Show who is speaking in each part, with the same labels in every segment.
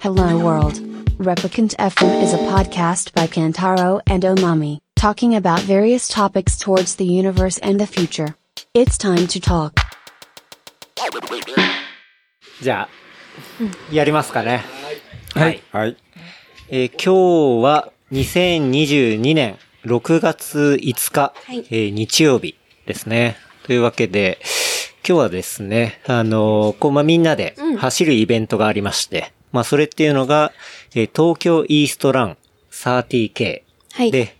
Speaker 1: Hello World. Replicant FM is a podcast by Kantaro and Omami, talking about various topics towards the universe and the future. It's time to talk.
Speaker 2: じゃあ、やりますかね。
Speaker 3: はい。はい。
Speaker 2: えー今日は2022年6月5日、
Speaker 4: はい
Speaker 2: えー日曜日ですね。というわけで、今日はですね、あのーこう、まあ、みんなで走るイベントがありまして、まあ、それっていうのが、えー東京イーストラン 30K
Speaker 4: はい
Speaker 2: で、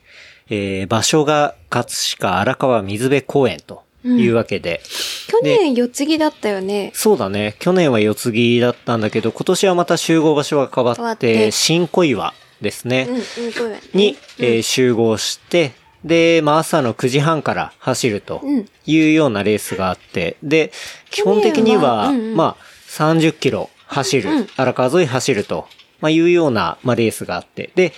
Speaker 2: えー場所が葛飾荒川水辺公園というわけで、
Speaker 4: 去年四つ木だったよね。
Speaker 2: そうだね。去年は四つ木だったんだけど、今年はまた集合場所が変わって、
Speaker 4: 変わって
Speaker 2: 新小岩ですね。
Speaker 4: うん、うん、ごめん。
Speaker 2: に、えー集合して、で、まあ朝の9時半から走ると
Speaker 4: うん
Speaker 2: いうようなレースがあって、で、基本的には、
Speaker 4: 去年はうんうん
Speaker 2: まあ30キロ走る、荒川沿い走ると、まあいうような、まあレースがあって、で、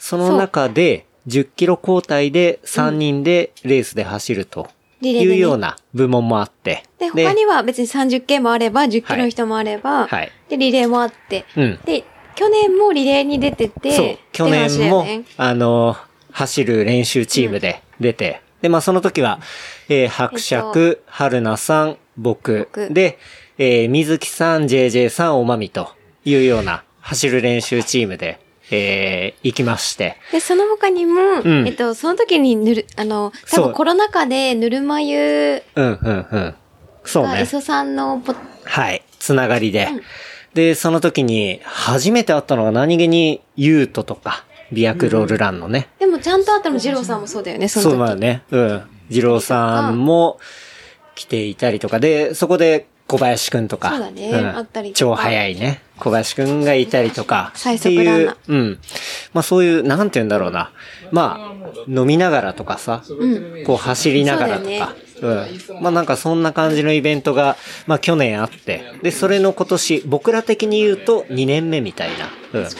Speaker 2: その中で10キロ交代で3人でレースで走ると
Speaker 4: リレーで
Speaker 2: い
Speaker 4: ね
Speaker 2: うような部門もあって、
Speaker 4: で、他には別に 30K もあれば、10キロの人もあれば、
Speaker 2: はい
Speaker 4: で、リレーもあって、
Speaker 2: うん
Speaker 4: で、去年もリレーに出てて、
Speaker 2: そう、去年も、
Speaker 4: って話だよね
Speaker 2: あの、走る練習チームで出て、で、まあその時は、えー伯爵、春菜さん、僕、
Speaker 4: 僕
Speaker 2: で、えー水木さん、JJ さん、おまみというような走る練習チームで、えー行きまして、
Speaker 4: で、その他にも、
Speaker 2: ん
Speaker 4: えっと、その時にぬる、あの、多
Speaker 2: そう
Speaker 4: 分コロナ禍でぬるま湯
Speaker 2: うん、うん、うん。そう
Speaker 4: が
Speaker 2: ね。
Speaker 4: 磯さんのポ、
Speaker 2: はい。つながりで。で、その時に、初めて会ったのが何気に、ユートとか、ビアクロールランのね、
Speaker 4: でもちゃんとあったの二郎さんもそうだよね、その時。
Speaker 2: そうだね。うん。二郎さんも来ていたりとか、で、そこで小林くんとか。
Speaker 4: そうだね
Speaker 2: ん
Speaker 4: あったりと
Speaker 2: 超
Speaker 4: か
Speaker 2: 早いね。小林くんがいたりとか。
Speaker 4: 最速ランナー
Speaker 2: っていう。うん。まあそういう、なんて言うんだろうな。まあ、飲みながらとかさ、こう走りながらと
Speaker 4: そうだよ
Speaker 2: か。うん。まあなんかそんな感じのイベントが、まあ去年あって。で、それの今年、僕ら的に言うと2年目みたいな。うん。
Speaker 4: 去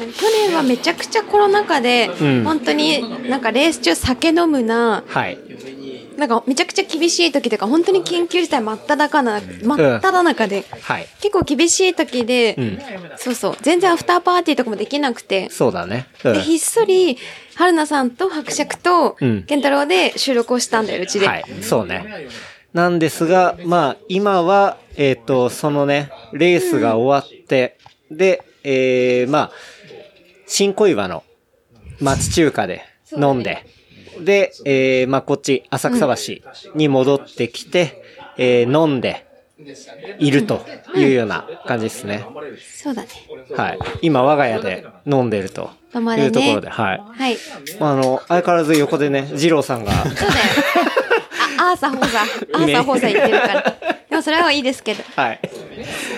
Speaker 4: 年はめちゃくちゃコロナ禍で、
Speaker 2: うん
Speaker 4: 本当になんかレース中酒飲むな、
Speaker 2: はい。
Speaker 4: なんかめちゃくちゃ厳しい時とか、本当に緊急事態真っ只中な、真っ只中で、
Speaker 2: はい。
Speaker 4: 結構厳しい時で、
Speaker 2: ん
Speaker 4: そうそう、全然アフターパーティーとかもできなくて、
Speaker 2: そうだね。うん
Speaker 4: で、ひっそり、春菜さんと伯爵と、
Speaker 2: うん
Speaker 4: 健太郎で収録をしたんだよ、うちで。
Speaker 2: はい、そうね。なんですが、まあ、今は、えっ、と、そのね、レースが終わって、で、えー、まあ、新小岩の町中華で飲んで、で、えー、まあ、こっち、浅草橋に戻ってきて、えー、飲んで、いるというような感じですね。
Speaker 4: そうだね。
Speaker 2: はい。今、我が家で飲んでると
Speaker 4: 飲ま
Speaker 2: い
Speaker 4: れ
Speaker 2: うところで、
Speaker 4: ね
Speaker 2: はい。
Speaker 4: はい。
Speaker 2: まあ、あの、相変わらず横でね、二郎さんが、
Speaker 4: そうだよ。あ、アーサーホーサー、アーサーホーサー言ってるから。でもそれはいいですけど。
Speaker 2: はい。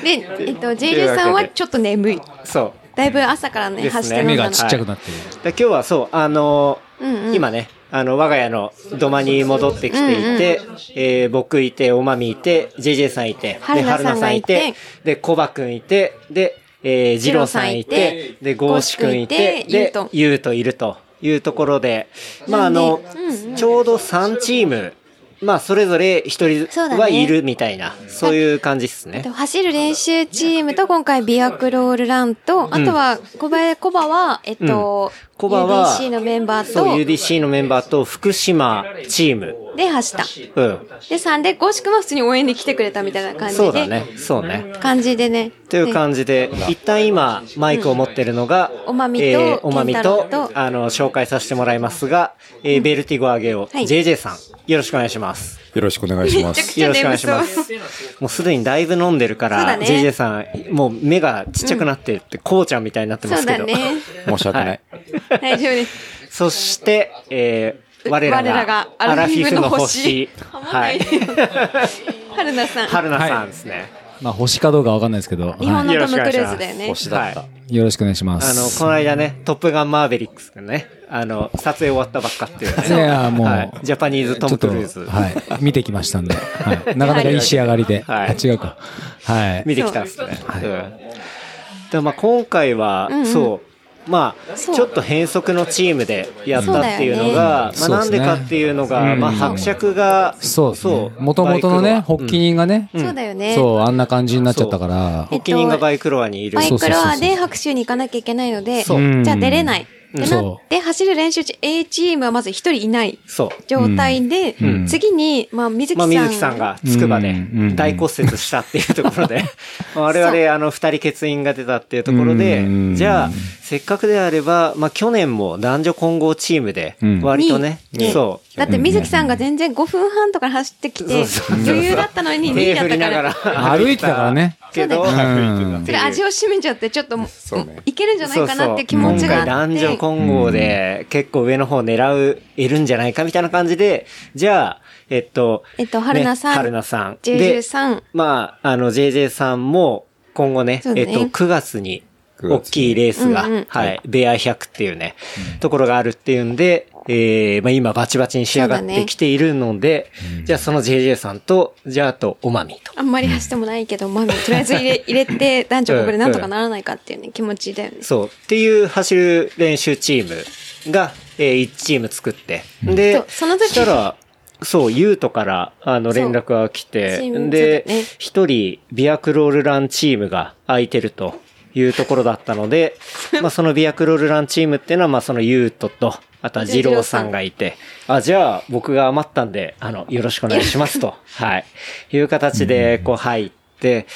Speaker 4: で、えっと、JJ さんはちょっと眠い。
Speaker 2: そう。
Speaker 4: だいぶ朝から
Speaker 2: で
Speaker 4: ね、
Speaker 2: すね
Speaker 4: 走って飲ん
Speaker 3: 目
Speaker 4: だ
Speaker 3: が
Speaker 4: の。
Speaker 3: ちっちゃくなってる。
Speaker 2: で今日はそう、あのー
Speaker 4: うんうん
Speaker 2: 今ね、あの、我が家の土間に戻ってきていて、えー僕いて、おまみいて、JJ さんいて、で、
Speaker 4: 春菜さんがいて
Speaker 2: 春菜で、コバくんいて、で、えー、ジローさんいて、で、ゴーシくんいて、
Speaker 4: ゴーシくんいてゆ
Speaker 2: で
Speaker 4: うと、
Speaker 2: ゆうといるというところで、まあ、あの、ちょうど3チーム、まあ、それぞれ一人
Speaker 4: そうだね
Speaker 2: はいるみたいな、そういう感じです
Speaker 4: で
Speaker 2: ね。
Speaker 4: も走る練習チームと今回ビアクロールランと、あとは小林、コバは、えっと、
Speaker 2: コバは
Speaker 4: UDC のメンバー
Speaker 2: そう、
Speaker 4: と、
Speaker 2: UDC のメンバーと福島チーム。
Speaker 4: で走った。
Speaker 2: うん。
Speaker 4: で、3で、ゴシ君は普通に応援に来てくれたみたいな感じで。
Speaker 2: そうだね。そうね。
Speaker 4: 感じでね。
Speaker 2: という感じで、一旦今、マイクを持ってるのが、
Speaker 4: おまみと
Speaker 2: えーおまみと
Speaker 4: 健太郎、と
Speaker 2: あの、紹介させてもらいますが、えーベルティゴアゲオ、
Speaker 4: はい
Speaker 2: JJ さん、よろしくお願いします。
Speaker 3: よろしくお願いしま
Speaker 4: めちゃく
Speaker 3: す。
Speaker 4: ち
Speaker 2: よ
Speaker 4: ゃ
Speaker 2: ろしくお願
Speaker 4: 眠
Speaker 2: いし
Speaker 4: そう。
Speaker 2: ます。もうすでにだいぶ飲んでるか
Speaker 4: そう
Speaker 2: ら、
Speaker 4: だね
Speaker 2: JJ さん、もう目がちっちゃくなってって、こうちゃんみたいになってま
Speaker 4: そう
Speaker 2: すけ
Speaker 4: だ
Speaker 2: ど。
Speaker 4: ね。
Speaker 3: 申し訳ない。
Speaker 4: 大丈夫です。
Speaker 2: そして、えー我ら
Speaker 4: 我ら
Speaker 2: が
Speaker 4: が、
Speaker 2: ア
Speaker 4: ア
Speaker 2: ラ
Speaker 4: ラ
Speaker 2: フィ
Speaker 4: フィ
Speaker 2: フ
Speaker 4: フ
Speaker 2: の
Speaker 4: の
Speaker 2: 星
Speaker 4: 星。
Speaker 2: はい。
Speaker 4: 春菜さん。
Speaker 2: 春菜さんですね。
Speaker 3: まあ、星かどうかわかんないですけど、
Speaker 4: 日本
Speaker 3: は
Speaker 4: のトム・クルーズだよね。
Speaker 3: 星
Speaker 2: は
Speaker 3: だ
Speaker 2: い
Speaker 3: った。い。よろしくお願いしま
Speaker 2: あの、
Speaker 3: す。
Speaker 2: この間ね、トップガンマーベリックスがね、あの、撮影終わったばっかっていうね。
Speaker 3: いやいやもう
Speaker 2: はいジャパニーズト
Speaker 3: ちょ
Speaker 2: ム・
Speaker 3: っと、
Speaker 2: クルーズ。
Speaker 3: はい。見てきましたんで、はい。なかなかいい仕上がりで。
Speaker 2: はい
Speaker 3: あ違うか。はい。
Speaker 2: 見てきたんですね。うんで、まあ今回は、そう、まあ、
Speaker 4: そう
Speaker 2: ちょっと変則のチームでやったっていうのが、
Speaker 3: そうだよね
Speaker 2: まあ、なんでかっていうのが、
Speaker 3: うん
Speaker 2: まあ、伯爵が、
Speaker 3: そうですね。もともとの
Speaker 2: バ
Speaker 3: ね、
Speaker 2: イクロア
Speaker 3: 発起人がね、
Speaker 4: そうだよね。
Speaker 3: そう、あんな感じになっちゃったから
Speaker 2: う、ん発起人がバイクロアにいる。
Speaker 4: バイ
Speaker 3: そう
Speaker 4: クロアで白州に行かなきゃいけないので、じ
Speaker 2: そう
Speaker 4: ゃあ出れない。っ
Speaker 2: うん
Speaker 4: てなって、走る練習中、A チームはまず一人いない
Speaker 2: そう。
Speaker 4: 状態で
Speaker 3: うんうん、
Speaker 4: 次に、まあ、水木
Speaker 2: まあ、
Speaker 4: さん。
Speaker 2: 水木さんがつくばで
Speaker 3: うんうん
Speaker 2: 大骨折したっていうところで、まあ
Speaker 4: そ
Speaker 2: 我々、あの、二人欠員が出たっていうところで
Speaker 3: う、ん
Speaker 2: じゃあ、せっかくであれば、まあ、去年も男女混合チームで
Speaker 3: うん、
Speaker 2: 割とね、
Speaker 4: に
Speaker 2: そう。
Speaker 4: だって水木さんが全然5分半とか走ってきて
Speaker 2: そうそう、そう
Speaker 4: 余裕だったのに
Speaker 2: 手
Speaker 4: 2位だっ
Speaker 2: 振
Speaker 4: た
Speaker 2: り
Speaker 4: か
Speaker 2: なが
Speaker 4: ら
Speaker 2: ら。
Speaker 3: 歩いてたからね。
Speaker 2: けど、
Speaker 4: そう
Speaker 3: う
Speaker 4: だ
Speaker 3: ん
Speaker 4: それ味を占めちゃって、ちょっとも
Speaker 5: そうね
Speaker 4: いけるんじゃないかなっていう気持ちがあっ
Speaker 2: 今回男女
Speaker 4: て、
Speaker 2: 混合で結構上の方狙う、いるんじゃないかみたいな感じで、じゃあ、えっと、
Speaker 4: えっと春菜さん
Speaker 2: ね春菜さん。
Speaker 4: JJ
Speaker 2: で、
Speaker 4: さん、
Speaker 2: まあ、あの、JJ さんも今後ね、
Speaker 4: そうね
Speaker 2: えっと、9月に、
Speaker 5: 9月に
Speaker 2: 大きいレースが、
Speaker 4: うんうん
Speaker 2: はい、ベア100っていうね、ところがあるっていうんで、えー、まあ今バチバチに仕上がってきているので、じゃあその JJ さんと、じゃああと、おまみと。
Speaker 4: あんまり走ってもないけど、まあ、とりあえず入れ入れて、男女ここでなんとかならないかっていうね、気持ちだよね。
Speaker 2: そう。っていう走る練習チームが、えー、1チーム作って。で
Speaker 4: そう、その時
Speaker 2: したら、そう、ユートから、あの、連絡が来て
Speaker 4: チー、ム
Speaker 2: で
Speaker 4: そうだね、
Speaker 2: 一、人、ビアクロールランチームが空いてるというところだったの で、まあ、そのビアクロールランチームっていうのは、まあ、そのユートと、あとは二郎さんがいて、あ、じゃあ、僕が余ったんで、あの、よろしくお願いします と、はい。いう形で、こう、入って、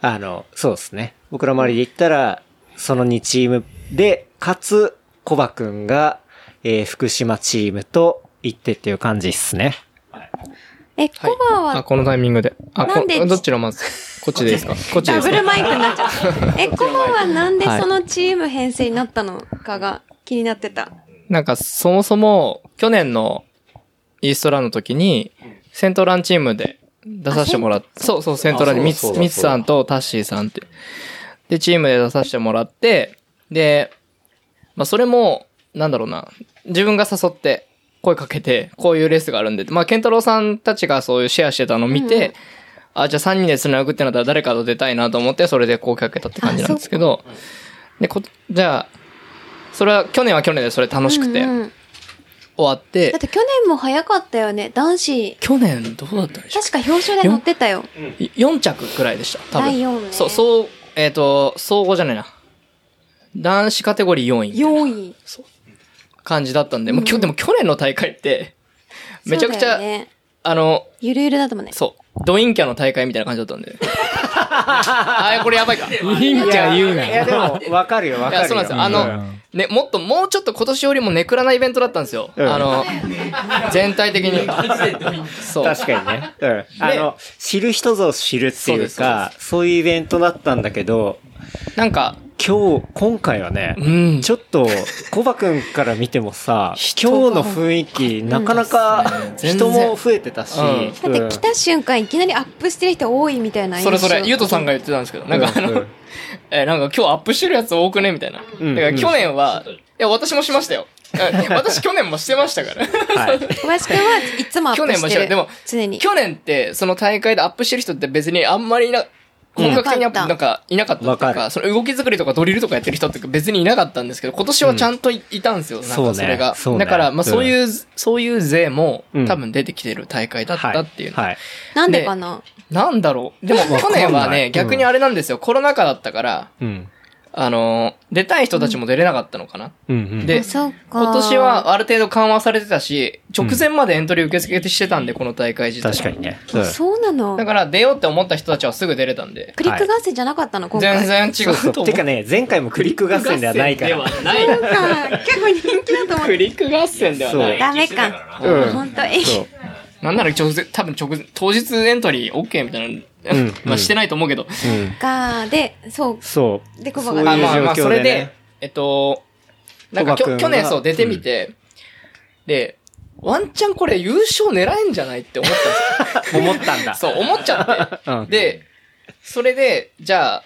Speaker 2: あの、そうですね。僕ら周りで言ったら、その2チームで、かつ、コバくんが、えー福島チームと行ってっていう感じっすね。
Speaker 4: え、コバは
Speaker 6: あ、このタイミングで。あ、
Speaker 4: なん
Speaker 6: こ
Speaker 4: で
Speaker 6: どっちの まず、こっちでいいですかこっちで
Speaker 4: ダ
Speaker 6: いいで
Speaker 4: ブ
Speaker 6: す
Speaker 4: ル
Speaker 6: か
Speaker 4: マイクになっちゃった。え、コバはなんでそのチーム編成になったのかが気になってた。
Speaker 6: なんか、そもそも、去年のイーストランの時に、セントランチームで出させてもらって、そうそう、セントランにミ
Speaker 5: あそ
Speaker 6: ツ、
Speaker 5: うだそうだ
Speaker 6: ミツさんとタッシーさんって。で、チームで出させてもらって、で、まあ、それも、なんだろうな、自分が誘って、声かけて、こういうレースがあるんで、まあ、ケンタロウさんたちがそういうシェアしてたのを見て、あ、じゃあ3人で繋ぐってなったら誰かと出たいなと思って、それでこうかけたって感じなんですけど、で、こ、じゃあ、それは、去年は去年でそれ楽しくて、
Speaker 4: うんう
Speaker 6: 終
Speaker 4: ん
Speaker 6: わって
Speaker 4: だっ、て去年も早かったよね。男子、
Speaker 6: 去年どうだったんでしょ
Speaker 4: 確か表彰で乗ってたよ。
Speaker 6: う ?4 着くらいでした、多分。
Speaker 4: 第四ね
Speaker 6: そう、そう、えっ、と、総合じゃないな。男子カテゴリー4位みたいな
Speaker 4: 4位。
Speaker 6: 感じだったんで、もうきょ、でも去年の大会って、めちゃくち
Speaker 4: そう
Speaker 6: ゃ、
Speaker 4: だよね
Speaker 6: あの、
Speaker 4: ゆるゆるだったもんね。
Speaker 6: そう、ドインキャの大会みたいな感じだった んで。あ、これやばいか。
Speaker 3: いいんちゃ言う
Speaker 2: いや、
Speaker 3: な。
Speaker 2: でも、 わかるよ、わ
Speaker 6: い
Speaker 2: かる
Speaker 6: や、
Speaker 2: よ。
Speaker 6: そうなんですよ。あ
Speaker 3: う
Speaker 6: の、ね、もっと、もうちょっと今年よりもネクラなイベントだったんですよ。
Speaker 2: うん
Speaker 6: あの、全体的に。そう。
Speaker 2: 確かに ね。うん。あの、知る人ぞ知るって
Speaker 6: そう
Speaker 2: い
Speaker 6: で
Speaker 2: う
Speaker 6: すそう
Speaker 2: か、そういうイベントだったんだけど、
Speaker 6: なんか、
Speaker 2: 今日、今回はね、
Speaker 6: うん
Speaker 2: ちょっと、コバくんから見てもさ、今日の雰囲気、なかなか
Speaker 6: 全
Speaker 2: 人
Speaker 6: 然
Speaker 2: も増えてたし、
Speaker 6: う
Speaker 4: だって来た瞬間いきなりアップしてる人多いみたいな印
Speaker 6: そ
Speaker 4: 象。
Speaker 6: れそれ、ゆうとさんが言ってたんですけど、なんかあの、 え、なんか今日アップしてるやつ多くねみたいな。だ
Speaker 2: ん
Speaker 6: から去年は、いや、私もしましたよ。え私去年もしてましたか
Speaker 2: う
Speaker 6: ら。
Speaker 2: んはい。
Speaker 4: 小林くんはいつもアッ
Speaker 6: 去
Speaker 4: プ
Speaker 6: 年も
Speaker 4: して
Speaker 6: してる。
Speaker 4: る。
Speaker 6: でも、
Speaker 4: 常 に。
Speaker 6: 去年って、その大会でアップしてる人って別にあんまりいな、本格的にアップ
Speaker 4: うん
Speaker 6: なんかいなかったっていう
Speaker 2: わ
Speaker 6: か、
Speaker 2: か
Speaker 6: その動き作りとかドリルとかやってる人って別にいなかったんですけど、今年はちゃんとい,、たんですよ、なん
Speaker 2: そうね
Speaker 6: かそれが。
Speaker 2: そうね
Speaker 6: だから、まあそういう、そういう勢も
Speaker 2: うん
Speaker 6: 多分出てきてる大会だったっていうの。
Speaker 2: はい。
Speaker 4: なんでかな
Speaker 6: なんだろう。でも
Speaker 2: わか
Speaker 6: 去
Speaker 2: んない
Speaker 6: 年はね、
Speaker 2: うん
Speaker 6: 逆にあれなんですよ、コロナ禍だったから、
Speaker 2: うん。
Speaker 6: あのー、出たい人たちも出れなかったのかな。
Speaker 2: うんうん。
Speaker 6: で、
Speaker 4: そうか。
Speaker 6: 今年はある程度緩和されてたし、直前までエントリー受付してたんで、この大会自体。
Speaker 2: 確かにね。
Speaker 4: あ、そうなの
Speaker 6: だ。から出ようって思った人たちはすぐ出れたんで。
Speaker 4: クリック合戦じゃなかったの今回。
Speaker 6: 全然違うと思う。
Speaker 2: てかね、前回もクリック合戦ではないから。
Speaker 6: クリック合戦ではな
Speaker 4: な
Speaker 6: い。
Speaker 4: んか結構人気だと思って
Speaker 6: クリック合戦ではない。
Speaker 4: ダメか。
Speaker 2: うん
Speaker 4: 本当え
Speaker 2: そう。
Speaker 6: なんなら直前、多分直前、当日エントリー OK みたいな、
Speaker 2: うん
Speaker 6: まあしてないと思うけど。
Speaker 2: うん。
Speaker 4: かで、そう。
Speaker 2: そう。
Speaker 4: でコバ
Speaker 2: そう
Speaker 4: が
Speaker 2: いう
Speaker 6: あまあまあ、
Speaker 2: 状
Speaker 6: そ
Speaker 2: 況
Speaker 6: れ
Speaker 2: で
Speaker 6: で
Speaker 2: ね。、
Speaker 6: えっと、なんかき
Speaker 2: コバ君
Speaker 6: ょ
Speaker 2: が
Speaker 6: 去年そう出てみて、で、ワンチャンこれ優勝狙えんじゃないって思ったんですよ。
Speaker 2: 思ったんだ。
Speaker 6: そう、 思っちゃって。
Speaker 2: うん
Speaker 6: で、それで、じゃあ、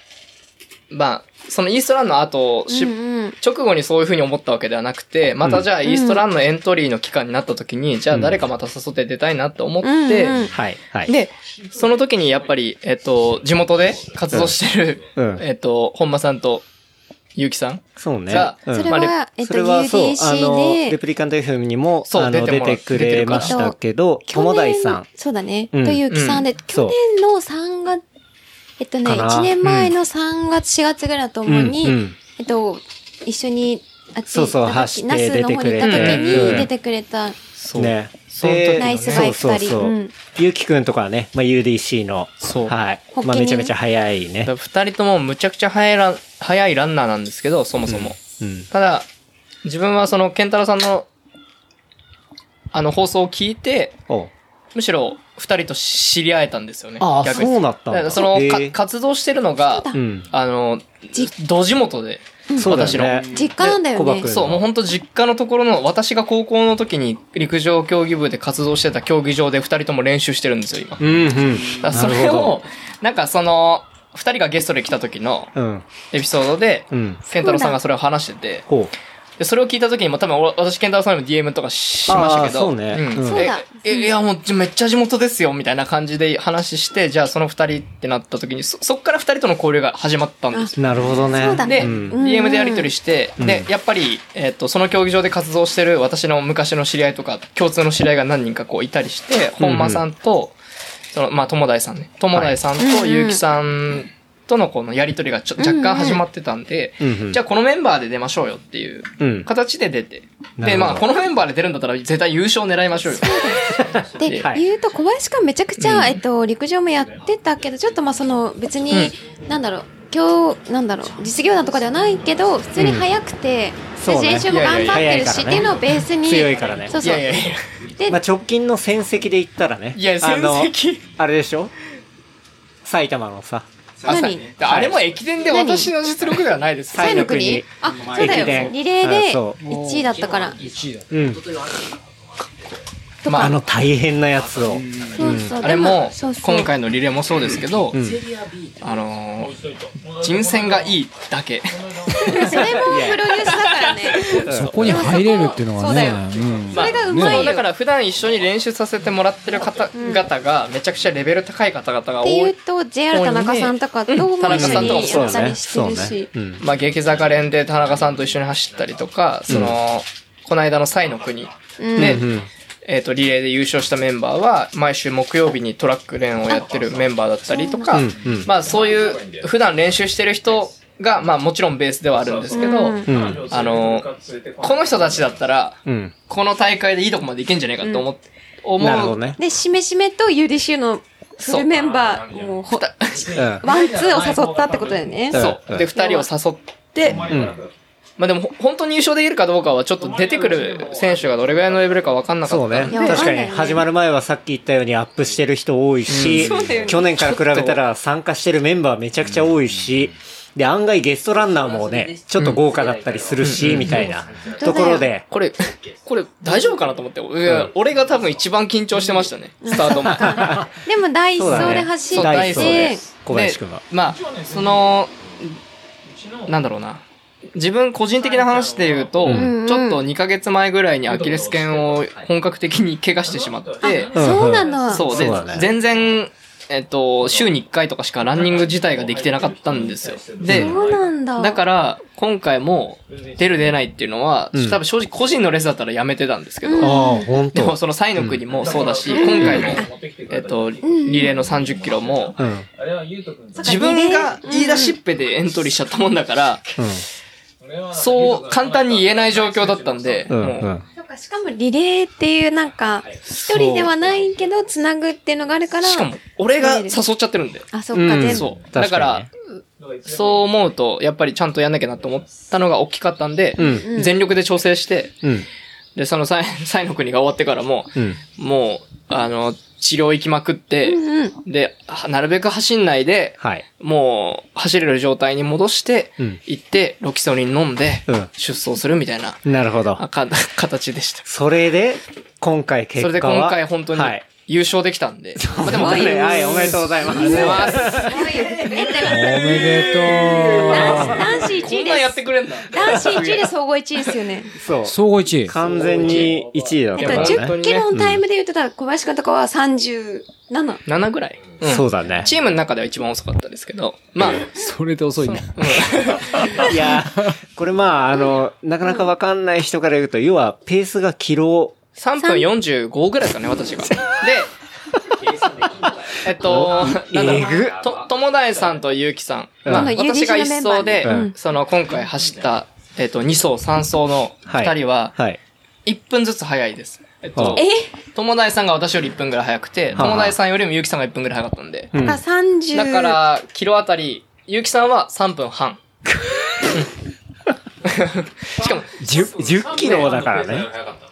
Speaker 6: まあ、そのイーストランの後、し
Speaker 4: うんうん
Speaker 6: 直後にそういうふうに思ったわけではなくて、またじゃあイーストランのエントリーの期間になった時に、じゃあ誰かまた誘って出たいなと思って、
Speaker 4: うんうん
Speaker 2: はい。はい。
Speaker 6: で、その時にやっぱり、えっと、地元で活動してる、
Speaker 2: うんうん
Speaker 6: えっと、本間さんと、ゆうきさん
Speaker 2: そうね。
Speaker 6: が
Speaker 2: うん
Speaker 4: それ
Speaker 6: まあレ
Speaker 4: は、えっ
Speaker 2: そ
Speaker 4: と、
Speaker 2: れはそう、あの、
Speaker 4: UDC
Speaker 2: レ
Speaker 4: で、
Speaker 2: プリカント FM にも、
Speaker 6: そう
Speaker 2: あの、
Speaker 6: 出て
Speaker 2: 出
Speaker 6: も
Speaker 2: て
Speaker 6: ら
Speaker 2: くれましたけど、友大さん。
Speaker 4: そうだね。
Speaker 2: うん
Speaker 4: というきさんで、
Speaker 2: そう
Speaker 4: 去年の3月、えっとね、
Speaker 2: かな
Speaker 4: 1年前の3月、4月ぐらいともに、
Speaker 2: うんうん
Speaker 4: えっと、一緒に、あっち
Speaker 2: そうそう
Speaker 4: 行った時
Speaker 2: 走って出てくれて
Speaker 4: 那須の方に行った時
Speaker 2: うん
Speaker 4: に出てくれた、
Speaker 6: そう。
Speaker 2: ね。
Speaker 6: その時のね
Speaker 4: ナイスバイク二人
Speaker 2: そうそうそう
Speaker 4: うん
Speaker 2: ゆうきくんとかはね、まあ、UDC の、
Speaker 6: そう
Speaker 2: はい。
Speaker 4: 発起人
Speaker 2: まあ、めちゃめちゃ早いね。
Speaker 6: 2人ともむちゃくちゃ速いラン速いランナーなんですけどそもそも、
Speaker 2: うん。
Speaker 6: ただ自分はその健太郎さんのあの放送を聞いて
Speaker 2: おう
Speaker 6: むしろ2人と知り合えたんですよね
Speaker 2: ああ、
Speaker 6: 逆に
Speaker 2: そうだったん
Speaker 6: だから
Speaker 2: だ。
Speaker 6: その、
Speaker 2: へえ
Speaker 6: か活動してるのが
Speaker 4: そうだ
Speaker 2: うん。
Speaker 6: あの土地元で、
Speaker 2: そうだ
Speaker 6: 私の
Speaker 2: よね。
Speaker 4: 実家なんだよ
Speaker 2: で小
Speaker 4: ね
Speaker 2: 葉。君
Speaker 6: そうもう本当実家のところの私が高校の時に陸上競技部で活動してた競技場で2人とも練習してるんですよ今だか
Speaker 2: うんうん。
Speaker 6: らそ
Speaker 2: な
Speaker 6: れ
Speaker 2: るほど
Speaker 6: をなんかその2人がゲストで来た時の
Speaker 2: うん。
Speaker 6: エピソードで
Speaker 2: うん。
Speaker 6: 健太郎さんがそれを話してて
Speaker 2: ほう。
Speaker 6: で、それを聞いた時にも多分俺私、健太郎さんにも DM とかしましたけど。
Speaker 2: あーそうねうん
Speaker 6: ん
Speaker 4: そうだ
Speaker 6: ええいや、もうじめっちゃ地元ですよ、みたいな感じで話して、じゃあその二人ってなった時に、そ、そっから二人との交流が始まったんですよ。
Speaker 2: なるほどね。
Speaker 4: そうだね
Speaker 6: で、
Speaker 2: うん
Speaker 4: ん
Speaker 6: DM でやり取りして、で、やっぱり、えっ、と、その競技場で活動してる私の昔の知り合いとか、共通の知り合いが何人かこういたりして、本間さんと、その、まあ、友大さんね。友大さんと、ゆうきさんとのこのやり取りがちょ若干始まってたんで、
Speaker 2: うんうん
Speaker 6: じゃあこのメンバーで出ましょうよっていう
Speaker 2: うん
Speaker 6: 形で出て。
Speaker 2: なる
Speaker 6: で、
Speaker 2: ほど
Speaker 6: まあ、このメンバーで出るんだったら絶対優勝狙いましょ うよ。
Speaker 4: で、
Speaker 2: はい
Speaker 4: 言うと小林くんめちゃくちゃ、えっと、陸上もやってたけど、ちょっとまあその別に、なんだろう、今日、なんだろう、実業団とかではないけど、普通に速くて、
Speaker 2: そうね
Speaker 4: 練習も頑張
Speaker 2: いや
Speaker 4: って
Speaker 2: いやい
Speaker 4: る
Speaker 2: や
Speaker 4: し、っていうのをベースに。
Speaker 2: 強いからね
Speaker 4: そう
Speaker 6: い
Speaker 4: そう。
Speaker 6: やいやい
Speaker 4: で、
Speaker 2: まあ、直近の戦績で言ったらね。
Speaker 6: や。いや、戦
Speaker 2: あ
Speaker 6: 績。
Speaker 2: のあれでしょ埼玉のさ、
Speaker 4: 何
Speaker 6: 朝ねあれも駅伝で私の実力ではないです。
Speaker 2: 何西
Speaker 4: 最の
Speaker 2: の国
Speaker 4: 国あ、そうだ
Speaker 2: 駅伝
Speaker 4: よ。リレー
Speaker 2: あ
Speaker 4: で
Speaker 2: そう
Speaker 4: 1位だったから。
Speaker 2: うん。
Speaker 6: まあ
Speaker 2: あの大変なやつを。
Speaker 4: そうそう。
Speaker 6: あれも
Speaker 4: そうそう
Speaker 6: 今回のリレーもそうですけど、
Speaker 2: ん
Speaker 6: あのー人選がいいだけ
Speaker 4: それもプロデュースだからね。
Speaker 3: そこに入れるっていうのがね
Speaker 4: でも。
Speaker 3: うん
Speaker 4: それがう
Speaker 6: ま
Speaker 4: ま
Speaker 6: あ
Speaker 4: い
Speaker 6: だ
Speaker 4: よ。
Speaker 6: から普段一緒に練習させてもらってる方々がめちゃくちゃレベル高い方々が
Speaker 4: って
Speaker 6: 多
Speaker 4: いう
Speaker 6: い、
Speaker 4: と、JR 田中さんとかとも
Speaker 6: うん田中
Speaker 4: 一
Speaker 6: さ
Speaker 4: 緒
Speaker 6: ん
Speaker 4: に
Speaker 6: とかも
Speaker 4: やったりして
Speaker 2: そう
Speaker 4: る
Speaker 2: ね。
Speaker 4: し。
Speaker 2: うん。
Speaker 6: まあ、激坂連で田中さんと一緒に走ったりとかその、この間のイの国で、
Speaker 2: うん。
Speaker 6: えー、とリレーで優勝したメンバーは毎週木曜日にトラック連をやってるメンバーだったりとか、
Speaker 2: うんうん
Speaker 6: まあ、そういう普段練習してる人が、まあ、もちろんベースではあるんですけど、
Speaker 2: うん。
Speaker 6: あのこの人たちだったら
Speaker 2: うん。
Speaker 6: この大会でいいとこまでいけんじゃないかと思,、って思う
Speaker 2: なるほどね。
Speaker 4: で、しめしめと UDC のフルメンバー、もう ほ、
Speaker 2: うん。
Speaker 4: ワンツーを誘ったってことだよね。
Speaker 6: そうで2人を誘って、まあ、でもほ本当に優勝できるかどうかはちょっと出てくる選手がどれぐらいのレベルか分かんなか
Speaker 2: そう
Speaker 6: った
Speaker 2: ね
Speaker 6: ん。で
Speaker 4: や
Speaker 2: 確か
Speaker 4: わかんな
Speaker 2: に、
Speaker 4: いね
Speaker 2: 始まる前はさっき言ったようにアップしてる人多いし、去年から比べたら参加してるメンバーめちゃくちゃ多いし、で、案外ゲストランナーもね、ちょっと豪華だったりするし、みたいなところで、
Speaker 6: こ れこれ大丈夫かなと思って、いや俺が多分一番緊張してましたねスタート も。
Speaker 4: でも第一走で走
Speaker 6: そう
Speaker 4: っ
Speaker 6: だね
Speaker 2: ダ
Speaker 4: て、
Speaker 2: イ
Speaker 6: 第一
Speaker 2: ソ
Speaker 6: 走
Speaker 2: ー
Speaker 6: で
Speaker 2: で、小林くんは。
Speaker 6: でまあそのなんだろうな自分個人的な話で言うと、
Speaker 2: ん
Speaker 6: ちょっと2ヶ月前ぐらいにアキレス腱を本格的に怪我してしまって、
Speaker 2: ん
Speaker 4: そうなの。
Speaker 6: そうで
Speaker 2: そうだね
Speaker 6: 全然、えっと、週に1回とかしかランニング自体ができてなかったんですよ。で、
Speaker 4: そうなんだ。
Speaker 6: だから今回も出る出ないっていうのは、
Speaker 2: うん
Speaker 6: 多分正直個人のレースだったらやめてたんですけど、
Speaker 2: ああ、ほん
Speaker 6: でも
Speaker 2: と。
Speaker 6: そのサイの国もそうだし、今回の、えっと、リレーの30キロも、
Speaker 2: うん。
Speaker 6: 自分が言い出しっぺでエントリーしちゃったもんだから、そう簡単に言えない状況だったんで、
Speaker 2: うん。
Speaker 6: も
Speaker 2: う。
Speaker 6: うん
Speaker 4: そうかしかもリレーっていうなんか、一人ではないけど、つなぐっていうのがあるから。
Speaker 6: しかも、俺が誘っちゃってるんで。
Speaker 4: あ、そっか、
Speaker 2: うん
Speaker 4: 全部。
Speaker 6: そう。
Speaker 2: 確かにね
Speaker 6: だから、そう思うと、やっぱりちゃんとやんなきゃなと思ったのが大きかったんで、
Speaker 2: う
Speaker 6: 全力で調整して、
Speaker 2: うん。
Speaker 6: で、そのサイ サイの国が終わってからも、
Speaker 2: うん。
Speaker 6: もう、あの、治療行きまくって、
Speaker 4: うん。
Speaker 6: で、はなるべく走んないで、
Speaker 2: はい。
Speaker 6: もう、走れる状態に戻して、
Speaker 2: うん
Speaker 6: 行って、ロキソニン飲んで
Speaker 2: うん、
Speaker 6: 出走するみたいな、
Speaker 2: なるほど。
Speaker 6: あか 形でした。
Speaker 2: それで、今回結
Speaker 6: それで
Speaker 2: 果は。
Speaker 6: 今回本当に
Speaker 2: はい。
Speaker 6: 優勝できたんで。まあでも、
Speaker 4: すごいね
Speaker 2: はい、おめでとうございます。
Speaker 4: え、で
Speaker 3: お
Speaker 4: も、
Speaker 3: め でと
Speaker 4: 男子1
Speaker 6: こ
Speaker 4: 位
Speaker 6: んなん
Speaker 4: で
Speaker 6: やっ
Speaker 4: す
Speaker 6: て。くれんだ。
Speaker 4: 男子1位で総合1位ですよね。
Speaker 2: そう
Speaker 3: う。。総合1位。
Speaker 2: 完全に1位だっ
Speaker 4: だ
Speaker 2: た
Speaker 4: か
Speaker 2: からら
Speaker 6: 10
Speaker 2: ね。
Speaker 4: 10キロのタイムで言ってたら小林くんとかは37。
Speaker 6: 7ぐらい。うん
Speaker 2: そうだね。
Speaker 6: チームの中では一番遅かったですけど、まあ、
Speaker 3: それで遅いな。
Speaker 2: いや、これまあ、あの、なかなかわかんない人から言うと、要は、ペースがキロ、
Speaker 6: 3分45ぐらいですかね、私が。で、えっと、なんだろう
Speaker 2: えぐ
Speaker 6: と、友大さんと結城さん。
Speaker 2: うん
Speaker 6: まあ、
Speaker 4: あの
Speaker 6: 私が
Speaker 4: 友人のメンバーね
Speaker 6: 1走で、
Speaker 2: うん
Speaker 6: その、今回走った、えっと、2走、3走の2人は、
Speaker 2: はい。
Speaker 6: 1分ずつ早いです。えっ
Speaker 2: は
Speaker 6: と
Speaker 2: あ、
Speaker 4: え
Speaker 6: 友大さんが私より1分ぐらい早くて、
Speaker 2: はあはあ
Speaker 6: 友大さんよりも結城さんが1分ぐらい早かったんで、
Speaker 2: うん
Speaker 4: だから30。
Speaker 6: だか、ら、キロあたり、結城さんは3分半。しかも、
Speaker 2: 10, 10キロだからね。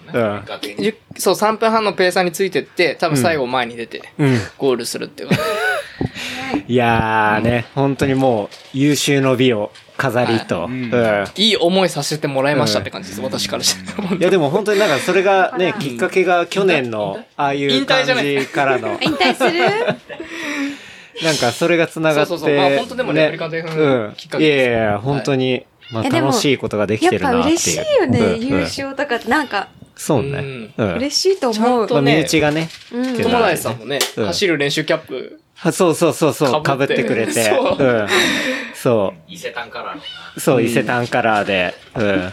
Speaker 2: うん。
Speaker 6: 10そう、3分半のペーサーについてって、多分最後前に出て、
Speaker 2: うん。
Speaker 6: ゴールするっていうか、
Speaker 2: いやーね、本当にもう、優秀の美を飾りと。うん。
Speaker 6: いい思いさせてもらいましたって感じです、私からしても。
Speaker 2: いやでも本当になんかそれがね、きっかけが去年のああいう
Speaker 6: 引
Speaker 2: 感
Speaker 6: 退じゃない
Speaker 2: じからの、
Speaker 4: 引退する
Speaker 2: なんかそれが繋がって。
Speaker 6: そうそうそうまあ本当でもレプリカント F1
Speaker 2: ねうん
Speaker 6: きっかけです
Speaker 2: いやいやいや、本当に、まあ
Speaker 4: いやでも
Speaker 2: 楽しいこと ができ
Speaker 4: やって
Speaker 2: る
Speaker 4: ぱ
Speaker 2: なっていう。
Speaker 4: 嬉しいよね、
Speaker 2: うん
Speaker 4: 優。
Speaker 2: うん
Speaker 4: 勝とかってなんか
Speaker 2: そうね。
Speaker 6: う
Speaker 2: うん。
Speaker 4: 嬉しいと思う。
Speaker 6: ちゃんと
Speaker 2: まあ、
Speaker 6: ね
Speaker 2: 身内がね。
Speaker 4: うん
Speaker 2: けど
Speaker 6: 友達さんもね、
Speaker 2: うん
Speaker 6: 走る練習キャップ、
Speaker 2: あそうそうそうそう、
Speaker 6: 被
Speaker 2: 被
Speaker 6: っ
Speaker 2: っててくれて。。
Speaker 6: そうん
Speaker 2: そう。
Speaker 5: 伊勢丹からの。
Speaker 2: そう、伊勢丹カラーで、うん。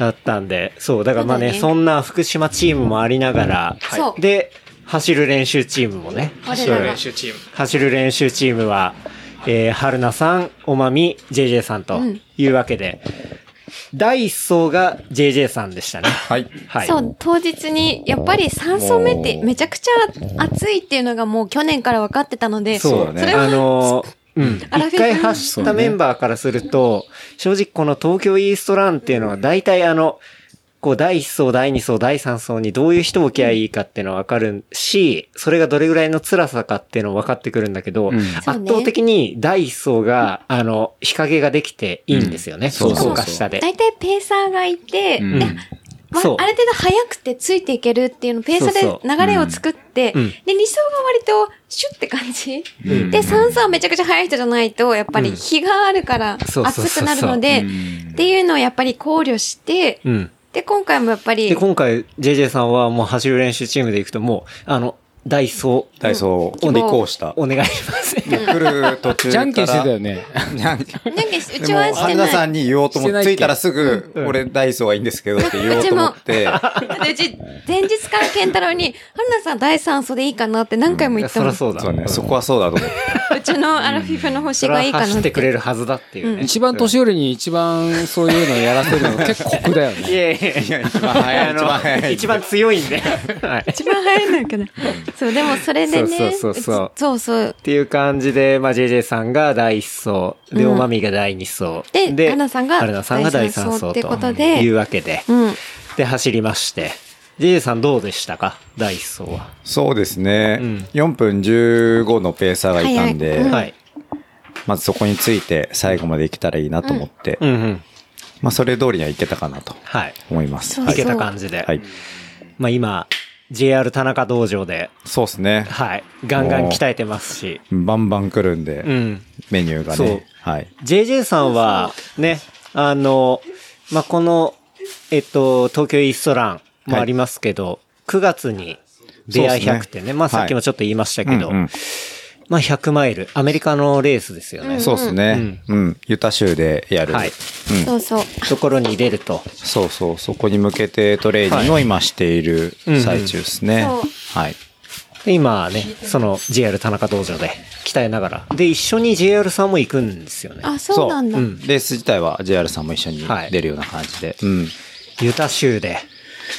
Speaker 2: だったんで、そう、だからまあね、
Speaker 4: そうだね
Speaker 2: そんな福島チームもありながら、
Speaker 4: そう
Speaker 2: で、走る練習チームもね、
Speaker 4: 我
Speaker 6: 走
Speaker 4: ら
Speaker 6: る
Speaker 4: が
Speaker 6: 練。習チーム。
Speaker 2: 走る練習チームは、えー、春菜さん、おまみ、JJ さんと
Speaker 4: うん
Speaker 2: いうわけで、第一走が JJ さんでしたね。
Speaker 3: はい。
Speaker 2: はい。
Speaker 4: そう、当日に、やっぱり3走目ってめちゃくちゃ暑いっていうのがもう去年から分かってたので、
Speaker 2: そう
Speaker 3: だね
Speaker 4: れ
Speaker 2: あ
Speaker 4: は、
Speaker 2: の ーうん。
Speaker 4: アラフィ
Speaker 2: 一
Speaker 4: フ
Speaker 2: 回走ったメンバーからすると、正直この東京イーストランっていうのは大体あの、こう第1層、第2層、第3層にどういう人を置きゃいいかっていうのはわかるし、それがどれぐらいの辛さかっていうのも分かってくるんだけど、
Speaker 3: うん
Speaker 2: 圧倒的に第1層が、あの、日陰ができていいんですよね。
Speaker 3: そう
Speaker 4: そうそう
Speaker 2: 高架下で。
Speaker 4: 大体ペーサーがいて、
Speaker 3: うん
Speaker 4: でまあ
Speaker 2: そう
Speaker 4: ある程度速くてついていけるっていうの、ペー
Speaker 2: そ
Speaker 4: サ
Speaker 2: う
Speaker 4: ー
Speaker 2: そ
Speaker 4: で
Speaker 2: う
Speaker 4: 流れを作って、
Speaker 2: うん
Speaker 4: で、2走が割とシュッって感じ。
Speaker 3: うん
Speaker 4: で、3走はめちゃくちゃ速い人じゃないと、やっぱり日があるから
Speaker 2: そうそうそう
Speaker 4: 暑
Speaker 2: そう
Speaker 4: くなるので、
Speaker 3: うん
Speaker 4: っていうのをやっぱり考慮して、
Speaker 2: うん。
Speaker 4: で、今回もやっぱり
Speaker 2: で、、今回 JJ さんはもう走る練習チームで行くともう、あの、第1層
Speaker 7: ダイソーを履行した。
Speaker 2: お願いします。
Speaker 7: 来る途中から。
Speaker 3: じゃんけんしてたよね。
Speaker 7: じゃんけん。
Speaker 4: なんかうち
Speaker 7: でも
Speaker 4: は、して
Speaker 7: 春菜さ
Speaker 4: なん
Speaker 7: に言おうと思
Speaker 3: してな
Speaker 7: っ、
Speaker 3: いってけ
Speaker 7: 着いたらすぐ、俺ダイソーはいいんですけどって言おうと思って、
Speaker 4: い。だってうち、前日から健太郎に、春菜さん第3層でいいかなって何回も
Speaker 2: い
Speaker 4: 言
Speaker 2: や、
Speaker 4: った
Speaker 2: そ
Speaker 4: も
Speaker 2: ら
Speaker 4: ん。
Speaker 2: そうだ。
Speaker 7: そうね、そこはそうだと思って。
Speaker 4: うちのアラフィフの
Speaker 2: そ
Speaker 4: 星
Speaker 2: れは
Speaker 4: がいいか
Speaker 2: 走
Speaker 4: な
Speaker 2: っ
Speaker 4: ってて。
Speaker 2: くれるはずだっていうね。
Speaker 3: 一番年寄りに一番そういうのやらせるの結構酷だよ
Speaker 2: いや
Speaker 3: ね。
Speaker 2: いやい
Speaker 7: いや、一番早い、一番
Speaker 2: や、
Speaker 7: 早い。
Speaker 2: 一番強いんで。はい。っ
Speaker 4: 一番早いんだけど。そう、でもそれでね。
Speaker 2: そうそうそうそう
Speaker 4: うちそうそう
Speaker 2: ていう感じで、まあ、JJ さんが第1走、で、
Speaker 4: うん
Speaker 2: おまみが第2走。
Speaker 4: でアナさんが
Speaker 2: アナさんが第
Speaker 4: 第
Speaker 2: 3
Speaker 4: 三
Speaker 2: 走と
Speaker 4: 走ってことで
Speaker 2: いうわけで、
Speaker 4: うん。
Speaker 2: で、走りまして。JJ さんどうでしたか第1走は。
Speaker 7: そうですね、
Speaker 2: うん
Speaker 7: 4分15のペーサーがいたんで、
Speaker 4: うん
Speaker 2: はい。
Speaker 7: まずそこについて最後まで行けたらいいなと思って、
Speaker 2: うんうん。
Speaker 7: まあそれ通りには行けたかなと
Speaker 2: はい。
Speaker 7: 思います。
Speaker 4: そう
Speaker 7: はいい
Speaker 2: けた感じで。
Speaker 7: はい。
Speaker 2: まあ、今、JR 田中道場で、
Speaker 7: そうですね。
Speaker 2: はい。ガンガン鍛えてますし。
Speaker 7: バンバン来るんで、
Speaker 2: うん。
Speaker 7: メニューが
Speaker 2: そう
Speaker 7: ね。はい。
Speaker 2: JJ さんは、ね、あの、まあ、この、えっと、東京イーストランもありますけど、9月に、出会い
Speaker 7: そう
Speaker 2: 100
Speaker 7: っ
Speaker 2: っ
Speaker 7: す
Speaker 2: て
Speaker 7: ね
Speaker 2: ね、まあ、さっきもちょっと言いましたけど、まあ、100マイル、アメリカのレースですよね。
Speaker 7: そうですね、うん。ユタ州でやる。
Speaker 2: はい
Speaker 4: そうそう。
Speaker 2: ところに出ると。
Speaker 7: そうそう。そこに向けてトレーニングを今している最中ですね。
Speaker 4: うんうんそう
Speaker 7: はい。
Speaker 2: で、今ね、その JR 田中道場で鍛えながら。で、一緒に JR さんも行くんですよね。
Speaker 4: あ、そうなんだ。
Speaker 7: レース自体は JR さんも一緒に
Speaker 2: はい
Speaker 7: 出るような感じで。うん。
Speaker 2: ユタ州で。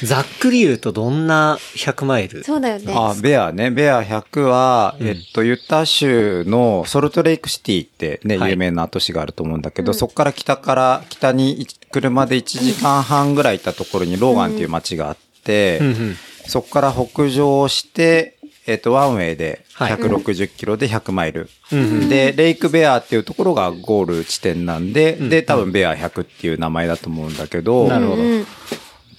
Speaker 2: ざっくり言うとどんな100マイル
Speaker 4: そうだよね。
Speaker 7: あ、ベアね。ベア100は、えっと、ユタ州のソルトレイクシティってね、
Speaker 2: はい
Speaker 7: 有名な都市があると思うんだけど、そこから北から、北にい車で1時間半ぐらい行ったところにローガンっていう街があって、
Speaker 2: うんうん
Speaker 7: そこから北上して、えっと、ワンウェイで
Speaker 2: はい
Speaker 7: 160キロで100マイル。で、レイクベアっていうところがゴール地点なんで、で、多分ベア100っていう名前だと思うんだけど、
Speaker 2: なるほど
Speaker 4: うん。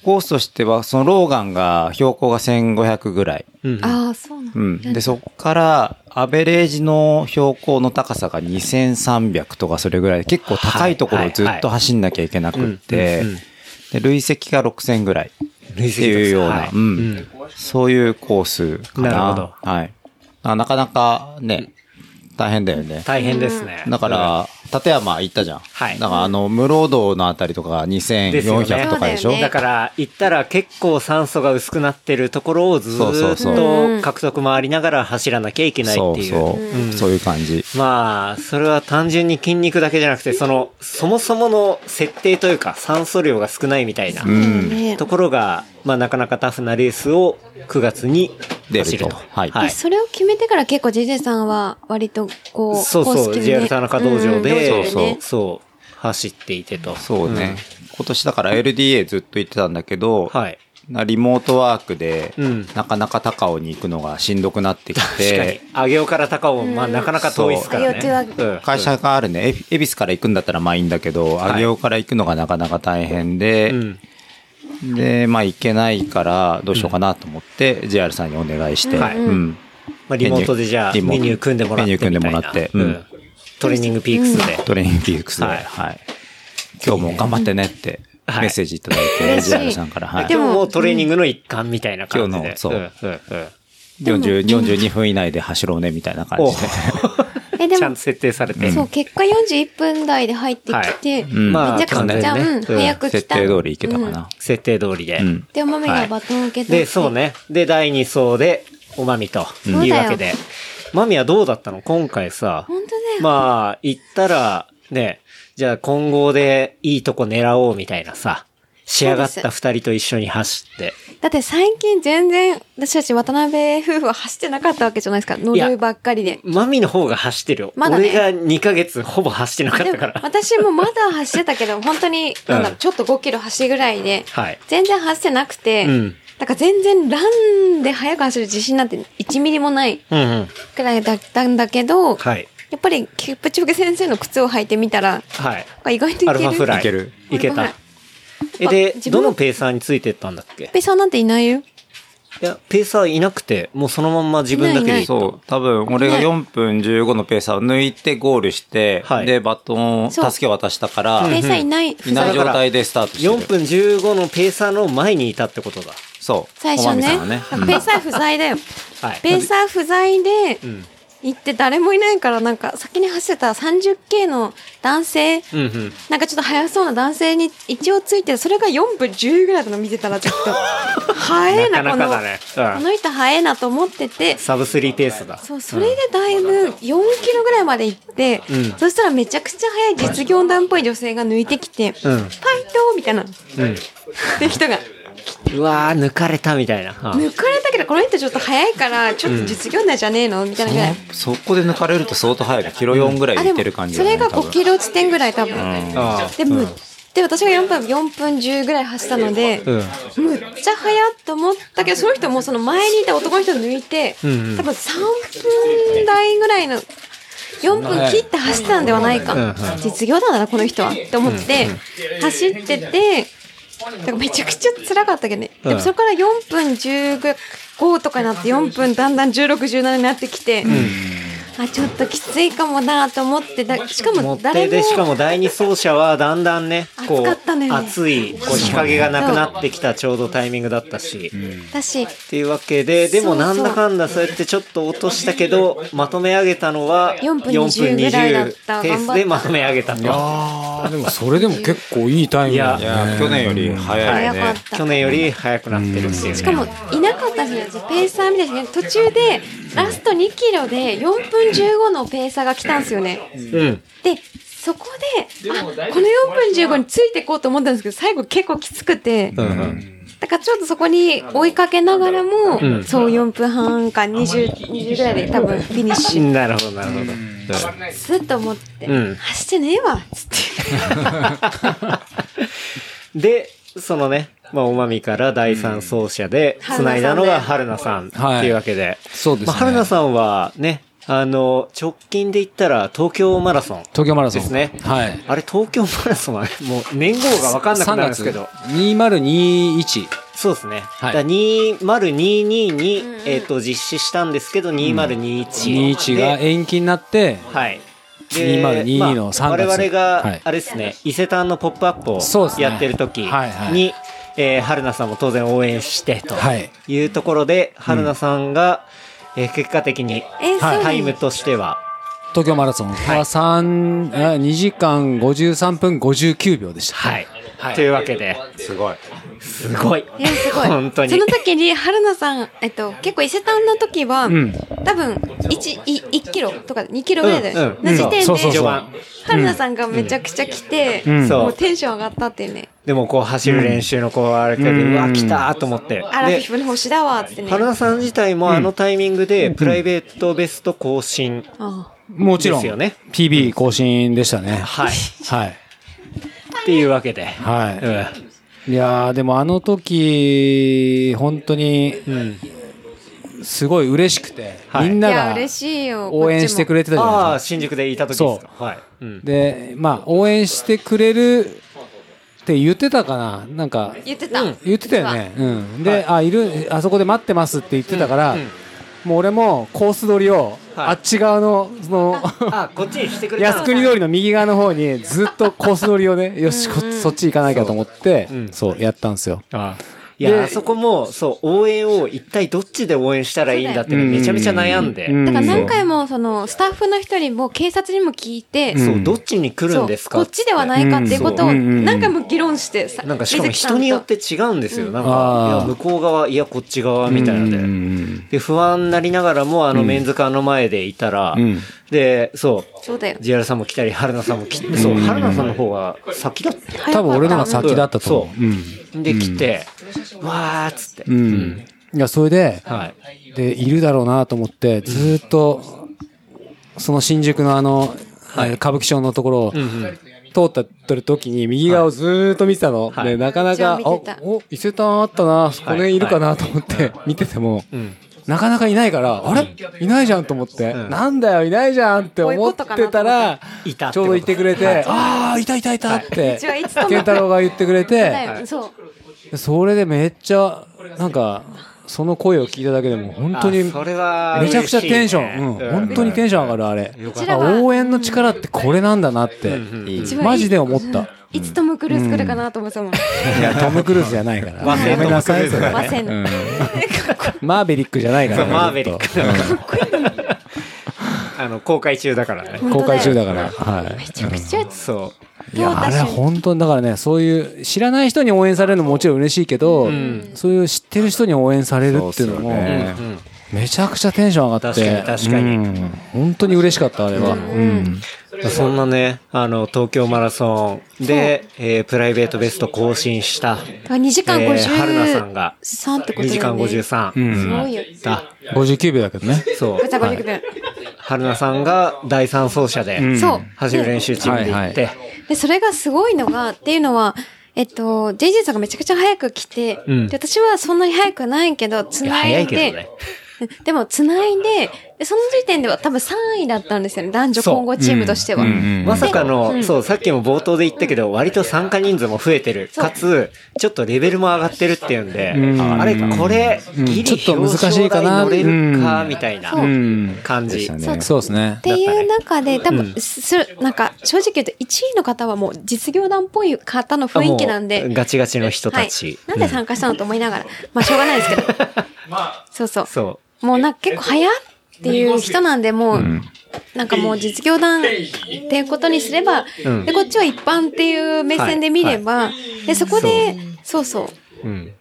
Speaker 7: コースとしては、そのローガンが標高が1500ぐらい。
Speaker 2: うん
Speaker 4: ああ、そうなんだ。
Speaker 7: うん。で、そこから、アベレージの標高の高さが2300とかそれぐらい、結構高いところをずっと走んなきゃいけなくって
Speaker 2: うんうんうん、
Speaker 7: で、累積が6000ぐらい。
Speaker 2: 累
Speaker 7: って
Speaker 2: 積とか
Speaker 7: いうような、
Speaker 2: はい
Speaker 7: うん。そういうコースかな。
Speaker 2: なるほど
Speaker 7: はい。あなかなかね、大変だよね。
Speaker 2: 大変ですね。
Speaker 7: だから、立山行ったじゃん。
Speaker 2: はい
Speaker 7: だから、あの、室堂のあたりとかが
Speaker 2: ですよね
Speaker 7: 2400とかでし
Speaker 4: そ
Speaker 7: ょ
Speaker 4: うだよね
Speaker 2: だから、行ったら結構酸素が薄くなってるところをず
Speaker 7: そうそうそ
Speaker 2: ーっと獲得回りながら走らなきゃいけないっ
Speaker 7: そ
Speaker 2: て
Speaker 7: う
Speaker 2: いう。
Speaker 7: そう、
Speaker 2: ん
Speaker 7: そういう感じ。
Speaker 2: まあ、それは単純に筋肉だけじゃなくて、その、そもそもの設定というか、酸素量が少ないみたいな
Speaker 7: うん。
Speaker 4: ね
Speaker 2: ところが、まあ、なかなかタフなレースを9月に
Speaker 7: 出
Speaker 2: 走
Speaker 7: る
Speaker 2: る
Speaker 7: と。
Speaker 2: と。
Speaker 7: はい。
Speaker 2: はい
Speaker 4: それを決めてから結構 JJ さんは割とこう、
Speaker 2: そう
Speaker 4: 公
Speaker 2: そう、
Speaker 4: 式でね
Speaker 2: JR 田中道場で、
Speaker 4: うんうん
Speaker 7: そうそう
Speaker 2: そう、走っていてと。
Speaker 7: そうね、今年だから LDA ずっと行ってたんだけど、
Speaker 2: はい。
Speaker 7: なリモートワークで、
Speaker 2: うん
Speaker 7: なかなか高尾に行くのがしんどくなってき
Speaker 2: 確かに
Speaker 7: て、、
Speaker 2: 上尾から高尾、まあ、なかなか遠いですから
Speaker 4: そう上尾
Speaker 2: ね
Speaker 4: っ。て
Speaker 2: うん
Speaker 7: 会社があるね、え恵比寿から行くんだったらまあいいんだけど、上尾から行くのがなかなか大変で
Speaker 2: う、ん。
Speaker 7: で、まあ行けないからどうしようかなと思って、JR さんにお願いして、
Speaker 2: はい
Speaker 7: うん
Speaker 2: まあ、リモートでじゃあ、
Speaker 7: リモー
Speaker 2: メ
Speaker 7: ト
Speaker 2: ニュー組んでもらってみたいな。
Speaker 7: メニュー組んでもらってうん
Speaker 2: うんトレーニングピークスで。
Speaker 7: トレインピークスで、
Speaker 2: は
Speaker 7: はいい、今日も頑張ってねってメ
Speaker 2: はい
Speaker 7: ッセージいただいて、
Speaker 4: 嬉しい
Speaker 7: JR さんから、はい
Speaker 2: で。ももうトレーニングの一環みたいな感じで。
Speaker 7: 今日のそうん
Speaker 2: んうん
Speaker 7: 40 42分以内で走ろうねみたいな感
Speaker 2: お
Speaker 7: じで。
Speaker 4: え、で
Speaker 2: ちゃん
Speaker 4: も
Speaker 2: と、設定されて。
Speaker 4: そう、結果41分台で入ってきて、
Speaker 7: ん
Speaker 4: め
Speaker 2: まあ
Speaker 4: ちゃくちゃ、
Speaker 2: 完全
Speaker 4: う
Speaker 2: に
Speaker 4: ん、
Speaker 2: ね
Speaker 4: 早く来
Speaker 7: 設
Speaker 4: た。
Speaker 7: 定通り行けたか
Speaker 4: うん
Speaker 7: な。
Speaker 2: 設定通りで。
Speaker 7: うん
Speaker 4: で、お豆がバトンを受け取
Speaker 2: で、
Speaker 4: って。
Speaker 2: そうね。で、第2層で、おまみと
Speaker 4: うだ
Speaker 2: いう
Speaker 4: よ
Speaker 2: わけで。まみはどうだったの今回さ。
Speaker 4: 本当だよ。
Speaker 2: まあ、行ったら、ね、じゃあ今後でいいとこ狙おうみたいなさ。仕上がっ
Speaker 4: そう
Speaker 2: た
Speaker 4: で
Speaker 2: 二人と一緒に走って。
Speaker 4: だって最近全然、私たち渡辺夫婦は走ってなかったわけじゃないですか。乗るばっかりで。
Speaker 2: マミの方が走ってるよ。
Speaker 4: まだね
Speaker 2: 俺が2ヶ月ほぼ走ってなかった
Speaker 4: でも
Speaker 2: から。
Speaker 4: 私もまだ走ってたけど、本当に、なんだろ
Speaker 2: う
Speaker 4: う、
Speaker 2: ん
Speaker 4: ちょっと5キロ走るぐらいで、
Speaker 2: はい。
Speaker 4: 全然走ってなくて、
Speaker 2: うん
Speaker 4: だから全然ランで速く走る自信なんて1ミリもない
Speaker 2: うんうん。
Speaker 4: くらいだったんだけど、
Speaker 2: はい。
Speaker 4: やっぱりキプチョゲ先生の靴を履いてみたら、
Speaker 2: はい。
Speaker 4: 意外といける。
Speaker 2: アルファフライ。
Speaker 7: いける
Speaker 2: いけ
Speaker 4: アル
Speaker 2: た
Speaker 4: ファ。
Speaker 2: え、
Speaker 4: あ
Speaker 2: で、
Speaker 4: 自
Speaker 2: ど
Speaker 4: 分の
Speaker 2: のペーサーについてったんだっけ
Speaker 4: ペーサーなんていないよ。
Speaker 2: いや、ペーサーいなくて、もうそのまんま自分だけで行った。
Speaker 7: そう、多分俺が
Speaker 4: ね
Speaker 7: 4分15のペースを抜いてゴールして、
Speaker 2: はい
Speaker 7: で、バトンを、
Speaker 4: そう
Speaker 7: 助けを渡したから、
Speaker 4: ペー
Speaker 7: い
Speaker 4: サーいない。
Speaker 7: ない状態でスタートしてる。
Speaker 2: 4分15のペーサーの前にいたってことだ。
Speaker 7: そう。
Speaker 4: 最初ね
Speaker 7: おまみさん
Speaker 4: ペー
Speaker 7: はね
Speaker 4: サー不在だよ。
Speaker 2: はい。
Speaker 4: ペーサー不在で
Speaker 2: ん
Speaker 4: 行って誰もいないからなんか先に走ってた 30K の男性、
Speaker 2: うんうん。
Speaker 4: なんかちょっと速そうな男性に一応ついてそれが4分10ぐらいだったの見てたらちょっと 速え
Speaker 2: な
Speaker 4: な
Speaker 2: かなかだね。
Speaker 4: この
Speaker 2: う
Speaker 4: こ
Speaker 2: ん。
Speaker 4: の人速えなと思ってて
Speaker 2: サブ3ペースだ。
Speaker 4: そうそれでだいぶ4キロぐらいまで行って、
Speaker 2: うん
Speaker 4: そしたらめちゃくちゃ速い実業団っぽい女性が抜いてきて「ファイト!」みたいな、で 人が
Speaker 2: うわー、抜かれたみたいな。うん
Speaker 4: 抜かれたけどこの人ちょっと速いからちょっと実業団じゃねえのみたいなぐらい。
Speaker 7: そこで抜かれると相当速いね。キロ4ぐらい
Speaker 4: あ
Speaker 7: い
Speaker 4: で
Speaker 7: っ
Speaker 4: も
Speaker 7: てる感じ
Speaker 4: そ
Speaker 7: だ
Speaker 4: れ
Speaker 7: ね
Speaker 4: が
Speaker 7: 多
Speaker 4: 5
Speaker 7: 分
Speaker 4: キロ地点ぐらい多分、
Speaker 2: あ
Speaker 4: でむで私が4分4分10ぐらい走ったので、
Speaker 2: うん
Speaker 4: むっちゃ速っと思ったけどその人もその前にいた男の人を抜いて、
Speaker 2: んうん
Speaker 4: 多分3分台ぐらいの4分切って走ったんではないか、
Speaker 2: んうん
Speaker 4: 実業団だなこの人はって思って走ってて。だからめちゃくちゃ辛かったけどね、でもそれから4分15とかになって4分だんだん1617になってきて、あちょっときついかもなと思ってだしか
Speaker 2: 持
Speaker 4: も
Speaker 2: って、
Speaker 4: 誰
Speaker 2: で、
Speaker 4: も
Speaker 2: しかも第2走者はだんだんね、こ
Speaker 4: 暑かったの
Speaker 2: う、
Speaker 4: よね
Speaker 2: 暑い、こう日陰がなくなってきたちょうどタイミングだったし。
Speaker 4: だし
Speaker 2: っていうわけで、でも
Speaker 4: そう
Speaker 2: な
Speaker 4: そうん
Speaker 2: だかんだそうやってちょっと落としたけど、まとめ上げたのは
Speaker 4: 4分20ぐらいだった
Speaker 2: ペースでまとめ上げた
Speaker 3: いや
Speaker 2: と。
Speaker 3: ー、でもそれでも結構いいタイムだ
Speaker 7: い
Speaker 3: ね。
Speaker 7: や、去年より速い
Speaker 4: 早か
Speaker 7: ね
Speaker 4: っ。た、
Speaker 2: 去年より早くなってるっていうね。
Speaker 4: しかもいなかったしねペーサーみたいな人ね途中でラスト2キロで4分15のペーサーが来たんですよね
Speaker 2: うん。
Speaker 4: でそこであこの4分15についていこうと思ったんですけど最後結構きつくて
Speaker 2: うんうん。
Speaker 4: だからちょっとそこに追いかけながらも、
Speaker 2: ん
Speaker 4: そう4分半か 20, 20ぐらいで多分フィニッシュ
Speaker 2: なるほど、なるほど。
Speaker 4: すっと思って、
Speaker 2: うん
Speaker 4: 走ってねえわっ つって
Speaker 2: で、そのね、まあ、おまみから第三走者で、繋いだのが春菜さんっていうわけで。
Speaker 3: そうです
Speaker 2: ま
Speaker 3: ね。
Speaker 2: あ、春菜さんはね、あの、直近で言ったら東京マラソン。
Speaker 3: 東京マラソン。
Speaker 2: ですね
Speaker 3: はい。
Speaker 2: あれ、東京マラソンはね、もう年号がわかんなくなるんですけど。
Speaker 3: 2021。
Speaker 2: そうですね。
Speaker 3: はい
Speaker 2: だから2022に、
Speaker 4: うんうん
Speaker 2: えっ、と、実施したんですけど、2021。
Speaker 3: 21が
Speaker 2: で
Speaker 3: 延期になって、
Speaker 2: はい。
Speaker 3: 2022の3月
Speaker 2: まあ我々
Speaker 3: は
Speaker 2: が
Speaker 3: い、
Speaker 2: あれですね、伊勢丹のポップアップ
Speaker 3: そうです
Speaker 2: を
Speaker 3: ね
Speaker 2: やってる時に、
Speaker 3: はいはい
Speaker 2: えー春菜さんも当然応援してと
Speaker 3: はい
Speaker 2: いうところで、春菜さんが、えー結果的に
Speaker 4: えー、そう
Speaker 3: はい
Speaker 4: なん
Speaker 2: タイムとしては、
Speaker 3: 東京マラソンは3、あ2時間53分59秒でした。
Speaker 2: はい。というわけで、
Speaker 7: すごい。
Speaker 2: すごい。
Speaker 4: えーすご い。
Speaker 2: 本当に
Speaker 4: その。時に、春菜さん、えっと、結構伊勢丹の時は、
Speaker 3: ん
Speaker 4: 多分、1、い1キロとか2キロぐらいだ
Speaker 2: うん
Speaker 4: よ。
Speaker 2: うん
Speaker 4: の時点
Speaker 3: そうそう
Speaker 2: 序
Speaker 4: で、
Speaker 3: そう
Speaker 2: 盤。
Speaker 4: 春菜さんがめちゃくちゃ来て、
Speaker 3: ん
Speaker 2: そう
Speaker 4: もうテンション上がったっていうね。
Speaker 2: でもこう走る練習のこうあれかけ
Speaker 3: う
Speaker 2: で、
Speaker 3: ん
Speaker 2: うわ、来たーと思って。
Speaker 4: アラフィフ
Speaker 2: で、
Speaker 4: の星だわ、つってね。
Speaker 2: 原田さん自体もあのタイミングでプライベートベスト更新。
Speaker 4: あ
Speaker 3: もちろん、
Speaker 2: ですよね
Speaker 3: PB 更新でしたね。
Speaker 2: はい。
Speaker 3: はい。
Speaker 2: っていうわけで。
Speaker 3: は
Speaker 2: うん。
Speaker 3: い。いやーでもあの時、本当に、
Speaker 2: ん
Speaker 3: すごい嬉しくて、
Speaker 2: はい
Speaker 3: みん
Speaker 4: あ。
Speaker 3: ない
Speaker 4: や、
Speaker 3: が
Speaker 4: 嬉しいよ。
Speaker 3: 応援してく
Speaker 4: れ。
Speaker 3: れてたじゃないですか
Speaker 2: ああ、新宿でいた時ですか。はい。うん。
Speaker 3: で、まあ、応援してくれるって言ってたかななんか、
Speaker 4: 言ってた。
Speaker 3: 言ってたよね。うん。で、あ、いる、あそこで待ってますって言ってたから、もう俺もコース取りを、
Speaker 2: はい
Speaker 3: あっち側の、その、
Speaker 2: あ、こっちにしてくれた
Speaker 3: 靖
Speaker 2: の
Speaker 3: 国通りの右側の方にずっとコース取りをね、よし、こそっち行かなきゃと思って、そう、やったんですよ。
Speaker 2: あいや、あそこも、そう、応援を一体どっちで応援したらいいんだってね、めちゃめちゃ悩ん
Speaker 3: う
Speaker 2: で。
Speaker 4: だから何回も、その、スタッフの人にも、警察にも聞いて、
Speaker 2: そう、どっちに来る
Speaker 4: そ
Speaker 2: ん
Speaker 4: う
Speaker 2: ですか
Speaker 4: こっちではないかっていうことを、
Speaker 3: うんそう
Speaker 4: 何回も議論してさ、
Speaker 2: なんかしかも
Speaker 4: 水木さん
Speaker 2: 人
Speaker 4: と
Speaker 2: によって違うんですよ。なん
Speaker 3: あ
Speaker 2: か、
Speaker 3: ー
Speaker 2: いや、向こう側、いや、こっち側、みたいなの
Speaker 3: う
Speaker 2: で。
Speaker 3: ん
Speaker 2: で、不安になりながらも、あの、メンズ館の前でいたら、
Speaker 7: ん
Speaker 2: で、そ
Speaker 4: そうだよ
Speaker 2: う、。ジェラさんも来たり、春菜さんも来て、そう、春菜さんの方が先だった。
Speaker 3: 多分俺のが
Speaker 4: 早かっ
Speaker 3: 先だったと思う。うん
Speaker 2: で、来て、わーっつって。
Speaker 3: うん。いや、それで、
Speaker 2: はい。
Speaker 3: で、いるだろうなと思って、ずーっと、その新宿のあの、えー歌舞伎町のところを、通ったってる時に右側をずーっと見てたの。
Speaker 2: はい
Speaker 3: で、なかな
Speaker 4: じゃあ
Speaker 3: か、
Speaker 4: 見てた
Speaker 3: あ、お、伊勢丹あったな、この辺いるかなと思って見てても、なかなかいないから、あれいないじゃんと思って、なんだよ、いないじゃんって思ってたら、
Speaker 2: いたって
Speaker 3: ちょう
Speaker 2: こ
Speaker 3: ど
Speaker 2: と
Speaker 3: いてくれて、ああ、いたいたいたって、
Speaker 4: ちはいつとも
Speaker 3: 健太郎が言ってくれ
Speaker 4: ただ
Speaker 3: て、
Speaker 4: よそう。
Speaker 3: それでめっちゃ、なんか、その声を聞いただけでも本当に
Speaker 2: あそれは
Speaker 3: めちゃくちゃテンション、
Speaker 2: 嬉しいね
Speaker 3: うん、本当にテンション上がるあれ
Speaker 4: かっ、た
Speaker 3: あ応援の力ってこれなんだなって、マジで思った。
Speaker 4: いつトム・クルーズ来るかなと思ってたもん。
Speaker 3: いやトム・クルーズじゃないから
Speaker 2: 和製
Speaker 3: やめなさい
Speaker 2: トムクルーズ
Speaker 4: 和製の
Speaker 3: うんマーベリックじゃないから
Speaker 2: マーベリッ
Speaker 3: ずっ
Speaker 2: ク。 あの、公開中だからね。
Speaker 3: と公開中だからはい
Speaker 4: めちゃくちゃ、
Speaker 2: そ
Speaker 3: いやあれ
Speaker 4: 私
Speaker 3: 本当にだからねそういう知らない人に応援されるのももちろん嬉しいけど、そういう知ってる人に応援されるっていうのも
Speaker 7: そうっすよね
Speaker 3: めちゃくちゃテンション上がって
Speaker 2: 確かに確かに
Speaker 3: うん本当に嬉しかったあれは、うん
Speaker 2: う。そんなね、あの、東京マラソンで、えープライベートベスト更新した、
Speaker 4: 2時間
Speaker 2: えー春菜さん
Speaker 4: 53
Speaker 2: が
Speaker 4: ってことだよ
Speaker 2: 2
Speaker 4: ね。
Speaker 2: 時間
Speaker 4: す
Speaker 2: 53
Speaker 4: ごいよ。
Speaker 2: だ。
Speaker 3: 59秒だけどね
Speaker 2: そう。
Speaker 4: ガチャ50分。
Speaker 2: 春菜さんが第3走者で、
Speaker 4: そう。
Speaker 2: 走る練習チームで行って、
Speaker 4: で、それがすごいのが、っていうのは、えっと、JJ さんがめちゃくちゃ早く来て、
Speaker 2: うん
Speaker 4: で私はそんなに早くないけど、
Speaker 2: いや
Speaker 4: 繋
Speaker 2: 早
Speaker 4: い
Speaker 2: いけ
Speaker 4: で、
Speaker 2: どね。
Speaker 4: でも繋いで、でその時点では多分3位だったんですよね、男女混合チームとしては。
Speaker 2: まさかの、そう、さっきも冒頭で言ったけど、割と参加人数も増えてる。
Speaker 4: そう
Speaker 2: かつ、ちょっとレベルも上がってるっていうんで、
Speaker 3: ん
Speaker 2: あれ、これ、ギリ表
Speaker 3: ちょっと難し
Speaker 2: 彰
Speaker 3: いか
Speaker 2: 台
Speaker 3: な
Speaker 2: 乗れるか、
Speaker 3: うん
Speaker 2: みたいな
Speaker 4: そう
Speaker 3: うん
Speaker 2: 感じ。
Speaker 7: そうでし
Speaker 4: そ
Speaker 7: た
Speaker 4: う
Speaker 7: ね
Speaker 3: そうですね
Speaker 4: っていう中で、多分、す、なんか、正直言うと、1位の方はもう実業団っぽい方の雰囲気なん
Speaker 2: もう
Speaker 4: で、
Speaker 2: ガチガチの人
Speaker 4: は
Speaker 2: た
Speaker 4: い
Speaker 2: ち。。
Speaker 4: なんで参加したのと思いながら、まあ、しょうがないですけど。そうそう。
Speaker 2: そ
Speaker 4: もうなんか結構早っていう人なんで、もう、なんかもう実業団っていうことにすれば、
Speaker 2: うん
Speaker 4: で、こっちは一般っていう目線で見れば、で、そこで、そうそ
Speaker 2: う。う
Speaker 4: う。
Speaker 2: ん。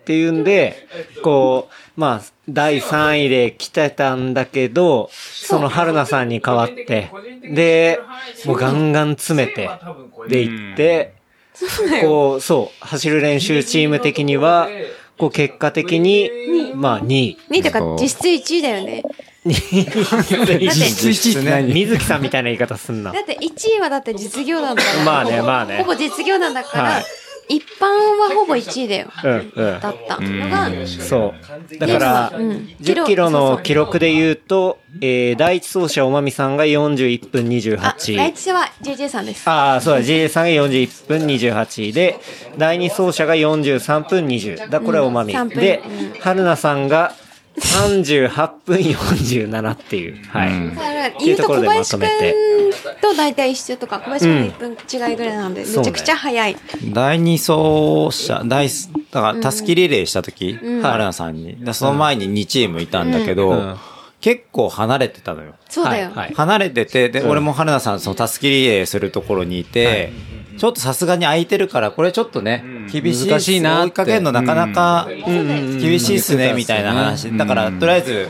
Speaker 2: っていうんで、こう、まあ、第3位で来てたんだけど、その春菜さんに代わって、で、もうガンガン詰めて、で行って、こう、そう、走る練習チーム的には、こう結果的に、まあ2位。
Speaker 4: 2位とか
Speaker 7: そう
Speaker 4: 実質1位だよね。
Speaker 7: 実質ね。
Speaker 2: 水木さんみたいな言い方すんな
Speaker 4: だ。って1位はだって実業団だから。
Speaker 2: まあねまあね
Speaker 4: ほぼ実業団だから、
Speaker 2: はい
Speaker 4: 一般はほぼ1位だよ。
Speaker 2: うん、うん。
Speaker 4: だったのが、
Speaker 2: そう。だから、
Speaker 4: うん
Speaker 2: 10キロの記録で言うと、えー、第一走者おまみさんが41分
Speaker 4: あ、第
Speaker 2: 28。
Speaker 4: 一は JJ さんです。
Speaker 2: ああ、そうだ、JA さんが41分28で、第二走者が43分20。だ、これはおまみ。
Speaker 4: うん3分
Speaker 2: で
Speaker 4: う、
Speaker 2: はるなさんが38分47っていう。はい。
Speaker 4: だから言うと小林くんと大体一緒とか、小林くんと1分違いぐらいなんで、めちゃくちゃ早い。
Speaker 7: 第二走者、第す、だから、たすきリレーした時、原田さんに。でその前に2チームいたんだけど、
Speaker 2: うん
Speaker 7: 結構離れてたのよ。
Speaker 4: そうだよ。
Speaker 2: はいはい
Speaker 7: 離れてて、で、俺も原田さん、そのたすきリレーするところにいて、ちょっとさすがに空いてるから、これちょっとね、厳しいっす。
Speaker 3: 難しいなって
Speaker 7: 追いかけるのなかなか、厳しいっすね、みたいな話。だから、とりあえず、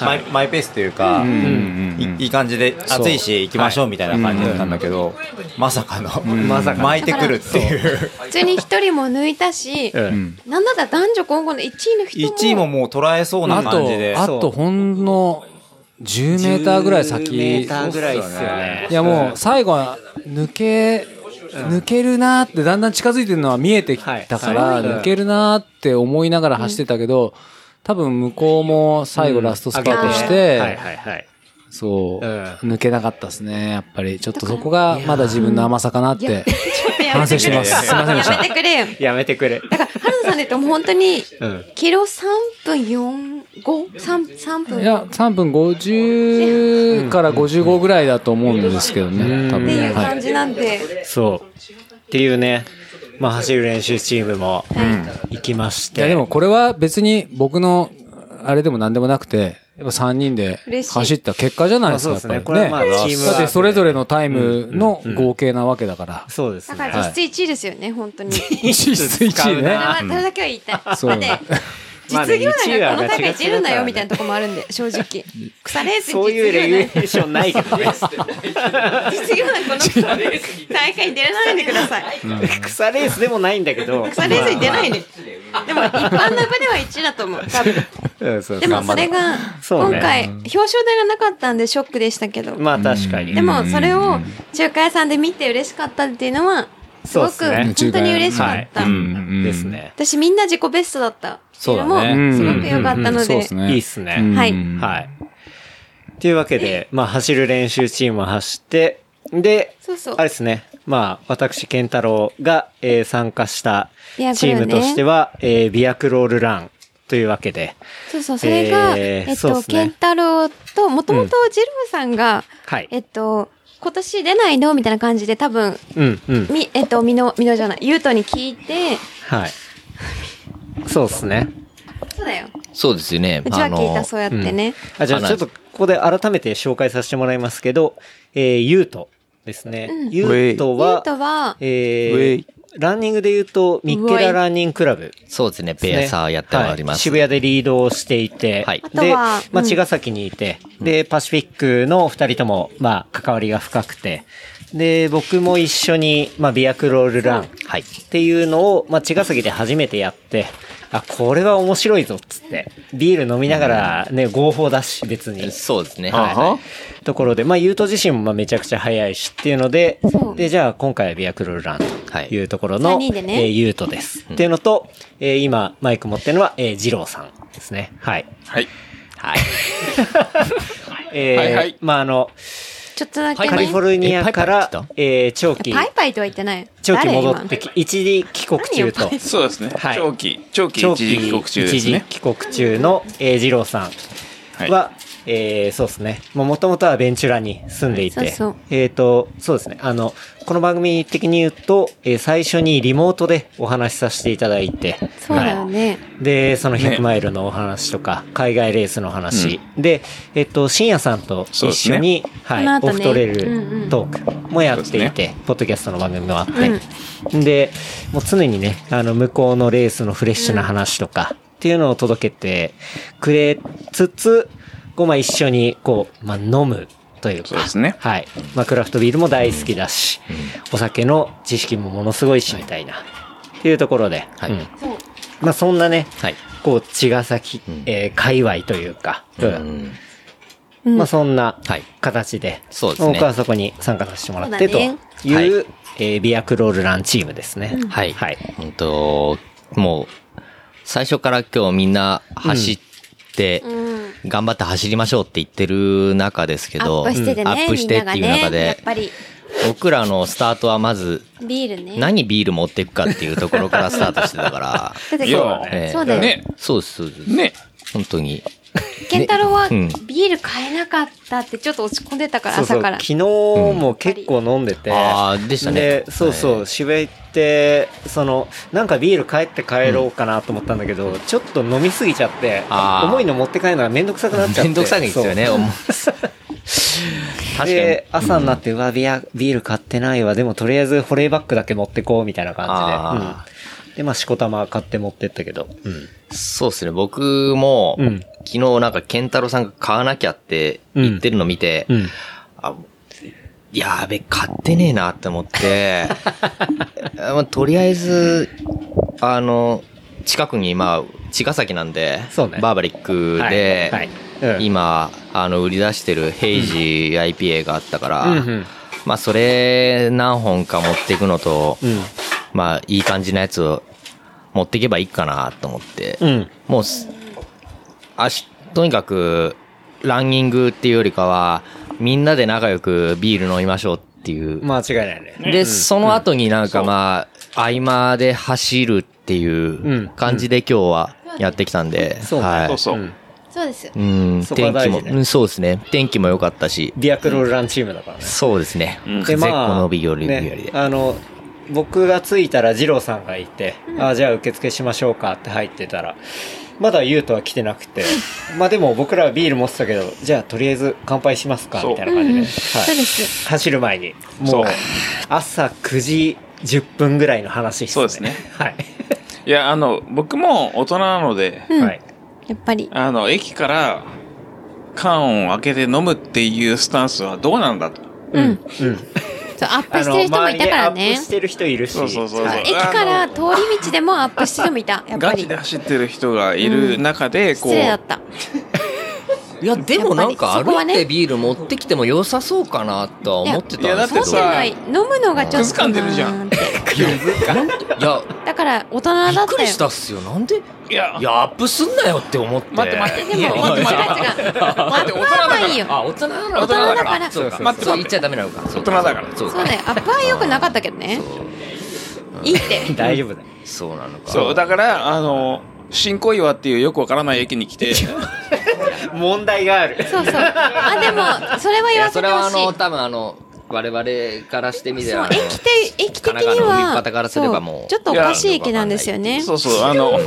Speaker 7: マイマイペースというか、いいい感じで暑いし行きましょうみたいな感じだったんだけど、まさかの、まさか巻いてくるっていう。
Speaker 4: 普通に一人も抜いたし、
Speaker 2: うん。
Speaker 4: なんだったら男女混合の1位の人も。
Speaker 7: 1位ももう捉えそうな
Speaker 3: あ
Speaker 7: 感
Speaker 3: と
Speaker 7: じで、。
Speaker 3: あとほんの10メーターぐらい先。
Speaker 2: 10メーターぐらいっすよね
Speaker 3: い。やもう最後は抜け、抜けるなーってだんだん近づいてるのは見えてきたから、
Speaker 2: はいはい
Speaker 3: 抜けるなーって思いながら走ってたけど、多分向こうも最後ラストスパート
Speaker 2: う
Speaker 3: し
Speaker 2: んはい
Speaker 3: て、
Speaker 2: はいはい。
Speaker 3: そう、
Speaker 2: うん
Speaker 3: 抜けなかったですね。やっぱりちょっとそこがまだ自分の甘さかなって。
Speaker 4: 反
Speaker 3: 省してますすいませんでした
Speaker 4: やめてくれよ。
Speaker 2: やめてくれ。
Speaker 4: だから、原田さんで言うともう本当に、
Speaker 2: うん。
Speaker 4: キロ3分4、5、3、3分。
Speaker 3: いや、3分50から55ぐらいだと思うんですけどね、多
Speaker 4: ってい
Speaker 3: 分。
Speaker 4: う
Speaker 3: は
Speaker 4: 感
Speaker 3: い。
Speaker 4: じなんで、
Speaker 2: そう。っていうね、まあ、走る練習チームも
Speaker 4: は
Speaker 2: 行きまし
Speaker 3: い
Speaker 2: て。
Speaker 3: や、でもこれは別に僕の、あれでも何でもなくて、やっぱ3人で
Speaker 4: 嬉しい
Speaker 3: 走った結果じゃないですか、
Speaker 2: ま
Speaker 3: や
Speaker 2: あ
Speaker 3: っ
Speaker 2: そ
Speaker 3: ぱ
Speaker 2: うですね
Speaker 3: り
Speaker 2: これはまあチー
Speaker 3: ね。
Speaker 2: ムワークで
Speaker 3: だってそれぞれのタイムの合計なわけだから。
Speaker 2: そうです
Speaker 4: だ
Speaker 2: ね。
Speaker 4: から実質1位ですよね、本当に。それ
Speaker 3: 実質1位ね。
Speaker 4: は、それだけは言いたい。だって
Speaker 3: そう、
Speaker 2: まあね
Speaker 4: 実業
Speaker 2: 一位
Speaker 4: 団
Speaker 2: は
Speaker 4: がこの大会いじ
Speaker 2: ガチガチだ
Speaker 4: るな
Speaker 2: から
Speaker 4: よ
Speaker 2: ね
Speaker 4: みたいなとこもあるんで、正直。腐れず
Speaker 2: そう
Speaker 4: 実
Speaker 2: いうレギュレ
Speaker 4: 業団、
Speaker 2: ーションないけどね。
Speaker 4: 実業団この大会に出れないでください。
Speaker 2: 草レースでもないんだけど。
Speaker 4: 腐れずに出ないで。でも一般の部では1位だと思う、多分。
Speaker 2: まあうんそう
Speaker 4: で
Speaker 2: そう
Speaker 4: もそれが、
Speaker 2: そう
Speaker 4: 今
Speaker 2: ね
Speaker 4: 回、表彰台がなかったんでショックでしたけど。
Speaker 2: まあ確かに。
Speaker 4: でもそれを中華屋さんで見て嬉しかったっていうのは、すごく
Speaker 2: そうっすね
Speaker 4: 本当に嬉しかった。
Speaker 2: うんですね。
Speaker 4: 私みんな自己ベストだった。
Speaker 7: そうだね
Speaker 4: っていのもすごく良かったの
Speaker 3: そう
Speaker 4: で
Speaker 3: です。
Speaker 2: いい
Speaker 3: ね
Speaker 2: っ。すね。
Speaker 4: はい。
Speaker 2: はい。というわけで、まあ走る練習チームを走って、で、
Speaker 4: そうそう
Speaker 2: あれですね。まあ、私、健太郎が、えー参加した
Speaker 4: いやこ
Speaker 2: チ
Speaker 4: れ
Speaker 2: ー
Speaker 4: はね
Speaker 2: ムとしては、えー、ビアクロールランというわけで、
Speaker 4: そうそう、それが、
Speaker 2: え
Speaker 4: え
Speaker 2: ー
Speaker 4: っ
Speaker 2: そうっ
Speaker 4: と、
Speaker 2: すね
Speaker 4: 健太郎と、もともとジルムさんが、
Speaker 2: はい。
Speaker 4: えっと、今年出ないのみたいな感じで多分、
Speaker 2: うん、うん。
Speaker 4: み、えっと、みの、みのじゃない、ゆうとに聞いて、
Speaker 2: はい。そうですね。
Speaker 4: そうだよ。
Speaker 5: そうですよね
Speaker 4: う。ちは
Speaker 5: あ
Speaker 4: 聞いた、
Speaker 5: の、
Speaker 4: そうやってね。
Speaker 2: あ、じゃあ
Speaker 5: 花
Speaker 2: ちょっとここで改めて紹介させてもらいますけど、えー、ゆうとですね。ゆうと
Speaker 4: ゆう
Speaker 2: は、
Speaker 4: とは、
Speaker 2: え
Speaker 7: ウェ
Speaker 2: ー
Speaker 7: イ、
Speaker 2: ランニングで言うと、ミッケラランニングクラブ。
Speaker 5: そうですね。ペアサーやっておりま
Speaker 2: はい
Speaker 5: す。
Speaker 2: 渋谷でリードをしていて、
Speaker 5: はい
Speaker 4: あと
Speaker 2: で、
Speaker 4: は
Speaker 2: まあ、
Speaker 4: うん
Speaker 2: 茅ヶ崎にいて、で、パシフィックの二人とも、まあ、関わりが深くて、で、僕も一緒に、まあ、ビアクロールランっ
Speaker 5: はい。
Speaker 2: ていうのを、まあ、茅ヶ崎で初めてやって、あ、これは面白いぞ、っつって。ビール飲みながら、ね、合法だし、別に。
Speaker 5: そうですね。
Speaker 2: はい
Speaker 5: は
Speaker 2: ところで、まあ、ゆうと自身もまあめちゃくちゃ早いしっていうので
Speaker 4: そ、う
Speaker 2: で、じゃあ今回はビアクロールランというところの、
Speaker 4: はい三人でね
Speaker 2: えーゆうとです。っていうのと、えー今マイク持ってるのは、えー、二郎さんですね。はい。
Speaker 8: はい。
Speaker 5: はい。
Speaker 2: えー
Speaker 8: はいはい
Speaker 2: まあ、あの、
Speaker 4: ちょっとだけ
Speaker 2: カ
Speaker 4: ね。
Speaker 2: リフォルニアか
Speaker 5: パイパイ
Speaker 2: ら
Speaker 5: 来た、
Speaker 2: えー長期、
Speaker 4: パイパイとは言ってない。
Speaker 2: 長期
Speaker 4: 誰
Speaker 2: 戻
Speaker 4: 今
Speaker 2: ってき、一時帰国中と
Speaker 4: 何よパイ。
Speaker 8: そうですね。
Speaker 2: はい
Speaker 8: 長期、長期
Speaker 2: 長
Speaker 8: 一
Speaker 2: 期
Speaker 8: 時帰国中ですね
Speaker 2: 一時。帰国中の、えー、二郎さんは、えーそうですね。もともとはベンチュラに住んでいて、
Speaker 4: はいそうそう
Speaker 2: えっ、と、そうですね。あの、この番組的に言うと、えー最初にリモートでお話しさせていただいて、
Speaker 4: そうだよね。
Speaker 2: はいで、その100マイルのお話とか、海外レースの話、で、えっ、と、深夜さんと一緒に、はい、
Speaker 4: この後ね
Speaker 2: オフトレ
Speaker 4: うん
Speaker 2: ー
Speaker 4: う
Speaker 2: ル
Speaker 4: ん
Speaker 2: トークもやって
Speaker 8: そう
Speaker 2: い
Speaker 8: です
Speaker 2: て、ポッドキャストの番組もあって、で、もう常にね、あの、向こうのレースのフレッシュな話とか、っていうのを届けてくれつつ、こう、まあ、一緒に、こう、まあ、飲むというか、
Speaker 8: そうですね
Speaker 2: はい。まあ、クラフトビールも大好きだし、お酒の知識もものすごいし、みたいな、っていうところで、
Speaker 5: はい
Speaker 2: うん
Speaker 4: そう。
Speaker 2: まあ、そんなね、
Speaker 5: はい。
Speaker 2: こう、茅ヶ崎、
Speaker 5: ん
Speaker 2: えー界隈というか、うん
Speaker 5: うん
Speaker 4: うん
Speaker 2: まあそんな
Speaker 5: はい
Speaker 2: 形で、
Speaker 5: そうですね
Speaker 2: 僕はそこに参加させてもらって
Speaker 4: そう
Speaker 2: と
Speaker 4: だね
Speaker 2: いう、
Speaker 7: はい
Speaker 2: えービアクロールランチームですね。
Speaker 7: はい。
Speaker 2: はい。
Speaker 7: うんと、もう、最初から今日みんな走って、
Speaker 4: うん
Speaker 7: 頑張って走りましょうって言ってる中ですけ
Speaker 4: ア
Speaker 7: ど、
Speaker 4: ップしててね、
Speaker 7: アップしてっていう
Speaker 4: みんなが
Speaker 7: 中
Speaker 4: ね、やっ
Speaker 7: で、
Speaker 4: ぱり
Speaker 7: 僕らのスタートはまず、
Speaker 4: ビールね。
Speaker 7: 何ビール持っていくかっていうところからスタートしてたから、
Speaker 4: だって
Speaker 6: いや
Speaker 7: ええ
Speaker 4: そうだよ。
Speaker 6: ね
Speaker 7: そうです、そうです。
Speaker 6: ね。
Speaker 7: 本当に。
Speaker 4: 健太郎は
Speaker 7: うん
Speaker 4: ビール買えなかったってちょっと落ち込んでたから、
Speaker 2: そうそう
Speaker 4: 朝から。
Speaker 2: 昨日も結構飲んでて、
Speaker 7: うんあーでしたね
Speaker 2: そうそう渋谷行ってそのなんかビール帰って帰ろうかなと思ったんだけど、ちょっと飲みすぎちゃって
Speaker 7: あー
Speaker 2: 重いの持って帰るのがめんどくさくなっちゃって
Speaker 7: めんどくさいですよね、思う
Speaker 2: そう
Speaker 7: 確かに
Speaker 2: で。朝になって、うわビアビール買ってないわでもとりあえず保冷バッグだけ持ってこうみたいな感じで
Speaker 7: あ、
Speaker 2: うん、でまあしこたま買って持ってったけど、うん
Speaker 7: そうですね、僕も、
Speaker 2: うん
Speaker 7: 昨日なんか健太郎さんが買わなきゃって言ってるの見て、
Speaker 2: うん
Speaker 7: あやべ、買ってねえなって 思って、まあとりあえず、あの、近くに、まあ、茅ヶ崎なんで、
Speaker 2: そうね
Speaker 7: バーバリックで、
Speaker 2: はいはいうん
Speaker 7: 今、あの、売り出してるヘイジ IPA があったから、
Speaker 2: うんうん
Speaker 7: まあ、それ何本か持っていくのと、
Speaker 2: うん
Speaker 7: まあ、いい感じのやつを持っていけばいいかなと思って、
Speaker 2: うん
Speaker 7: もうす、あし、とにかく、ランニングっていうよりかは、みんなで仲良くビール飲みましょうっていう。
Speaker 2: 間違いないね
Speaker 7: で、その後になんかまあ、合間で走るってい
Speaker 2: ん
Speaker 7: う感じで今日はやってきたんで。
Speaker 2: そうね
Speaker 7: はい
Speaker 6: そうそうう。
Speaker 2: ん
Speaker 4: そうですよ。
Speaker 7: うん、
Speaker 2: そこは
Speaker 7: 天気
Speaker 2: 大事ね
Speaker 7: も、うんそうですね。天気も良かったし。
Speaker 2: ビアクロールランチームだからね
Speaker 7: そうですね。
Speaker 2: で、
Speaker 7: 絶
Speaker 2: ま
Speaker 7: 好
Speaker 2: あ、
Speaker 7: のビール
Speaker 2: ね
Speaker 7: 日和で。
Speaker 2: あの、僕が着いたら二郎さんがいて、あじゃあ受付しましょうかって入ってたら、まだ優斗は来てなくて、まあでも僕らはビール持ってたけど、じゃあとりあえず乾杯しますか、
Speaker 6: そう
Speaker 2: みたいな感じで。はい
Speaker 4: そうです。
Speaker 2: 走る前に、
Speaker 6: そ
Speaker 2: も
Speaker 6: う
Speaker 2: う、朝9時10分ぐらいの話
Speaker 6: そうですね。
Speaker 2: はい。
Speaker 6: いや、あの、僕も大人なので、
Speaker 4: うん。
Speaker 2: はい。
Speaker 4: やっぱり。
Speaker 6: あの、駅から缶を開けて飲むっていうスタンスはどうなんだと。
Speaker 4: うん。
Speaker 2: うん。
Speaker 4: そう、アップしてる人も
Speaker 2: 周り
Speaker 4: いたから
Speaker 2: でアップ
Speaker 4: ね。
Speaker 2: してる人いるし。
Speaker 6: そうそうそうそう
Speaker 2: は
Speaker 6: あ
Speaker 2: い
Speaker 4: 駅から通り道でもアップしてる人もいた。やっぱ
Speaker 6: ガチ
Speaker 4: り
Speaker 6: で。走ってる人がいる中で、こ
Speaker 4: 失礼だっ
Speaker 6: う、
Speaker 4: た。
Speaker 7: いや、で
Speaker 4: もなんかやっぱりそこはね歩いて
Speaker 7: ビール持ってきても良さそうかなとは
Speaker 4: 思って
Speaker 6: たんですけど
Speaker 4: そうじゃない。飲むのがちょっと。
Speaker 6: 掴んでるじゃん
Speaker 4: なんて
Speaker 7: いや、
Speaker 4: だから、大人だったよ。
Speaker 7: っすよ。なんで
Speaker 6: いや
Speaker 7: い、や、アップすんなよって思って。
Speaker 6: 待って待って
Speaker 4: でも、違う違う。アップはまあいいよ。
Speaker 7: あ、大人なの
Speaker 4: 大人だから
Speaker 7: そうか。
Speaker 6: 待って
Speaker 7: そう言っちゃダメなのか。大
Speaker 6: 大人だから
Speaker 7: そう
Speaker 4: そう
Speaker 7: か。
Speaker 4: だよ。アップは良くなかったけどね。いいって。
Speaker 2: 大丈夫だよ。
Speaker 7: そうなのか。
Speaker 6: そう、だから、あの、新小岩っていうよくわからない駅に来て、
Speaker 2: 問題がある。
Speaker 4: そうそう。あ、でも、それはい言わ
Speaker 7: や、
Speaker 4: せ
Speaker 7: そ
Speaker 4: て
Speaker 7: れは
Speaker 4: ほ
Speaker 7: あ
Speaker 4: しい。
Speaker 7: の、多分あの、我々からしてみれ
Speaker 4: そう
Speaker 7: ば。
Speaker 4: 駅て駅的
Speaker 7: 神
Speaker 4: に
Speaker 7: 奈川の海
Speaker 4: は
Speaker 7: 方からすればもう
Speaker 4: そうちょっとおかしい駅なんですよね
Speaker 6: そうそう、あの、
Speaker 4: やっ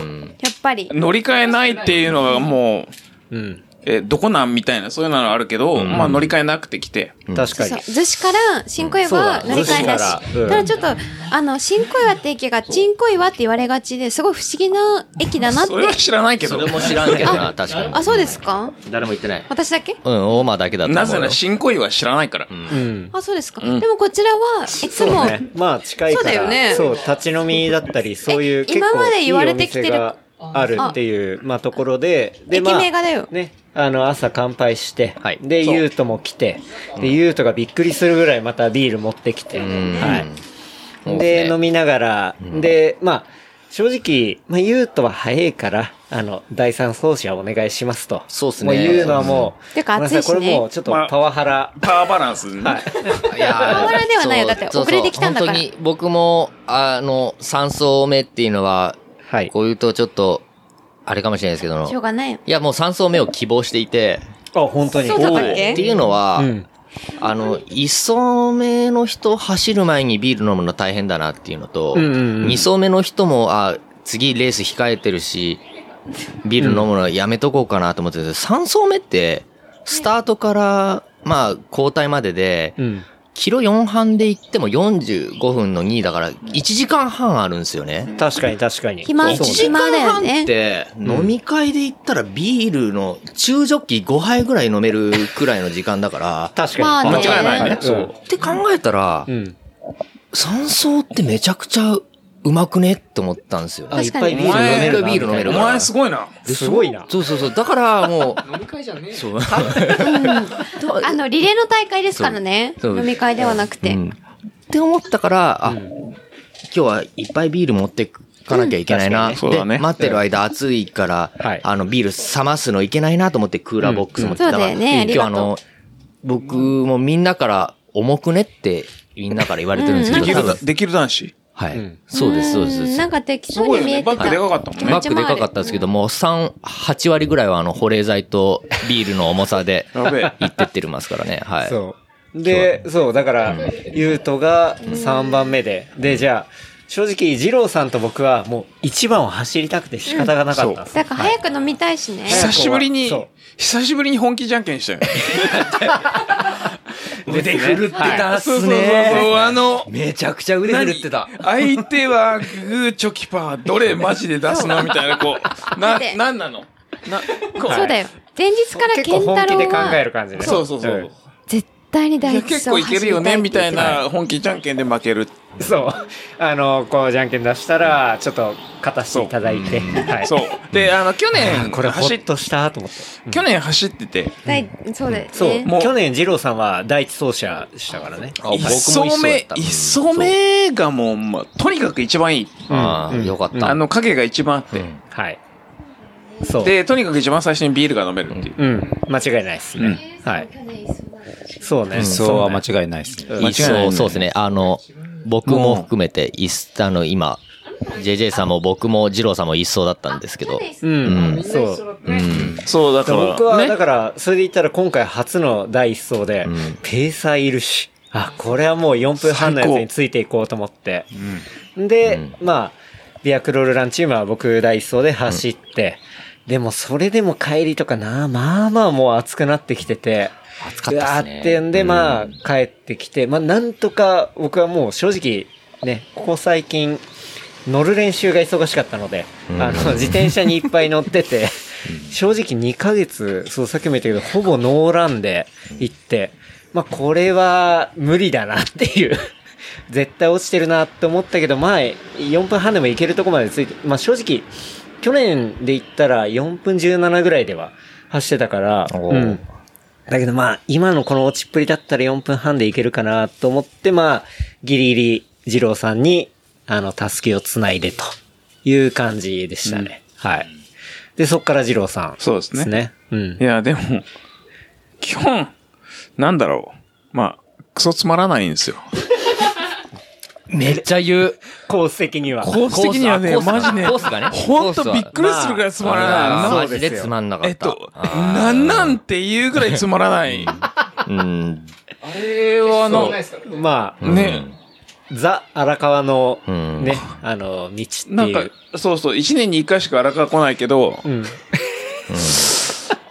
Speaker 4: ぱり
Speaker 6: 乗り換えないっていうのがもう、
Speaker 2: うん。
Speaker 6: え、どこなんみたいな、そういうのあるけど、まあ乗り換えなくて来て、
Speaker 2: 確
Speaker 4: そう
Speaker 2: か
Speaker 4: そ
Speaker 2: に
Speaker 4: う。逗子から新小岩は乗り換
Speaker 2: そ
Speaker 4: えだし
Speaker 2: うだ逗子からうん
Speaker 4: ただちょっとあの新小岩って駅が新小岩って言われがちですごい不思議な駅だなって
Speaker 6: それは知らないけど
Speaker 7: そ、れも知らんけどな、確かに。
Speaker 4: あそうですか
Speaker 7: 誰も言ってない。
Speaker 4: 私だけ
Speaker 7: うん、オーマーだけだと思う
Speaker 6: な
Speaker 7: よ。
Speaker 6: ぜなら新小岩は知らないから。
Speaker 2: うん。
Speaker 4: あそうですか、
Speaker 6: うん
Speaker 4: でもこちらはいつも、
Speaker 2: そうね。まあ近いから。
Speaker 4: そうだよね
Speaker 2: そう、立ち飲みだったり、そういう
Speaker 4: え
Speaker 2: 結構
Speaker 4: 今まで言われてきてる
Speaker 2: いいお店があるっていう、まあところで、で、まあ、
Speaker 4: 駅名がだよ
Speaker 2: ね。あの、朝乾杯して、
Speaker 7: はい
Speaker 2: で、
Speaker 7: そう
Speaker 2: ゆうとも来て、で、ゆうとがびっくりするぐらいまたビール持ってきて、
Speaker 7: うん。
Speaker 2: はい。
Speaker 7: そう
Speaker 2: で、
Speaker 7: ね
Speaker 2: 飲みながら、で、まあ、正直、まあ、ゆうとは早いから、あの、第三走者お願いしますと。
Speaker 7: そうっすね
Speaker 2: もう言うのはもう、
Speaker 4: てか
Speaker 2: ごめんなさ
Speaker 4: 暑いしね
Speaker 2: これもうちょっとパワハラ。
Speaker 6: パワーバランスね。
Speaker 7: いやー
Speaker 4: 変わらんではないよだって
Speaker 7: そう
Speaker 4: 遅れてきたんだから
Speaker 7: そうそう本当に僕も、あの、3層目っていうのは、
Speaker 2: はい。
Speaker 7: こう言うとちょっと、あれかもしれないですけど、
Speaker 4: しょうがないよ
Speaker 7: いや、もう3層目を希望していて、
Speaker 2: あ、本当に。
Speaker 4: そうだったっ
Speaker 7: って
Speaker 4: け
Speaker 7: いうのは、
Speaker 2: うん。
Speaker 7: あの、1層目の人走る前にビール飲むの大変だなっていうのと、
Speaker 2: うんうんうん
Speaker 7: 2層目の人も、あ、次レース控えてるし、ビール飲むのやめとこうかなと思ってて、3層目って、スタートから、まあ、交代までで、
Speaker 2: うん。
Speaker 7: キロ4半で行っても45分の2だから、1時間半あるんですよね。
Speaker 2: 確かに確かに。
Speaker 4: 暇
Speaker 7: 1
Speaker 2: そう
Speaker 7: 時間
Speaker 4: 暇だよ
Speaker 7: 半
Speaker 4: ね
Speaker 7: って、飲み会で行ったらビールの中ジョッキ5杯ぐらい飲めるくらいの時間だから、
Speaker 2: 確
Speaker 4: まあ
Speaker 2: かに。
Speaker 4: ね
Speaker 2: 間違いない
Speaker 4: は
Speaker 2: ね。
Speaker 7: そう。って考えたら
Speaker 2: う、ん。
Speaker 7: 山荘ってめちゃくちゃうまくねって思ったんですよね。
Speaker 2: あ、いっぱいビ
Speaker 7: お
Speaker 2: ール飲め
Speaker 7: 前
Speaker 2: る
Speaker 7: ビール飲める
Speaker 6: お
Speaker 7: から
Speaker 6: 前すごいな。
Speaker 2: すごいな。
Speaker 7: そうそうそう。だからもう。飲み会じゃねえ。そう。
Speaker 4: あのリレーの大会ですからね
Speaker 7: そう
Speaker 4: 飲み会ではなくて、
Speaker 7: うん
Speaker 5: って思ったから、あ、今日はいっぱいビール持ってかなきゃいけないな。
Speaker 8: うん確かにねそうだね
Speaker 5: で、待ってる間暑いから、
Speaker 2: はい
Speaker 5: あの、ビール冷ますのいけないなと思ってクーラーボックス持ってたから、
Speaker 4: うんそうだよねあり
Speaker 5: 今日
Speaker 4: が
Speaker 5: あ
Speaker 4: とう
Speaker 5: の、僕もみんなから重くねってみんなから言われてるんですけ
Speaker 8: で
Speaker 5: ど、
Speaker 8: き
Speaker 5: 多分
Speaker 8: る、できる男子。
Speaker 5: はい、そうです、そうですそうです。
Speaker 4: なんか適
Speaker 8: す
Speaker 4: 当
Speaker 8: ご
Speaker 4: に
Speaker 8: いよ
Speaker 4: 見え
Speaker 8: ね。
Speaker 4: てた。
Speaker 8: バッグでかかったもんね。
Speaker 5: バッグでかかったんですけども、3、8割ぐらいはあの保冷剤とビールの重さで
Speaker 8: やべえ
Speaker 5: いってってますからね。はい。
Speaker 2: そう。で、そう、だから、ゆうとが3番目で、で、じゃあ、正直、二郎さんと僕はもう1番を走りたくて仕方がなかったんです。
Speaker 4: だから早く飲みたいしね。
Speaker 8: 久しぶりに
Speaker 2: そう、
Speaker 8: 久しぶりに本気じゃんけ んしたよ。
Speaker 5: 腕振るってたっ
Speaker 8: そうそうそうそう、あの、
Speaker 5: めちゃくちゃ腕振るってた。
Speaker 8: 何相手はグーチョキパー、どれマジで出すのみたいな、こう、な、なんなのな、こ
Speaker 4: そうだよ。前日から
Speaker 2: 結
Speaker 4: 健
Speaker 2: 構
Speaker 4: 太
Speaker 2: 本気で
Speaker 4: 郎
Speaker 2: 考え
Speaker 4: は
Speaker 2: る感じで。
Speaker 8: そうそうそう。
Speaker 4: 絶対に
Speaker 8: い
Speaker 4: 第
Speaker 8: や
Speaker 4: 一走
Speaker 8: 結構
Speaker 4: を
Speaker 8: いけ
Speaker 4: 走
Speaker 8: る
Speaker 4: り
Speaker 8: よ
Speaker 4: たい
Speaker 8: ね
Speaker 4: って
Speaker 8: みたい
Speaker 4: 言って
Speaker 8: な本気じゃんけんで負ける
Speaker 2: そう。あの、こう、じゃんけん出したら、ちょっと、勝たせていただいて。はい。
Speaker 8: そうであの去年
Speaker 2: これ、ほ
Speaker 8: 走
Speaker 2: っ
Speaker 8: っ
Speaker 2: としたと思って。
Speaker 8: 去年走ってて
Speaker 4: たい。そうだよね。
Speaker 2: そう。
Speaker 8: もう
Speaker 2: 去年、二郎さんは第一走者でしたからね。
Speaker 5: あ僕も
Speaker 8: 一
Speaker 5: 一緒
Speaker 8: 走
Speaker 5: だ
Speaker 8: 目
Speaker 5: った
Speaker 8: 一走目がもう、まあ、とにかく一番いい
Speaker 5: ああ、よかった。
Speaker 8: あの影が一番あって
Speaker 2: はい。そう。
Speaker 8: でとにかく一番最初にビールが飲めるっていう
Speaker 2: うん。間違いないですね。はい。そうね。
Speaker 7: そうは
Speaker 2: ね
Speaker 7: 間違いないですね。
Speaker 5: 一層、そうですね。あの、僕も含めて、いっあの、今、JJ さんも僕も二郎さんも一層だったんですけど、
Speaker 2: うん。そう。
Speaker 5: うん。
Speaker 8: そうだから
Speaker 2: 僕は、
Speaker 8: ね
Speaker 2: だから、それで言ったら今回初の第一走で、ペーサーいるし、あ、これはもう4分半のやつについていこうと思って。で、まあ、ビアクロールランチームは僕第一走で走って、でもそれでも帰りとかな、まあまあもう暑くなってきてて、
Speaker 5: 暑かったっすね
Speaker 2: うわーってんで、まあ帰ってきて、まあなんとか僕はもう正直、ね、ここ最近、乗る練習が忙しかったので、あの、自転車にいっぱい乗ってて、正直2ヶ月、そう、さっきも言ったけど、ほぼノーランで行って、まあ、これは無理だなっていう、 絶対落ちてるなって思ったけど、まあ、4分半でも行けるとこまでついて、まあ、正直、去年で言ったら4分17ぐらいでは走ってたから、
Speaker 5: おー
Speaker 2: うんだけどまあ、今のこの落ちっぷりだったら4分半でいけるかなと思って、まあ、ギリギリ、二郎さんに、あの、たすきをつないでという感じでしたね。はい。で、そっから二郎さん、
Speaker 8: そうですね
Speaker 2: ですね。うん
Speaker 8: い。やでも基本なんだろうまあクソつまらないんですよ
Speaker 5: めっちゃ言う。
Speaker 2: コース的には。
Speaker 8: コース的にはね
Speaker 5: コースが
Speaker 8: マジね
Speaker 5: コースがね
Speaker 8: ほんとびっくりするぐらいつまらないな
Speaker 5: マジでつまんなかった。
Speaker 8: えっと、なんなんていうぐらいつまらない。あ
Speaker 5: うん。
Speaker 8: れはの、
Speaker 2: まあ、
Speaker 8: ね、
Speaker 2: ザ・荒川の、
Speaker 5: ん
Speaker 2: ね、あの、道っていう。
Speaker 8: なんか、そうそう、一年に一回しか荒川来ないけど、
Speaker 2: うん。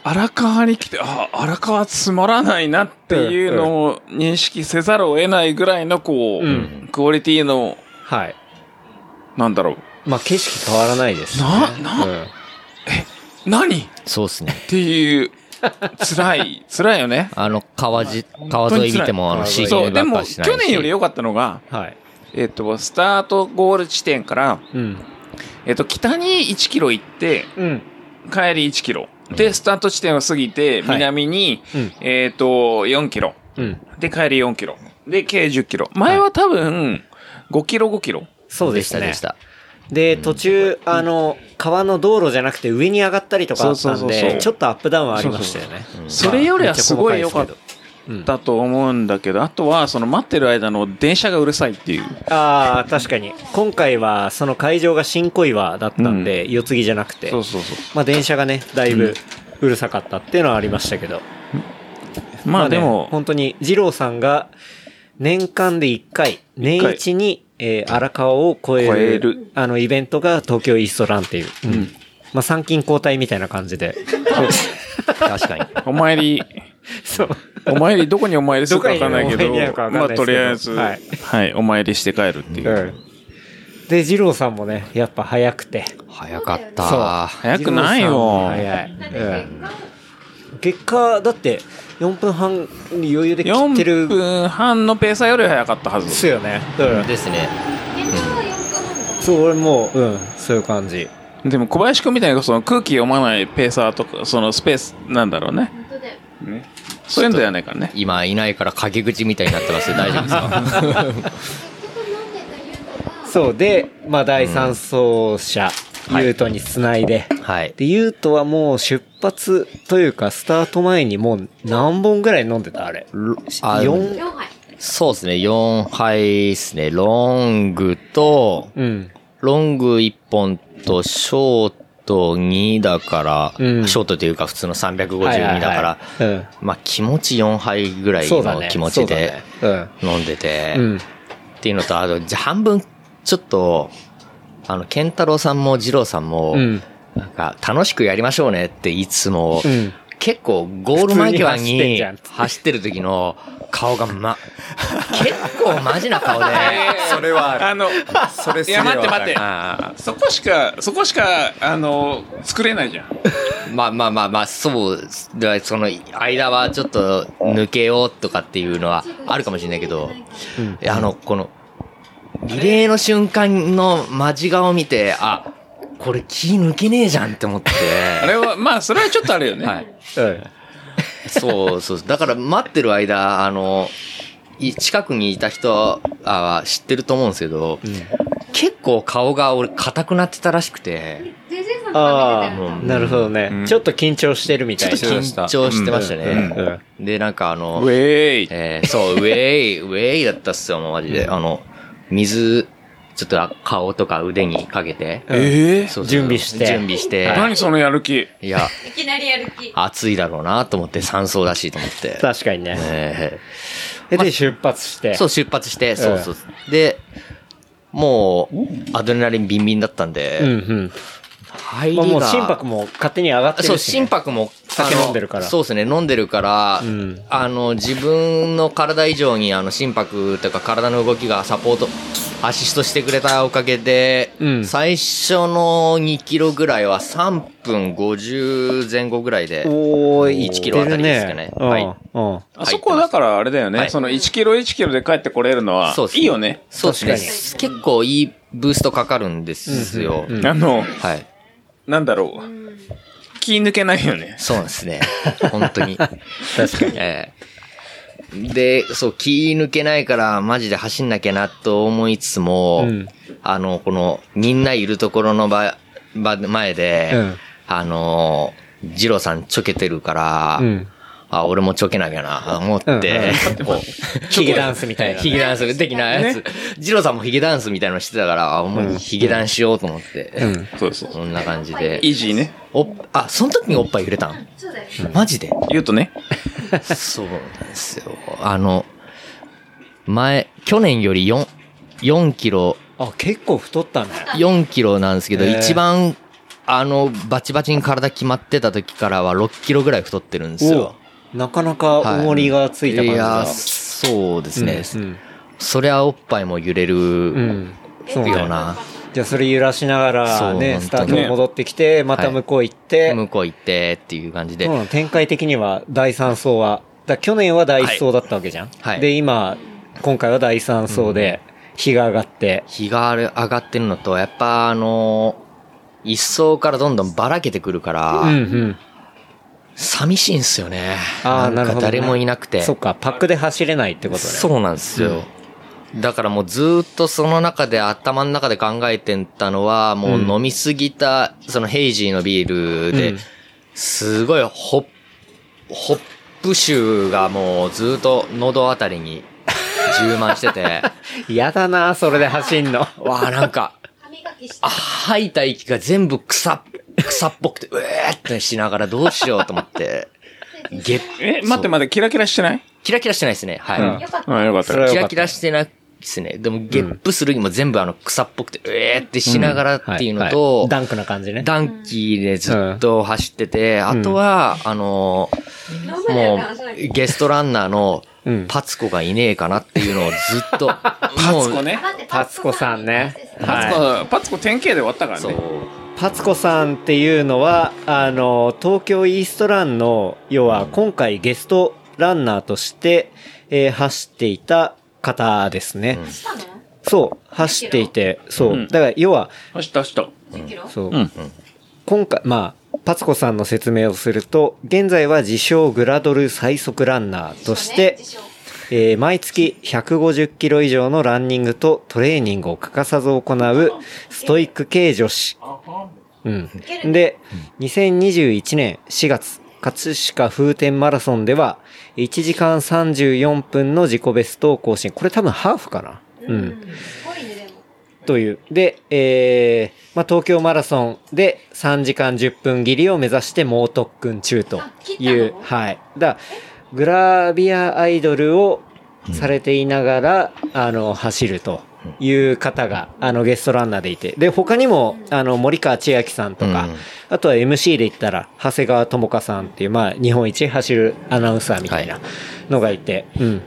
Speaker 8: 荒川に来て、あ、荒川つまらないなっていうのを認識せざるを得ないぐらいの、こう、
Speaker 2: うん
Speaker 8: クオリティの、
Speaker 2: はい。
Speaker 8: なんだろう。
Speaker 2: まあ、景色変わらないですしね。
Speaker 8: な、な、
Speaker 2: うん
Speaker 8: 何っ
Speaker 5: そうっすね。
Speaker 8: ていう、辛い、辛いよね。
Speaker 5: あの、川じ、川沿い見ても、あの、シー
Speaker 8: そう、で
Speaker 5: ばっ
Speaker 8: も、
Speaker 5: かしないし。
Speaker 8: 去年より良かったのが、
Speaker 2: はい。
Speaker 8: えっ、と、スタートゴール地点から、
Speaker 2: うん。
Speaker 8: えっ、と、北に1キロ行って、
Speaker 2: うん。
Speaker 8: 帰り1キロ。で、スタート地点を過ぎて、
Speaker 2: はい
Speaker 8: 南に、
Speaker 2: うん
Speaker 8: えっ、と、4キロ。
Speaker 2: うん。
Speaker 8: で、帰り4キロ。で、計10キロ。前は多分、5キロ5キロ。
Speaker 2: そう
Speaker 5: で
Speaker 2: で
Speaker 5: し
Speaker 2: したた
Speaker 5: で
Speaker 2: ね
Speaker 5: し。た。
Speaker 2: で、途中、あの、川の道路じゃなくて上に上がったりとかあった
Speaker 8: そ
Speaker 2: ん
Speaker 8: うそうそうそ
Speaker 2: で
Speaker 8: う、
Speaker 2: ちょっとアップダウンはありましたよね。
Speaker 8: それよりはすごい良かっ
Speaker 2: うん
Speaker 8: たと思うんだけど、あとは、その待ってる間の電車がうるさいっていう。
Speaker 2: ああ、確かに。今回は、その会場が新小岩だったんで、四つ木じゃなくて、
Speaker 8: そうそうそ
Speaker 2: まあ電車がね、だいぶうるさかったっていうのはありましたけど。
Speaker 8: う。まあで
Speaker 2: ね
Speaker 8: も、
Speaker 2: 本当に、二郎さんが、年間で1回、年一に、えー荒川を超える
Speaker 8: 超える
Speaker 2: あの、イベントが東京イーストランっていう。うん
Speaker 8: ん
Speaker 2: まあ、参勤交代みたいな感じで。
Speaker 5: 確かに。
Speaker 8: お参り、
Speaker 2: そう。
Speaker 8: お参り、どこにお参りするかわかんないけ
Speaker 2: ど
Speaker 8: ど
Speaker 2: こにお参りなのか、わかん
Speaker 8: ま
Speaker 2: な
Speaker 8: あ
Speaker 2: いですけど
Speaker 8: とりあえず、
Speaker 2: は
Speaker 8: はいい、お参りして帰るっていう。
Speaker 2: で、二郎さんもね、やっぱ早くて。
Speaker 5: 早かった。
Speaker 8: 早くない
Speaker 2: 二郎さんも
Speaker 8: よ。
Speaker 2: 早い。うん結果、だって、4分半に余裕で切って
Speaker 8: 4
Speaker 2: る。
Speaker 8: 分半のペーサーより早かったは
Speaker 2: で
Speaker 8: ず。
Speaker 2: すよね。うん
Speaker 5: ですね。
Speaker 2: そう、俺もう、うん、そういう感じ。
Speaker 8: でも小林君みたいなその空気読まないペーサーとか、そのスペースなんだろうね。そういうんではないからね。
Speaker 5: 今いないから陰口みたいになってますよ大丈夫ですか
Speaker 2: そうで、まあ、第三走者、ユートにつないで、
Speaker 5: はい
Speaker 2: で、ユートはもう出発というか、スタート前にもう何本ぐらい飲んでたあれ。
Speaker 5: あ
Speaker 2: 4、
Speaker 5: そうですね4杯ですねロングと
Speaker 2: うん。
Speaker 5: ロング1本とショート2だから、
Speaker 2: うん
Speaker 5: ショートというか普通の
Speaker 2: はいはいは
Speaker 5: 352
Speaker 2: い
Speaker 5: だから、
Speaker 2: うん
Speaker 5: まあ気持ち4杯ぐらい
Speaker 2: そうだ
Speaker 5: の
Speaker 2: ね。
Speaker 5: 気持ちで
Speaker 2: そうだね
Speaker 5: 飲んでて、
Speaker 2: うん。うん。
Speaker 5: っていうのと、あと、じゃ半分、ちょっと、あの、健太郎さんも二郎さんも、
Speaker 2: うん
Speaker 5: なんか、楽しくやりましょうねっていつも、
Speaker 2: うん
Speaker 5: 結構、ゴール間際
Speaker 2: 普通に走ってん
Speaker 5: に
Speaker 2: じゃん
Speaker 5: 走ってる時の顔がま、結構マジ な顔で、
Speaker 7: それはある
Speaker 8: あの、
Speaker 7: それ
Speaker 8: いや、待って待って。
Speaker 5: あ
Speaker 8: そこしか、そこしか、あの、作れないじゃん。
Speaker 5: ーまあまあまあまあ、そう、でその間はちょっと抜けようとかっていうのはあるかもしれないけど、いやあの、この、リレーの瞬間の間近を見て、あ、これ気抜けねえじゃんって思って。
Speaker 8: あれは、まあ、それはちょっとあれよね。
Speaker 5: はい。 そうそう。だから待ってる間、あの、い近くにいた人はあ知ってると思うんですけど、結構顔が俺硬くなってたらしくて、
Speaker 2: あ
Speaker 5: う
Speaker 2: あ、なるほどね。ちょっと緊張してるみたいな。
Speaker 7: ちょっと緊
Speaker 5: 緊張してました
Speaker 2: うん
Speaker 5: ね。で、なんかあ
Speaker 8: ウ
Speaker 5: の、
Speaker 8: ェーイ。
Speaker 5: えーそう、ウェイ、 ウェイだったっすよ、もうマジで。あの、水、ちょっとあ顔とか腕にかけて、
Speaker 8: ええ
Speaker 5: そうそう
Speaker 2: 準備して
Speaker 5: 準備して、
Speaker 8: 何そのやる気。
Speaker 5: いや、
Speaker 4: いきなりやる気。
Speaker 5: 暑いだろうなと思って、酸素らしいと 思って。
Speaker 2: 確かにね。
Speaker 5: えー
Speaker 2: でで、出発して。
Speaker 5: そう、出発して、そうそう。で、もう、アドレナリンビンビンだったんで、
Speaker 2: うんうん。
Speaker 5: 入り
Speaker 2: ま
Speaker 5: が
Speaker 2: あ、もう心拍も勝手に上がってるし、
Speaker 5: そ
Speaker 2: ね。
Speaker 5: う、心拍も、
Speaker 2: 酒
Speaker 5: あの
Speaker 2: 飲んでるから
Speaker 5: そうですね、飲んでるから、
Speaker 2: ん
Speaker 5: あの、自分の体以上に、あの、心拍とか体の動きがサポート、アシストしてくれたおかげで、
Speaker 2: うん
Speaker 5: 最初の2キロぐらいは3分50前後ぐらいで、
Speaker 2: おー、
Speaker 5: 1キロあたりですかね
Speaker 2: うん
Speaker 5: はい
Speaker 2: うん。
Speaker 8: あそこだからあれだよね。
Speaker 5: はい
Speaker 8: その1キロ1キロで帰ってこれるのは
Speaker 5: そう、です
Speaker 8: いいよね。
Speaker 5: そうですね。結構いいブーストかかるんですよ。
Speaker 2: うん
Speaker 8: あの、
Speaker 5: はい。
Speaker 8: なんだろう。気抜けないよね。
Speaker 5: そうなんですね。本当に。確かに。ええで、そう、気抜けないから、マジで走んなきゃなと思いつつ
Speaker 2: う
Speaker 5: も、
Speaker 2: ん
Speaker 5: あの、この、みんないるところの場、場、前で、
Speaker 2: うん
Speaker 5: あの、ジローさんちょけてるから、
Speaker 2: うん
Speaker 5: あ、俺もちょけなきゃな、思って、こう、
Speaker 2: ヒゲダンスみたいな
Speaker 5: ヒゲダンス的なやつ。ジローさんもヒゲダンスみたいなのしてたから、あ、もうヒゲダンしようと思って、
Speaker 8: そうそう。
Speaker 5: そんな感じで。
Speaker 8: イージーね。
Speaker 5: おっあ、その時におっぱい触れたんマジで
Speaker 8: 言うとね。
Speaker 5: そうなんですよ。あの、前、去年より4、4キロ、
Speaker 2: あ、結構太ったね。
Speaker 5: 4キロなんですけど、
Speaker 2: へー
Speaker 5: 一番、あの、バチバチに体決まってた時からは6キロぐらい太ってるんですよ。
Speaker 2: おなかなか
Speaker 5: はい
Speaker 2: 重りがついた感じ
Speaker 5: いや
Speaker 2: だ。
Speaker 5: ー、そうですね。
Speaker 2: うん
Speaker 5: そりゃおっぱいも揺れる
Speaker 2: うん。う
Speaker 5: よ
Speaker 2: ん。そう
Speaker 5: う
Speaker 2: ね。
Speaker 5: な、
Speaker 2: じゃあそれ揺らしながら、
Speaker 5: そ
Speaker 2: ね、
Speaker 5: う
Speaker 2: スタート
Speaker 8: 本当に
Speaker 2: 戻ってきて、また向こう行って、
Speaker 5: 向こう行ってっていう感じで
Speaker 2: そう。なの展開的には第3走は、だ去年は第1走だったわけじゃん。
Speaker 5: はい
Speaker 2: で、今、今回は第3走で、日が上がって、
Speaker 5: 日が上がってるのと、やっぱあの、一層からどんどんばらけてくるから、
Speaker 2: うんうん。
Speaker 5: 寂しいんすよね。
Speaker 2: ああ、な
Speaker 5: な
Speaker 2: んるほ
Speaker 5: か
Speaker 2: ど、ね。
Speaker 5: 誰もいなくて。
Speaker 2: そっか、パックで走れないってことね。
Speaker 5: そうなんですよ。だからもうずーっとその中で頭の中で考えてたのは、もう飲みすぎた、そのヘイジーのビール
Speaker 2: うん
Speaker 5: で、すごいホップ、ホップ臭がもうずーっと喉あたりに充満して て、
Speaker 2: 嫌だな、それで走んの。
Speaker 5: わあなんか、あ吐いた息が全部草っ、草っぽくて、うえーってしながらどうしようと思って、ゲッ、
Speaker 8: え、待って待って、キラキラしてない
Speaker 5: キラキラしてないですね。はい。
Speaker 8: あ、よかった
Speaker 2: それ。はよかっ
Speaker 5: キ
Speaker 2: た
Speaker 5: ラキラしてないですね。でも、ゲップするにも全部あの、草っぽくて、えーってしながらっていうの
Speaker 2: は
Speaker 5: と、
Speaker 2: はダンクな感じね。
Speaker 5: ダンキーでずっと走ってて、あとは、あのー、もう、ゲストランナーの
Speaker 2: うん、
Speaker 5: パツコがいねえかなっていうのをずっと、も
Speaker 8: パツコ
Speaker 5: う、
Speaker 8: ね。
Speaker 2: パツコさんね。
Speaker 8: パツ
Speaker 2: はい
Speaker 8: コ、パツコ典型で終わったから
Speaker 5: そう
Speaker 8: ね。、
Speaker 2: パツコさんっていうのは、あの、東京イーストランの、要は今回ゲストランナーとして、えー走っていた方ですね。そう、走っていて、そうう。
Speaker 8: ん
Speaker 2: だから、要は、
Speaker 8: 走った走った。
Speaker 2: そう
Speaker 8: うん。
Speaker 2: 今回、まあ、パツコさんの説明をすると、現在は自称グラドル最速ランナーとして、えー毎月150キロ以上のランニングとトレーニングを欠かさず行うストイック系女子。うん。で、2021年4月、葛飾風天マラソンでは、1時間34分の自己ベストを更新。これ多分ハーフかなうんという。で、えー、まあ、東京マラソンで3時間10分切りを目指して猛特訓中という。はい。だからグラビアアイドルをされていながら、あの、走るという方が、あの、ゲストランナーでいて。で、他にも、あの、森川千秋さんとか、
Speaker 5: うん
Speaker 2: あとは MC で言ったら、長谷川智香さんっていう、まあ、日本一走るアナウンサーみたいなのがいて、うん。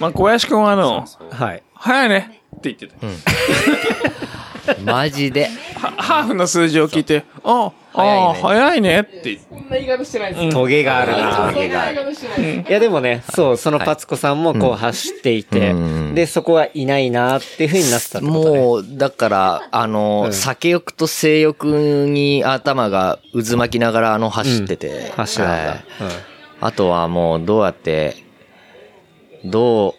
Speaker 8: まあ、小林くんはあの、
Speaker 2: はい。
Speaker 8: 早いねって言ってた。
Speaker 5: マジで。
Speaker 8: はハーフの数字を聞いて、ああ、ああ早いねって言って。
Speaker 2: トゲがあるな。トゲがある。いやでもね、そう、そのパツコさんもこう走っていて
Speaker 5: う、ん
Speaker 2: で、そこはいないなっていう風になってたってことね。
Speaker 5: もう、だから、あの、
Speaker 2: ん
Speaker 5: 酒欲と性欲に頭が渦巻きながら、あの、走ってて。
Speaker 2: 走らんだ
Speaker 5: はいあとはもう、どうやって、ど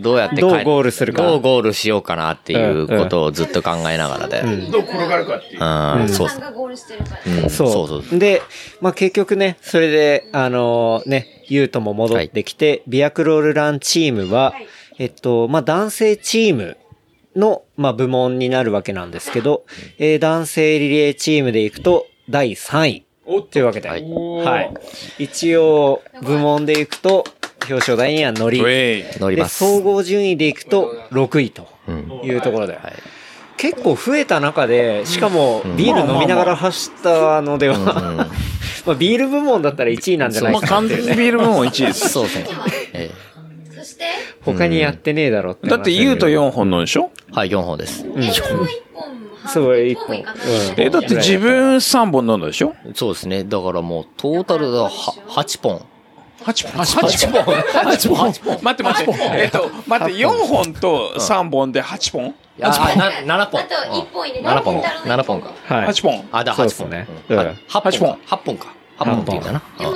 Speaker 5: う、どうやって帰
Speaker 2: どうゴールするか
Speaker 5: どうゴールしようかなっていうことをずっと考えながらで。どう転がるかっていう。うん、そうそう。うん
Speaker 2: そう
Speaker 5: そうそうそう。
Speaker 2: で、まあ、結局ね、それで、あのね、ユートも戻ってきて、ビアクロールランチームは、えっと、まあ、男性チームの、まあ、部門になるわけなんですけど、えー男性リレーチームでいくと、第3位。というわけで。はい。一応、部門でいくと、表彰台には乗り。
Speaker 8: ウェイ。
Speaker 5: 乗り
Speaker 2: で、
Speaker 5: ます。
Speaker 2: 総合順位でいくと6位と
Speaker 5: うん
Speaker 2: いうところで。結構増えた中で、しかもビール飲みながら走ったのでは、 まあビール部門だったら1位なんじゃない
Speaker 8: ま
Speaker 2: か
Speaker 8: あ、
Speaker 2: なっ
Speaker 8: 完
Speaker 2: ていう
Speaker 8: 全に
Speaker 2: ね。
Speaker 8: ビール部門1位です。
Speaker 5: そうですね。え
Speaker 2: 他にやってねえだろって話。
Speaker 8: だって、ユうと4本のでしょ
Speaker 5: えはい、4本です。
Speaker 2: そう、1本。うん
Speaker 8: え、だって自分3本飲んだでしょ
Speaker 5: そうですね。だからもう、トータルだ、は8本。
Speaker 8: ?8 本。8本。8本。待って待って。えっと、待って、4本と3本で8本
Speaker 5: いやーな7本。7本。7本か。
Speaker 2: はい。
Speaker 8: ?8 本。
Speaker 5: あ、だ、
Speaker 2: そう
Speaker 5: 8
Speaker 2: っ
Speaker 5: 本。
Speaker 2: すね
Speaker 5: うん
Speaker 2: うん
Speaker 5: は8本か。8本か。8本って言うんだな。うん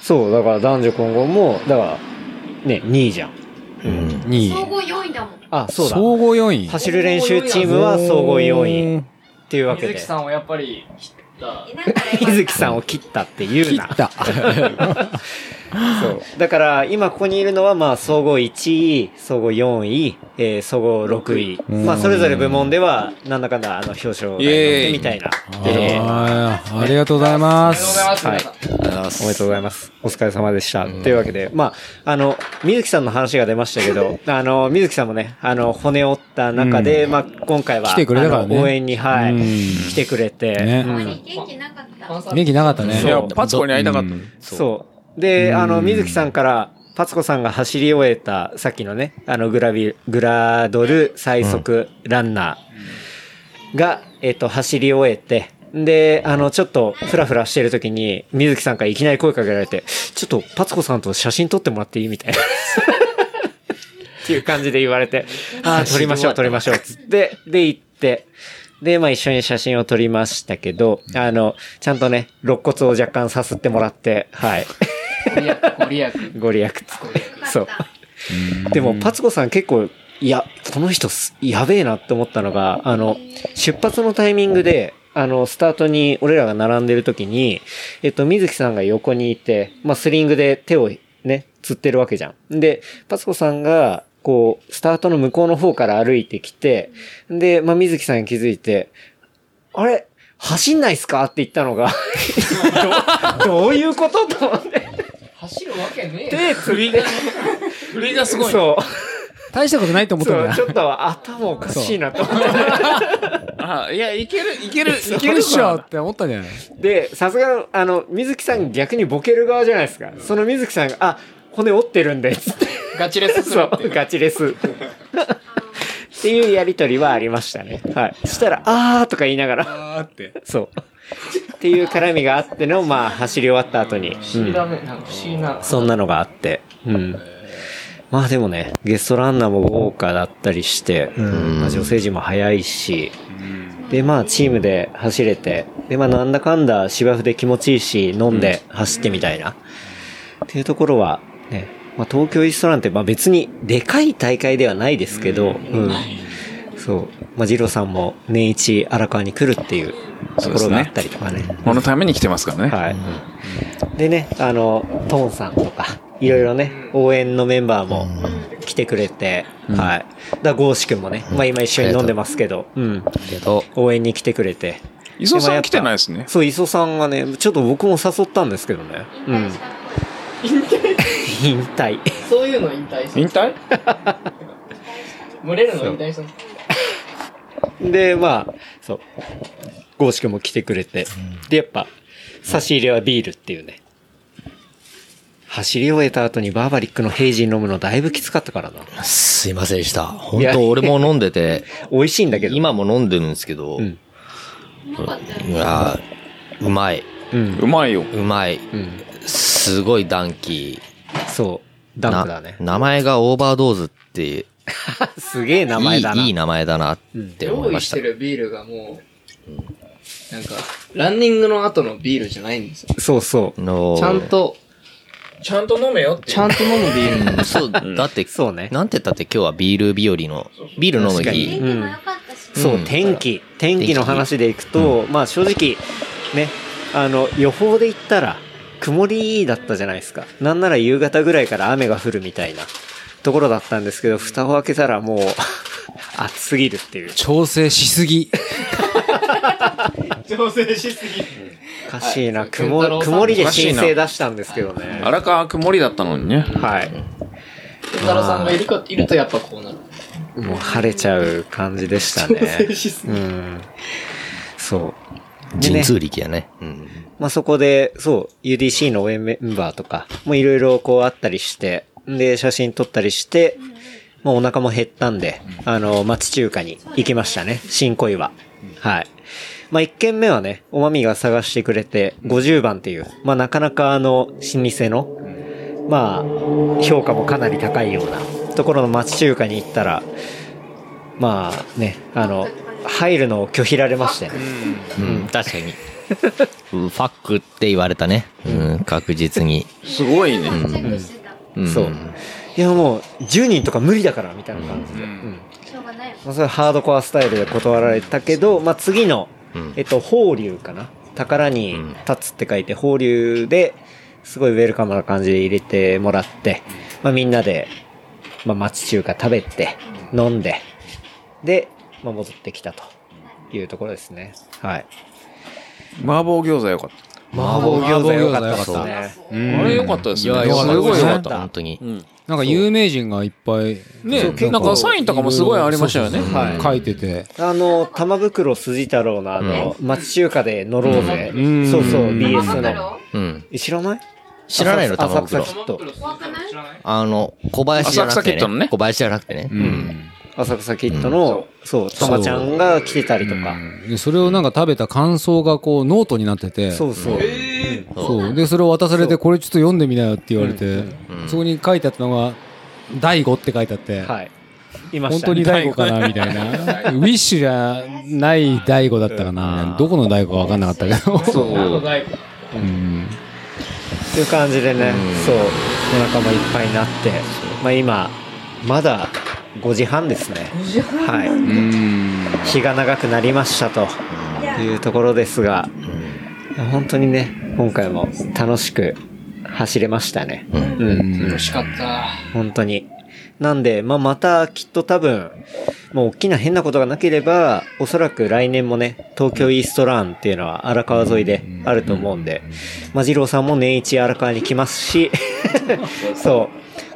Speaker 2: そう、だから男女混合も、だから、ね、2位じゃん。
Speaker 3: 2位。
Speaker 2: あ、そうだ。
Speaker 3: 総合4位。
Speaker 2: 走る練習チームは総合4位
Speaker 3: 位。
Speaker 2: っていうわけで。
Speaker 6: んはやっぱり、
Speaker 2: 伊月さんを切ったって言うな。
Speaker 3: だ。
Speaker 2: そう。だから、今ここにいるのは、まあ、総合1位、総合4位、えー総合6位。まあ、それぞれ部門では、なんだかんだ、あの、表彰台
Speaker 8: イエーイ
Speaker 2: みたいな。えー
Speaker 3: あーありがとうございます。
Speaker 2: はい。おめでとうございます。お疲れ様でした。というわけで、まあ、あの、水木さんの話が出ましたけど、あの、水木さんもね、あの、骨折った中で、まあ、今回は、
Speaker 3: 来てくれたから
Speaker 2: あ
Speaker 3: ね
Speaker 2: の応援に、はい、
Speaker 3: うん
Speaker 2: 来てくれて、
Speaker 3: ね
Speaker 2: うん
Speaker 3: 元気なかったね。
Speaker 8: いや、パツコに会いたかった。
Speaker 2: そう。で、あの、水木さんから、パツコさんが走り終えた、さっきのね、あの、グラビ、グラドル最速ランナーが、えっと、走り終えて、で、あの、ちょっと、ふらふらしてる時に、水木さんからいきなり声かけられて、ちょっと、パツコさんと写真撮ってもらっていいみたいな。っていう感じで言われて、ああ、撮りましょう、撮りましょう、つって、で、行って、で、まあ一緒に写真を撮りましたけど、あの、ちゃんとね、肋骨を若干さすってもらって、はい。
Speaker 6: ご利益。
Speaker 2: ご利益つそう。でも、パツコさん結構、いや、この人す、やべえなって思ったのが、あの、出発のタイミングで、あの、スタートに俺らが並んでる時に、えっと、水木さんが横にいて、まあ、スリングで手をね、釣ってるわけじゃん。で、パツコさんが、こう、スタートの向こうの方から歩いてきて、で、まあ、水木さんに気づいて、あれ走んないっすかって言ったのが、 どどういうことと思って。
Speaker 6: 走るわけねえ
Speaker 2: で、釣りが、
Speaker 8: 振りがすごい。
Speaker 2: そう。
Speaker 3: 大したことないと思った
Speaker 2: そ
Speaker 3: ん
Speaker 2: う、
Speaker 3: だ
Speaker 2: ち。ょっと頭おかしいなと思っ
Speaker 8: あ、いや、いける、いける、い
Speaker 3: い
Speaker 8: け
Speaker 3: け
Speaker 8: る
Speaker 3: るっしょ
Speaker 8: ぞ。
Speaker 3: って思ったんじゃない
Speaker 2: て。で、さすが、あの、水木さん逆にボケる側じゃないですか。その水木さんが、あ、骨折ってるんで、つって。
Speaker 6: ガチレスす
Speaker 2: そ
Speaker 6: る
Speaker 2: う、ガチレス。っていうやりとりはありましたね。はい。そしたら、あーとか言いながら、
Speaker 3: あーって。
Speaker 2: そう。っていう絡みがあっての、まあ、走り終わった後に。うん
Speaker 6: ダメ、なんか不思議な。
Speaker 2: そんなのがあって。うん。まあでもね、ゲストランナーも豪華だったりして、まあ女性陣も早いし、で、まあ、チームで走れて、で、まあ、なんだかんだ芝生で気持ちいいし、飲んで走ってみたいな。っていうところは、ね、まあ、東京イーストランって、まあ、別に、でかい大会ではないですけど、うん。そう。まあ、ジローさんも年一荒川に来るっていうところがあったりとかね。
Speaker 8: このために来てますからね。
Speaker 2: はい。でね、あの、トーンさんとか、いろいろね、応援のメンバーも来てくれて、はい。だからゴーシ君もね、まあ今一緒に飲んでますけど、うん。
Speaker 5: けど、
Speaker 2: 応援に来てくれて。
Speaker 8: 磯
Speaker 2: でも
Speaker 8: さ
Speaker 2: やっ
Speaker 8: ん
Speaker 2: ぱ
Speaker 8: 来てないですね。
Speaker 2: そう、磯さんがね、ちょっと僕も誘ったんですけどね。うん。引退
Speaker 6: そういうの引退し
Speaker 8: 引退
Speaker 6: 群れるの引退した
Speaker 2: で、まあ、そう。ゴーシ君も来てくれて。で、やっぱ、差し入れはビールっていうね。走り終えた後にバーバリックのヘイジ飲むのだいぶきつかったからな。
Speaker 5: すいませんでした。
Speaker 2: い
Speaker 5: 本
Speaker 2: や
Speaker 5: 当俺も飲んでて、
Speaker 2: 美味しいんだけど。
Speaker 5: 今も飲んでるんですけど、
Speaker 2: ん
Speaker 5: いやーうまい。
Speaker 2: うん。
Speaker 8: うまいよ。
Speaker 5: うまい。
Speaker 2: うん。
Speaker 5: すごいダンキ
Speaker 2: そう。
Speaker 5: ー。
Speaker 2: ダンプだね。
Speaker 5: な名前がオーバードーズって、
Speaker 2: すげえ名前だな。
Speaker 5: いい、いい名前だなって思い
Speaker 6: 用
Speaker 5: ま
Speaker 6: 意
Speaker 5: し。
Speaker 6: したてるビールがもう、なんか、ランニングの後のビールじゃないんですよ。
Speaker 2: そうそう。
Speaker 5: の
Speaker 6: ちゃん、と、
Speaker 8: ちゃんと飲めよって。
Speaker 6: ちゃんと飲むビ ールなんです。
Speaker 5: そう、だって、
Speaker 2: そうね
Speaker 5: なんて言ったって今日はビール日和の、ビール飲む日。
Speaker 2: うん。そう、
Speaker 5: うん
Speaker 2: 天気。天気の話でいくと、まあ正直、ね、あの、予報で言ったら、曇りだったじゃないですか。なんなら夕方ぐらいから雨が降るみたいなところだったんですけど、蓋を開けたらもう、 暑すぎるっていう。
Speaker 3: 調整しすぎ。
Speaker 2: おかしいな。
Speaker 6: 健太
Speaker 2: 曇
Speaker 6: 郎さん
Speaker 2: 曇りで申請出したんですけどね。
Speaker 8: 荒川曇りだったのにね。
Speaker 2: はい。
Speaker 6: 小太郎さんがいるか、いるとやっぱこうなる。
Speaker 2: もう晴れちゃう感じでしたね。うん。そう。でね
Speaker 5: 神、通力やね。うん。
Speaker 2: まあ、そこで、そう、UDC の応援メンバーとか、もういろいろこうあったりして、で、写真撮ったりして、もうお腹も減ったんで、あの、町中華に行きましたね。新小岩。はい。まあ、一軒目はね、おまみが探してくれて、50番っていう、まあ、なかなかあの、老舗の、まあ、評価もかなり高いようなところの町中華に行ったら、まあね、あの、入るのを拒否られましてね。
Speaker 5: うん、確かに。うんファックって言われたね。うん、確実に。
Speaker 8: すごいね。
Speaker 5: うん
Speaker 2: そう。いやもう、10人とか無理だから、みたいな感じで。うん。まあ、それはハードコアスタイルで断られたけど、まあ、次の、
Speaker 5: うん
Speaker 2: えっと、法隆かな。宝に立つって書いて、法隆で、すごいウェルカムな感じで入れてもらって、まあ、みんなで、まあ、町中華食べて、飲んで、で、まあ、戻ってきたというところですね。はい。
Speaker 8: 麻婆餃子よかっ
Speaker 2: 麻婆餃子良かったです
Speaker 5: 麻婆餃子
Speaker 2: ね。
Speaker 8: た。あれよかったですね。
Speaker 5: いや、
Speaker 8: す
Speaker 5: よかった。
Speaker 8: ごい
Speaker 5: よ
Speaker 8: よかっ
Speaker 5: かった
Speaker 8: た。
Speaker 5: 本当に。
Speaker 3: なんか有名人がいっぱい。
Speaker 8: ね
Speaker 3: そう
Speaker 8: なんかサインとかもすごいありましたよね
Speaker 3: そうそうそう
Speaker 2: はい
Speaker 3: 書いてて。
Speaker 2: あの、玉袋筋太郎のあの、町中華で乗ろうぜ。
Speaker 3: うん
Speaker 2: そうそう、
Speaker 3: うん
Speaker 2: BS の。
Speaker 5: うん。
Speaker 2: え知らない
Speaker 5: 知らないの、
Speaker 2: 浅
Speaker 5: 玉
Speaker 2: 草浅。
Speaker 5: 袋
Speaker 2: 草キット。
Speaker 5: あの、小林じゃなく
Speaker 8: 浅草キッ
Speaker 5: て
Speaker 8: ドのね
Speaker 5: ね。小林じゃなくてね。
Speaker 3: うん。
Speaker 2: 浅草キットの、そう、玉ちゃんが来てたりとか。
Speaker 3: で、それをなんか食べた感想がこうノートになってて。
Speaker 2: そうそう。
Speaker 3: そう。で、それを渡されて、これちょっと読んでみなよって言われて、そこに書いてあったのが、大悟って書いてあって、
Speaker 2: はい。いま
Speaker 3: 本
Speaker 2: した。
Speaker 3: 当に大悟かなみたいな。ウィッシュじゃない大悟だったかな。どこの大悟かわかんなかったけど。
Speaker 6: そう。
Speaker 3: うん
Speaker 2: っていう感じでね、そう、お腹もいっぱいになって、まあ今、まだ5時半ですね。はい。日が長くなりましたというところですが、いや本当にね、今回も楽しく走れましたね。うん。
Speaker 6: 楽しかった。
Speaker 2: 本当に。なんで、まあ、またきっと多分、もう大きな変なことがなければ、おそらく来年もね、東京イーストランっていうのは荒川沿いであると思うんで、まあ、二郎さんも年一荒川に来ますし、 そ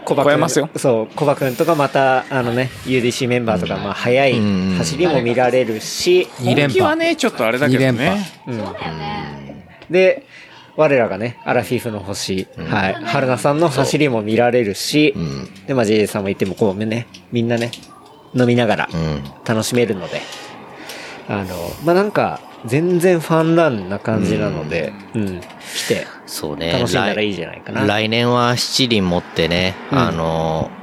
Speaker 2: う、小
Speaker 8: 超えますよ
Speaker 2: そう、小葉くんとかまた、あのね、UDC メンバーとか、まあ、早い
Speaker 5: うん
Speaker 2: 走りも見られるし、
Speaker 3: 二連
Speaker 8: 本気は
Speaker 3: 覇。
Speaker 8: ね、ちょっとあれだけど
Speaker 3: 二連
Speaker 8: ね
Speaker 3: 覇。
Speaker 2: で、我らがね、アラフィフの星、はい、春菜さんの走りも見られるし、で、まあ、JJ さんもいても、こうね、みんなね、飲みながら
Speaker 5: うん。
Speaker 2: 楽しめるので、あの、まあ、なんか、全然ファンランな感じなので、うん、来て、
Speaker 5: そうね。
Speaker 2: 楽しんだらいいじゃないかな。
Speaker 5: 来年は七輪持ってね、
Speaker 2: うん
Speaker 5: あのー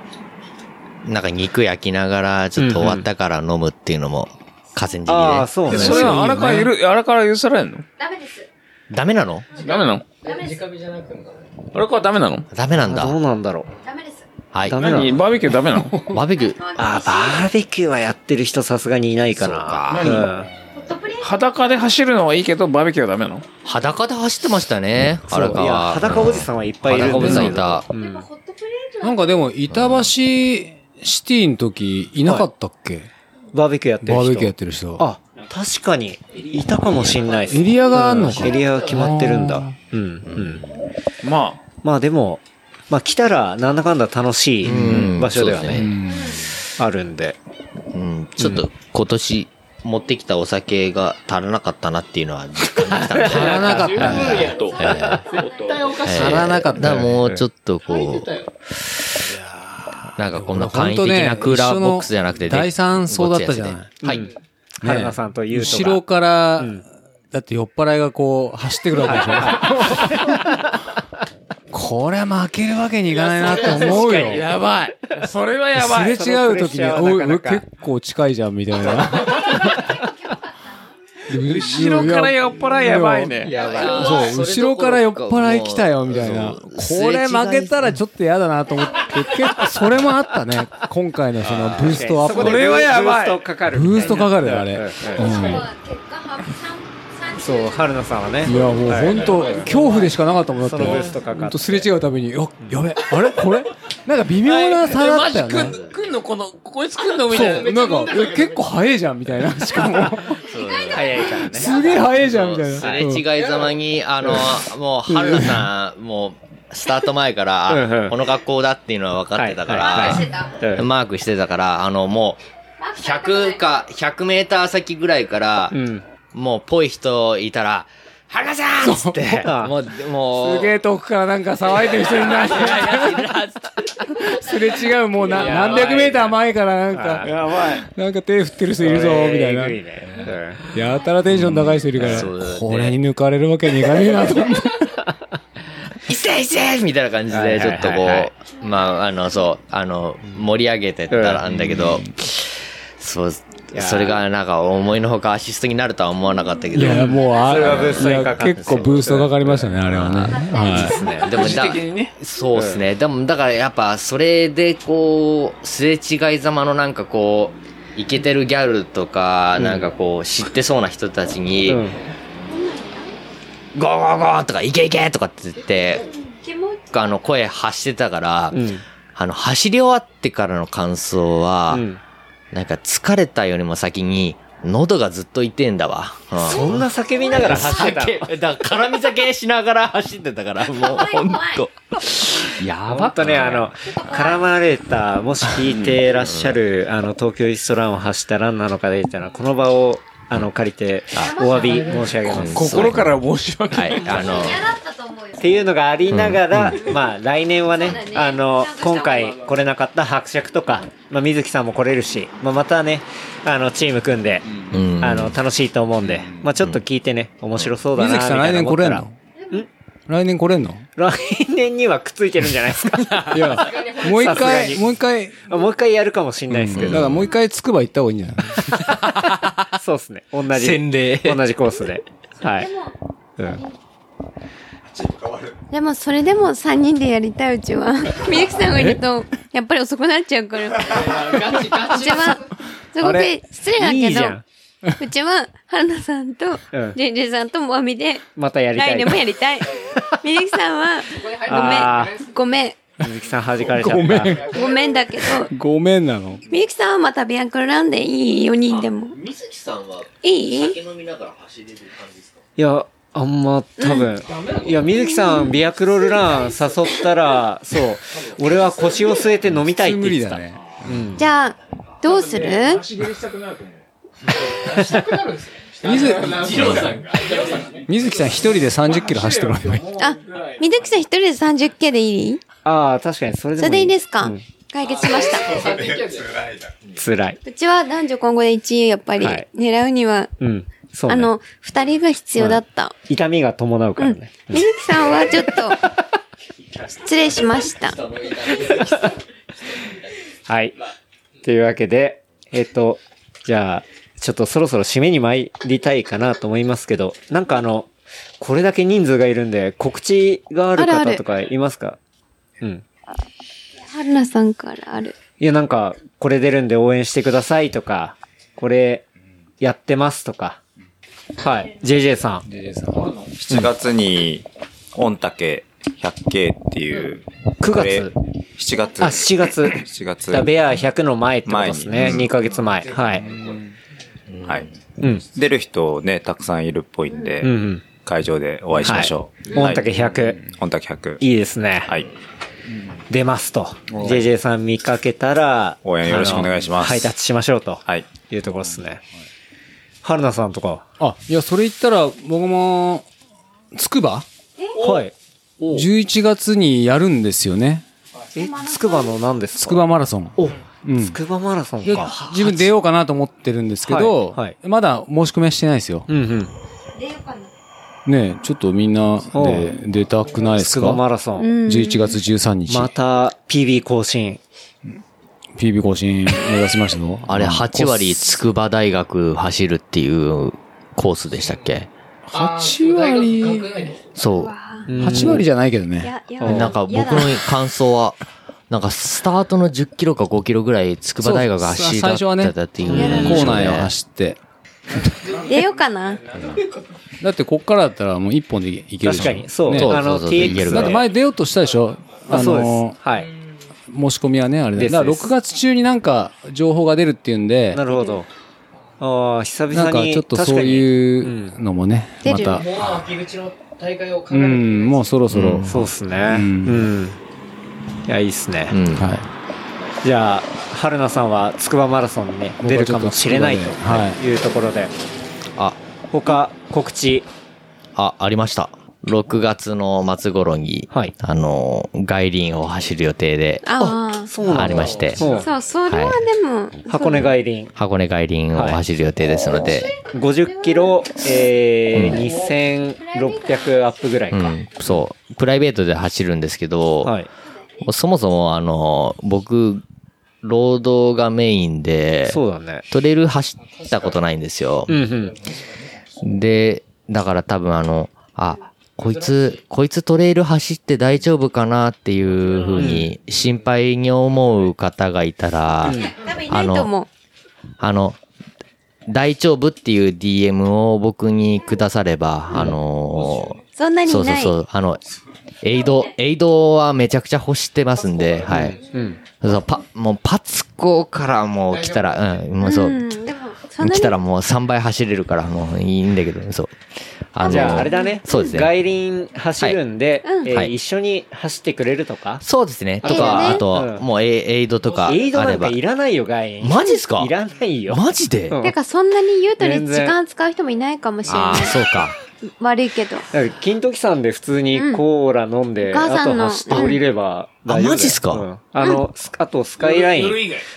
Speaker 5: なんか肉焼きながらちょっと終わったから飲むっていうのも河川敷
Speaker 2: ああ、
Speaker 5: で。
Speaker 2: そうね。
Speaker 8: それは荒川ゆる、荒川許されんの
Speaker 5: ダメなの
Speaker 8: ダメなの荒川ダメなの
Speaker 5: ダメなん
Speaker 2: ど
Speaker 5: だ。
Speaker 2: うなんだろ
Speaker 5: はい。
Speaker 2: ダ
Speaker 5: バ
Speaker 2: メなの
Speaker 8: 何バーベキューダメな の
Speaker 5: ーベキュ
Speaker 2: う。
Speaker 5: ー。
Speaker 2: ああ、バーベキューはやってる人さすがにいないかな。
Speaker 5: そう
Speaker 8: 裸で走るのはいいけど、バーベキューはダメなの
Speaker 5: 裸で走ってましたね、
Speaker 2: うん
Speaker 5: 荒
Speaker 2: そういや、
Speaker 5: 川。
Speaker 2: 裸おじさんはいっぱいいる
Speaker 5: 裸
Speaker 2: ん
Speaker 5: お
Speaker 2: で
Speaker 5: じ
Speaker 2: す
Speaker 5: さん
Speaker 2: け
Speaker 5: い
Speaker 2: ど。
Speaker 5: た。
Speaker 3: なんかでも、板橋シティの時、いなかったっけ
Speaker 2: バーベキューやってる
Speaker 3: バ
Speaker 2: 人。
Speaker 3: ーベキューやってる人。
Speaker 2: あ、確かに、いたかもしんないです
Speaker 3: エリアがあんのか
Speaker 2: エリアが決まってるんだ。うん、うん。
Speaker 8: ま
Speaker 2: まあでも、まあ来たら、なんだかんだ楽しい場所では
Speaker 5: うんそうです
Speaker 2: ね、あるんで。
Speaker 5: うん、ちょっと今年持ってきたお酒が足らなかったなっていうのは実感できたんで。足 らなかった。足らなかった。だからもうちょっとこう、なんかこんな簡易的なクーラーボックスじゃなくて、
Speaker 3: ほんとね一緒の第三層だったじゃない
Speaker 5: ごっつやつではい。
Speaker 2: 春菜さんとゆうと
Speaker 3: 後
Speaker 2: が
Speaker 3: ろから、だって酔っ払いがこう、走ってくるわけでしょ。 これは負けるわけにいかないなって思うよ。やばい。
Speaker 8: あ、それはや
Speaker 3: す
Speaker 8: ばい。
Speaker 3: れ違う
Speaker 2: そのプ
Speaker 3: 時に、
Speaker 2: レッシャーはな
Speaker 3: お
Speaker 2: かな
Speaker 3: い、俺
Speaker 2: か
Speaker 3: 結構近いじゃん、みたいな。後
Speaker 8: 後ろから酔っ払いやばいね。
Speaker 5: や
Speaker 3: そう、後ろから酔っ払い来たよ、みたいな。これ負けたらちょっと嫌だなと思って、結構、それもあったね。今回のそのブーストアップ
Speaker 8: こ。れはやばい
Speaker 2: ブーストかかるみたいな。
Speaker 3: ブーストかかるよ、あ
Speaker 2: うん
Speaker 3: れ。
Speaker 2: そう、春菜さんはね。
Speaker 3: いや、もう本当恐怖でしかなかったもんだって。
Speaker 2: そのブーストかかって
Speaker 3: 本当すれ違うたびに、よ、やべ、あれこれなんか微妙な差だったよね。
Speaker 6: くんのこの、こいつくんのみ
Speaker 3: そう、なんか、いや結構早いじゃん、みたいな。 しかも、
Speaker 5: 早いからね。
Speaker 3: すげえ早いじゃん、みたいな。
Speaker 5: すれ違いざまに、あの、もう、春菜さん、もう、スタート前か
Speaker 2: うんう
Speaker 5: ら、
Speaker 2: ん
Speaker 5: この学校だっていうのは分かってたか
Speaker 2: はいはいはい
Speaker 5: ら、マークしてたから、あの、もう、100か、100メーター先ぐらいから
Speaker 2: う、ん。
Speaker 5: もう、ぽい人いたら、春菜さんっつって
Speaker 2: そう、
Speaker 5: もう、もう、
Speaker 3: すげえ遠くからなんか騒いでる人いないすれ違う、もうな何百メーター前からなんか、
Speaker 8: やばい。
Speaker 3: なんか手振ってる人いるぞ、みたいな
Speaker 2: えぐ。いね
Speaker 3: やたらテンション高い人いるから
Speaker 5: そうだね、
Speaker 3: これに抜かれるわけにいかねえなと思っ て。
Speaker 5: いせいせいみたいな感じ
Speaker 2: はいは
Speaker 5: で、
Speaker 2: い
Speaker 5: ち
Speaker 2: は
Speaker 5: ょ
Speaker 2: い
Speaker 5: っとこう、まあ、あの、そう、あの、盛り上げてったらんだけど、そう、
Speaker 2: やー
Speaker 5: それがなんか思いのほかアシストになるとは思わなかったけ
Speaker 3: い
Speaker 5: ど、
Speaker 3: や、もう、あ
Speaker 2: それはブーストにかかって
Speaker 3: いや結構ブーストかかりましたね、あれはね。はい。
Speaker 5: でもだ、そうですね。でも、だからやっぱ、それでこう、すれ違いざまのなんかこう、イケてるギャルとか、なんかこう、知ってそうな人たちに、
Speaker 2: うん
Speaker 5: ゴーゴーゴーとか、イケイケとかって言って、あの、声発してたから、
Speaker 2: うん
Speaker 5: あの、走り終わってからの感想は、
Speaker 2: うん
Speaker 5: なんか疲れたよりも先に、喉がずっと痛えんだわ。うん
Speaker 2: そんな叫びながら走ってたの
Speaker 5: 酒だから絡み酒しながら走ってたから、もうほんと。や
Speaker 2: ほ
Speaker 5: ば
Speaker 2: んとね、あの、絡まれた、もし聞いてらっしゃる、あの、東京イーストランを走ったランナーの方でいたら、この場を、あの、借りて、お詫び申し上げます。
Speaker 8: 心から申し訳
Speaker 5: は
Speaker 8: ない。
Speaker 5: い、あの、
Speaker 2: っていうのがありながら、まあ、来年はね、あの、今回来れなかった伯爵とか、まあ、水木さんも来れるし、まあ、またね、あの、チーム組んで、
Speaker 5: うん
Speaker 2: あの、楽しいと思うんで、まあ、ちょっと聞いてね、面白そうだな、
Speaker 3: 水
Speaker 2: み
Speaker 3: 木さん
Speaker 2: た
Speaker 3: 来
Speaker 2: いな
Speaker 3: 年
Speaker 2: 思っ
Speaker 3: 来
Speaker 2: た
Speaker 3: れん
Speaker 2: ら
Speaker 3: の。来年来れんの
Speaker 2: 来年にはくっついてるんじゃないです か。
Speaker 3: いや、もう一
Speaker 2: さすがに
Speaker 3: 回、もう一回、
Speaker 2: もう一回やるかもしんないですけ
Speaker 3: だ
Speaker 2: ど。
Speaker 3: からもう一回つくば行った方がいいんじゃない
Speaker 2: そうですね。同じ。
Speaker 5: 洗礼
Speaker 2: 同じコースで。はい。
Speaker 4: でもそれでも3人でやりたいうち はみゆきさんがいるとやっぱり遅くなっちゃうからうちはすご
Speaker 2: あ
Speaker 4: く
Speaker 2: れ
Speaker 4: 失礼だ
Speaker 2: いい
Speaker 4: け
Speaker 2: じ
Speaker 4: ど
Speaker 2: ゃん
Speaker 4: うちは春菜さんと
Speaker 2: うん
Speaker 4: ジェンジェンさんともあみで
Speaker 2: またやりた
Speaker 4: 来
Speaker 2: い
Speaker 4: 年。もやりたいみゆきさ んは
Speaker 2: あ
Speaker 4: ごめん
Speaker 2: 鈴木さん弾かれちゃった。
Speaker 3: ごめん
Speaker 4: ごめんごめんだけど
Speaker 3: ごめん なの。
Speaker 4: みゆきさんはまたビアンクランでいい4人でも
Speaker 5: 水木さんはい
Speaker 4: い
Speaker 5: 飲みながら走れる感じですか
Speaker 2: いや、あんま、多分。いや、水木さん、ビアクロルラン誘ったら、そう、俺は腰を据えて飲みたいって
Speaker 3: 無
Speaker 2: 言っ
Speaker 3: 理
Speaker 2: てた。
Speaker 3: だね。
Speaker 4: じゃあどうする
Speaker 3: 水水木さん一人で30キロ走ってもらえばいい。
Speaker 4: あみゆきさん一人で 30K でいい
Speaker 2: ああ、確かに、それで
Speaker 4: そ
Speaker 2: も
Speaker 4: れでいいですか、
Speaker 2: うん
Speaker 4: 解決しました
Speaker 2: 辛い。
Speaker 4: うちは男女混合で1位やっぱり
Speaker 2: はい
Speaker 4: 狙うには、
Speaker 2: うん。そう、ね。
Speaker 4: あの、2人が必要だった。
Speaker 2: 痛みが伴うからね。
Speaker 4: みずきさんはちょっと、失礼しました。
Speaker 2: はい。というわけで、えっ、と、じゃあ、ちょっとそろそろ締めに参りたいかなと思いますけど、なんかあの、これだけ人数がいるんで、告知がある
Speaker 4: あるあ
Speaker 2: 方
Speaker 4: る
Speaker 2: とかいますかうん。
Speaker 4: 春菜さんからある。
Speaker 2: いや、なんか、これ出るんで応援してくださいとか、これやってますとか。はい。JJ さん。
Speaker 7: 7月に、御嶽 100K っていう。
Speaker 2: 9
Speaker 7: これ
Speaker 2: 月。
Speaker 7: 7月。
Speaker 2: あ、7月。
Speaker 7: 7月。
Speaker 2: だベア100の前ってことですね
Speaker 7: 前。に
Speaker 2: 2ヶ月前。はい。
Speaker 7: はい。
Speaker 2: うん。
Speaker 7: 出る人ね、たくさんいるっぽいんで、
Speaker 2: うんうん。
Speaker 7: 会場でお会いしましょう。
Speaker 2: はい御嶽100。
Speaker 7: 御嶽100。
Speaker 2: いいですね。
Speaker 7: はい。
Speaker 2: 出ますと。JJ さん見かけたら、
Speaker 7: 応援よろしくお願いします
Speaker 2: あのハイタッチしましょうと。
Speaker 7: はい。
Speaker 2: い。うところですね。春菜さんとか。
Speaker 3: あ、いや、それ言ったら、僕も、つくば
Speaker 2: はい。
Speaker 3: ?11 月にやるんですよね。
Speaker 2: え、つくばの何ですか
Speaker 3: つくばマラソン。
Speaker 2: お、
Speaker 3: うん
Speaker 2: つくばマラソン
Speaker 3: で
Speaker 2: か。
Speaker 3: 自分出ようかなと思ってるんですけど、
Speaker 2: はいは
Speaker 3: まだ申し込みはしてないですよ。
Speaker 2: うんうん。
Speaker 3: ねえちょっとみんなで出たくないで
Speaker 2: つ
Speaker 3: す
Speaker 2: くば
Speaker 3: か
Speaker 2: マラソン。
Speaker 3: 11月13日、
Speaker 2: また PB 更新。
Speaker 3: PB 更新目指しましたの
Speaker 5: あれ、8割筑波大学走るっていうコースでしたっけ
Speaker 3: 8割
Speaker 5: そう。
Speaker 3: 8割じゃないけど
Speaker 4: い
Speaker 3: ね
Speaker 4: や、いや、
Speaker 5: なんか僕の感 想は、なんかスタートの10キロか5キロぐらい筑波大学が走りだ
Speaker 3: 最初はね
Speaker 5: ったって
Speaker 3: 校
Speaker 5: いう印象で
Speaker 3: 内を走って
Speaker 4: 出ようかな。
Speaker 3: だってこっからだったらもう1本でいけるでし
Speaker 2: 確
Speaker 3: ょ
Speaker 2: かに。そう。
Speaker 3: ね
Speaker 5: そう
Speaker 2: あの、
Speaker 5: そうそういけ
Speaker 2: TX
Speaker 5: る
Speaker 3: だって前出ようとしたでしょ
Speaker 2: あ、
Speaker 3: あ
Speaker 2: そうで
Speaker 3: の
Speaker 2: す。はい。
Speaker 3: 申し込みはねあれ
Speaker 2: で
Speaker 3: ですだから
Speaker 2: です
Speaker 3: 6月中になんか情報が出るっていうんで
Speaker 2: なるほど。ああ、久々に。
Speaker 3: なんかちょっとそう
Speaker 2: う。
Speaker 3: いうのもね
Speaker 4: うん
Speaker 3: ま
Speaker 4: 出る
Speaker 3: た
Speaker 6: もう秋口の大会を考
Speaker 3: うんもうそろそろ、
Speaker 2: そうっすね。う
Speaker 3: うん
Speaker 2: ん。いや、いいっすね。
Speaker 5: うん。
Speaker 3: はい
Speaker 2: じゃあ、春菜さんは筑波マラソンにね
Speaker 3: 僕は
Speaker 2: 出るかもしれない
Speaker 3: ち
Speaker 2: と
Speaker 3: ょっと筑波ではい
Speaker 2: いうところで。
Speaker 5: あ、
Speaker 2: 他、告知。
Speaker 5: あ、ありました。6月の末頃に、
Speaker 2: はい
Speaker 5: あの、外輪を走る予定で、
Speaker 4: あ
Speaker 2: そうなんだ
Speaker 5: ありまして
Speaker 2: そう
Speaker 4: あ。そう、それはでも、
Speaker 2: 箱根外輪。
Speaker 5: 箱根外輪を走る予定ですので、
Speaker 2: 50キロ、えー、2600アップぐらいか。
Speaker 5: うん、そう、プライベートで走るんですけど、
Speaker 2: はい。
Speaker 5: そもそもあの、僕、ロードがメインで、
Speaker 2: そうだね。
Speaker 5: トレイル走ったことないんですよ。
Speaker 2: うんうん。
Speaker 5: で、だから多分あの、あ、こいつ、こいつトレイル走って大丈夫かなっていうふうに心配に思う方がいたら、
Speaker 4: 多分いないと思う。
Speaker 5: あの、大丈夫っていう DM を僕にくだされば、あのー
Speaker 4: そんなにい
Speaker 5: そうそう
Speaker 4: ない。
Speaker 5: そう、あの、エイド、エイドはめちゃくちゃ欲してますんで、はい。そう、パ、もうパツコからもう来たら、うん、もうそうう、
Speaker 4: ん、でも、そんな
Speaker 5: 来
Speaker 4: に
Speaker 5: たらもう3倍走れるからもういいんだけど、そう。あの
Speaker 2: じゃあ、あれだね。
Speaker 5: そうですね。
Speaker 2: 外輪走るんで、
Speaker 4: はいうん
Speaker 2: えー
Speaker 5: はい
Speaker 2: 一緒に走ってくれるとか。
Speaker 5: そうですね。と
Speaker 4: いいよね
Speaker 5: か、あと、
Speaker 2: うん
Speaker 5: もうエイエイドとかあ
Speaker 2: エイ
Speaker 5: れ
Speaker 2: ドなんか
Speaker 5: ば。
Speaker 2: いらないよ、外輪。
Speaker 5: マジっすか
Speaker 2: いらないよ。
Speaker 5: マジで
Speaker 2: うん
Speaker 4: てか、そんなに言うとり
Speaker 2: 全然
Speaker 4: 時間使う人もいないかもしれ
Speaker 5: あ
Speaker 4: な
Speaker 5: あ、そうか。
Speaker 4: い。悪いけど。
Speaker 2: だから金時さんで普通にコーラ飲んで、
Speaker 4: うんお母
Speaker 2: あ
Speaker 4: さ
Speaker 2: と
Speaker 4: んの
Speaker 2: 走って降りれば大丈夫だよ
Speaker 5: あマジっすか
Speaker 2: うんあの、スあとスカイライン。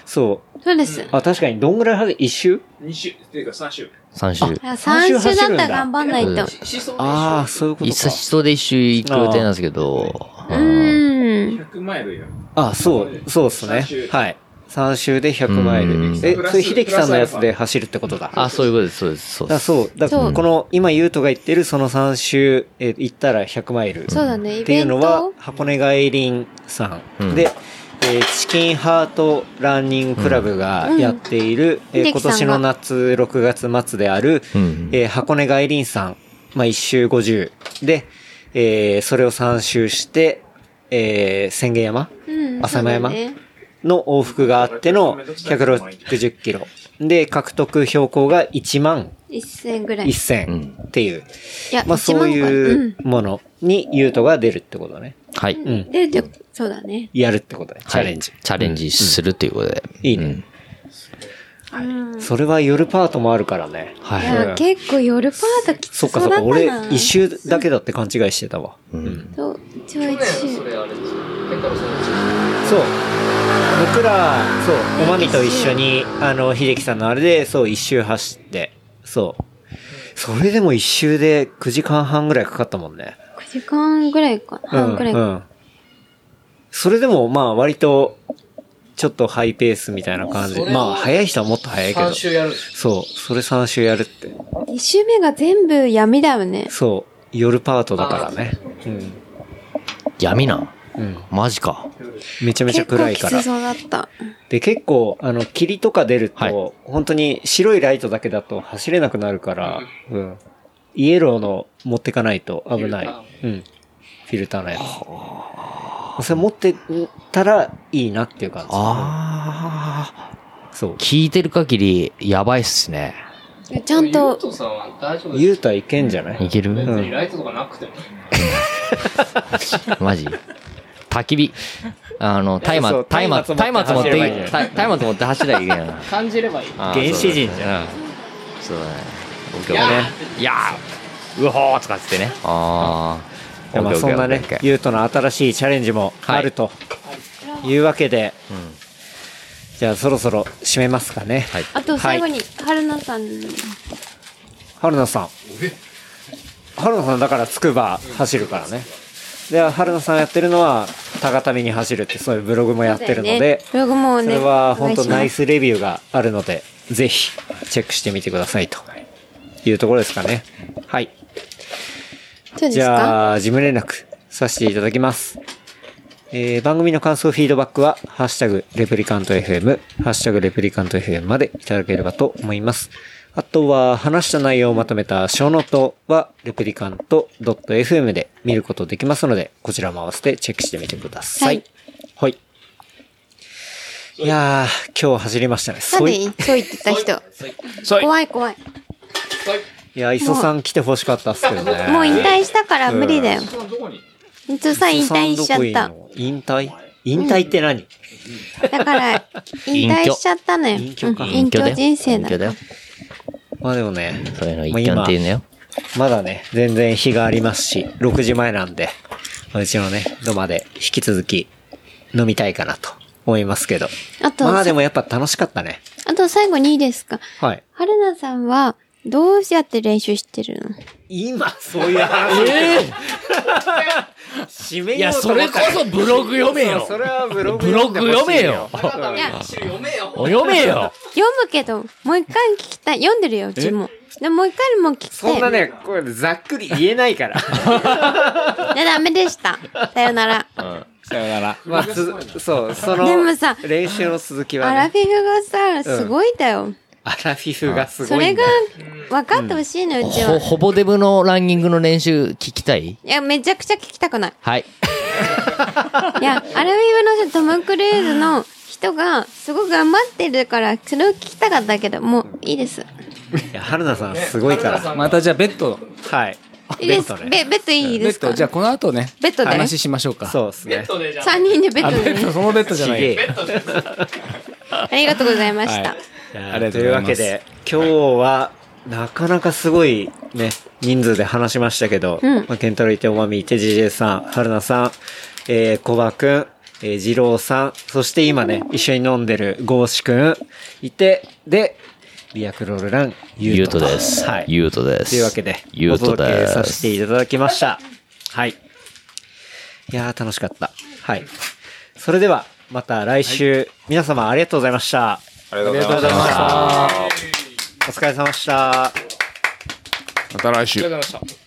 Speaker 2: そう。
Speaker 4: そうです。
Speaker 2: あ、確かにどんぐらい走る一周
Speaker 8: 2週、っていうか3週。
Speaker 5: 3周。
Speaker 4: 3週だったら頑張んないと。
Speaker 2: ああ、そういうこと
Speaker 5: 一
Speaker 2: か。
Speaker 5: 走で一周行く予定なんですけど。
Speaker 4: う
Speaker 5: うん
Speaker 4: ん。
Speaker 8: 100マイルや。
Speaker 2: あ、そう、そうっすね
Speaker 8: 三周。
Speaker 2: はい。3周で100マイ
Speaker 5: うん
Speaker 2: ル。え、それ秀樹さんのやつで走るってことだ。
Speaker 5: あ、そういうことです、そうです。そうで
Speaker 2: だ
Speaker 5: す。
Speaker 2: そう。だ
Speaker 4: そう
Speaker 2: この、今、ゆうとが言ってるその3周、えー行ったら100マイル。
Speaker 4: そうだね、イ
Speaker 2: ってい
Speaker 4: ベ
Speaker 2: う
Speaker 4: ン
Speaker 2: のは
Speaker 4: ト、
Speaker 2: 箱根外輪さ
Speaker 5: うんん
Speaker 2: で、えーチキンハートランニングクラブが
Speaker 4: うん
Speaker 2: やっている、
Speaker 4: うん
Speaker 2: えー
Speaker 4: 秀
Speaker 2: 今
Speaker 4: 樹さんが
Speaker 2: 年の夏6月末である、
Speaker 5: うん
Speaker 2: えー箱根外輪さん、まあ、1周50で、えーそれを3周して、えー千間山
Speaker 4: うん
Speaker 2: 浅間山
Speaker 4: そうだね
Speaker 2: の往復があっての160キロ。で、獲得標高が1万
Speaker 4: 1000ぐらい。い
Speaker 2: 1000っていう。
Speaker 4: や、
Speaker 2: まあそう
Speaker 4: 1
Speaker 2: いうものにユートが出るってことね。
Speaker 5: はい。
Speaker 2: う
Speaker 4: 万
Speaker 2: ん。
Speaker 4: かうん。で、で、そうだね。
Speaker 2: やるってことね。チャレンジ。
Speaker 5: はいチャレンジするということで。
Speaker 2: いいね
Speaker 5: うん
Speaker 2: それは夜パートもあるからね。
Speaker 4: い
Speaker 5: はい。
Speaker 4: や、結構夜パートきつ
Speaker 2: そ
Speaker 4: そう
Speaker 2: っか
Speaker 4: だ
Speaker 2: そ
Speaker 4: っ
Speaker 2: ったか。
Speaker 4: な。
Speaker 2: 俺、一周だけだって勘違いしてたわ。
Speaker 5: うん
Speaker 4: そう、一応一周。
Speaker 6: れあれですよ。
Speaker 2: そう。僕ら、そう、おまみと一緒に、あの、秀樹さんのあれで、そう、一周走って、そう。それでも一周で9時間半ぐらいかかったもんね。
Speaker 4: 9時間ぐらいかな。半ぐらいか
Speaker 2: うん。それでも、まあ、割と、ちょっとハイペースみたいな感じ。まあ、早い人はもっと早いけど。
Speaker 6: やる。
Speaker 2: そう。それ3週やるって。
Speaker 4: 一周目が全部闇だよね。
Speaker 2: そう。夜パートだからね。
Speaker 5: 闇な。
Speaker 2: うん。
Speaker 5: マジか。
Speaker 2: めちゃめちゃ
Speaker 4: 結構
Speaker 2: 暗い
Speaker 4: き
Speaker 2: か
Speaker 4: つ
Speaker 2: ら。
Speaker 4: そうだった。
Speaker 2: で、結構、あの、霧とか出ると、
Speaker 5: はい
Speaker 2: 本当に白いライトだけだと走れなくなるから、うん。イエローの持ってかないと危ない。うん。フィルターのやつ。それ持ってたらいいなっていう感じ。
Speaker 5: あ
Speaker 2: そう
Speaker 5: ー。。聞いてる限り、やばいっすね。
Speaker 4: ちゃんと、
Speaker 6: さんは大丈夫
Speaker 2: ゆうたいけんじゃない
Speaker 5: いける、
Speaker 2: うん
Speaker 6: ライトとかなくても。
Speaker 5: マジ焚き火。あの、松
Speaker 2: そ
Speaker 5: 明、
Speaker 2: う松明
Speaker 5: 松明、松明持
Speaker 2: 持っ
Speaker 5: っ
Speaker 2: て走ればいいん
Speaker 5: て、
Speaker 2: じゃ
Speaker 5: た松明持って走りゃいいけないな。
Speaker 6: 感じればいい。
Speaker 5: 原
Speaker 2: 原始人じ
Speaker 5: ゃん。そうだね。そうだね。オッケーオッケーいやーうほーとかつってね。あ
Speaker 2: いやまあ
Speaker 5: ー。
Speaker 2: そんなね、ゆうとの新しいチャレンジもあるというわけで、じゃあそろそろ締めますかね。
Speaker 5: はい
Speaker 4: あと最後に、春菜さんに。
Speaker 2: 春菜さん。春菜さんだからつくば走るからね。で、春菜さんやってるのは、高谷に走るってそういうブログもやってるので、
Speaker 4: ブログも
Speaker 2: そ
Speaker 4: ね、
Speaker 2: れは本当
Speaker 4: お願
Speaker 2: ナ
Speaker 4: い
Speaker 2: イ
Speaker 4: し
Speaker 2: スレビューがあるので、ぜひチェックしてみてくださいというところですかね。はい。
Speaker 4: ますそうです
Speaker 2: じ
Speaker 4: か
Speaker 2: ゃあ、事務連絡させていただきます。えー番組の感想、フィードバックは、ハッシュタグ、レプリカント FM、ハッシュタグ、レプリカント FM までいただければと思います。あとは、話した内容をまとめた小ノートは、レプリカント .fm で見ることできますので、こちらも合わせてチェックしてみてください。はい。い、やー、今日走りましたね。
Speaker 4: なん
Speaker 2: そ
Speaker 4: で
Speaker 2: い。い
Speaker 4: いいそう言ってた人。
Speaker 8: そい
Speaker 4: 怖い怖い。
Speaker 2: や、磯さん来て欲しかったっすけどね。
Speaker 4: もう引退したから無理だよ。伊藤さん引
Speaker 2: 磯さん
Speaker 4: 退しちゃっ
Speaker 2: ど
Speaker 4: た。
Speaker 2: こいんの引退引退って何、
Speaker 4: だから、引退しちゃったのよ。
Speaker 2: 隠居か
Speaker 4: うん隠居人生だ。
Speaker 5: だよ。
Speaker 2: まあでもね、
Speaker 5: そういうの一貫って言うんだよ。
Speaker 2: まだね、全然日がありますし、6時前なんで、うちのね、土まで引き続き飲みたいかなと思いますけど。
Speaker 4: あと、
Speaker 2: まあでもやっぱ楽しかったね。
Speaker 4: あと最後にいいですか
Speaker 2: はい。
Speaker 4: 春菜さんは、どうやって練習してるの
Speaker 2: 今、そういう話。締めようと思った
Speaker 5: そブログ読め
Speaker 2: そうそれはブログ
Speaker 5: ブログ読めよ。
Speaker 4: いや、
Speaker 5: 読めよ。
Speaker 4: 読むけど、もう一回聞きたい。読んでるよ、うちも。でももう一回も聞きたい。
Speaker 2: そんなね、これざっくり言えないから。
Speaker 4: いや、ダメでした。さよなら。
Speaker 2: さよなら。 まあ、つそう、その
Speaker 4: でもさ、
Speaker 2: 練習の続きは
Speaker 4: アラ
Speaker 2: ね、
Speaker 4: フィフがさ、すごいだよ。
Speaker 2: アラフィフがすごい
Speaker 4: そ
Speaker 2: んだ
Speaker 4: れ
Speaker 2: よ。
Speaker 4: が、分かってほしいの、うちは。
Speaker 5: ほ、
Speaker 4: い
Speaker 5: ほぼデブのランニングの練習聞きたい
Speaker 4: や、めちゃくちゃ聞きたくない。
Speaker 5: はい。
Speaker 4: いや、アラフィフの人トム・クルーズの人が、すごく頑張ってるから、それを聞きたかったけど、もう、いいです。
Speaker 2: いや春菜さんすごいから。
Speaker 3: またじゃあベッド、
Speaker 2: はい。
Speaker 4: いいです。
Speaker 2: ベッドね
Speaker 4: ベベッドいい
Speaker 3: ベ
Speaker 4: です
Speaker 3: ッ
Speaker 4: か
Speaker 3: ド、じゃあこの後ね、
Speaker 4: ベッドで
Speaker 3: 話しましょうか。
Speaker 2: そうですね。
Speaker 4: 三人でベッ
Speaker 3: あ、
Speaker 4: ド
Speaker 3: ベ
Speaker 4: で
Speaker 3: ッド、
Speaker 4: ね。
Speaker 3: そのベッドじゃ
Speaker 2: ち
Speaker 3: な
Speaker 2: げえ
Speaker 3: い。
Speaker 2: よ
Speaker 4: ありがとうございました。
Speaker 3: はい
Speaker 2: や
Speaker 3: ありが
Speaker 2: と
Speaker 3: とう
Speaker 2: い
Speaker 3: ご
Speaker 2: う
Speaker 3: ざい
Speaker 2: わ
Speaker 3: ます
Speaker 2: けで、今日は、なかなかすごいね、人数で話しましたけど、
Speaker 4: うん
Speaker 2: まあ、ケンタロウいて、おまみいて、ジジェさん、春菜さん、えー、コバくん、えー、ジローさん、そして今ね、一緒に飲んでるゴーシくん、いて、で、リアクロールラン、
Speaker 5: ゆ
Speaker 2: ゆ
Speaker 5: う
Speaker 2: う
Speaker 5: と
Speaker 2: と
Speaker 5: です。
Speaker 2: はい。
Speaker 5: ゆうとです。
Speaker 2: というわけで、
Speaker 5: ゆ
Speaker 2: お
Speaker 5: うと
Speaker 2: 届
Speaker 5: で
Speaker 2: け
Speaker 5: す。
Speaker 2: させていただきました。はい。いやー、楽しかった。はい。それでは、また来週、皆様ありがとうございました。
Speaker 7: ありがとうございました。
Speaker 2: お疲れ様でした。
Speaker 8: また来週
Speaker 6: ありがとうございました。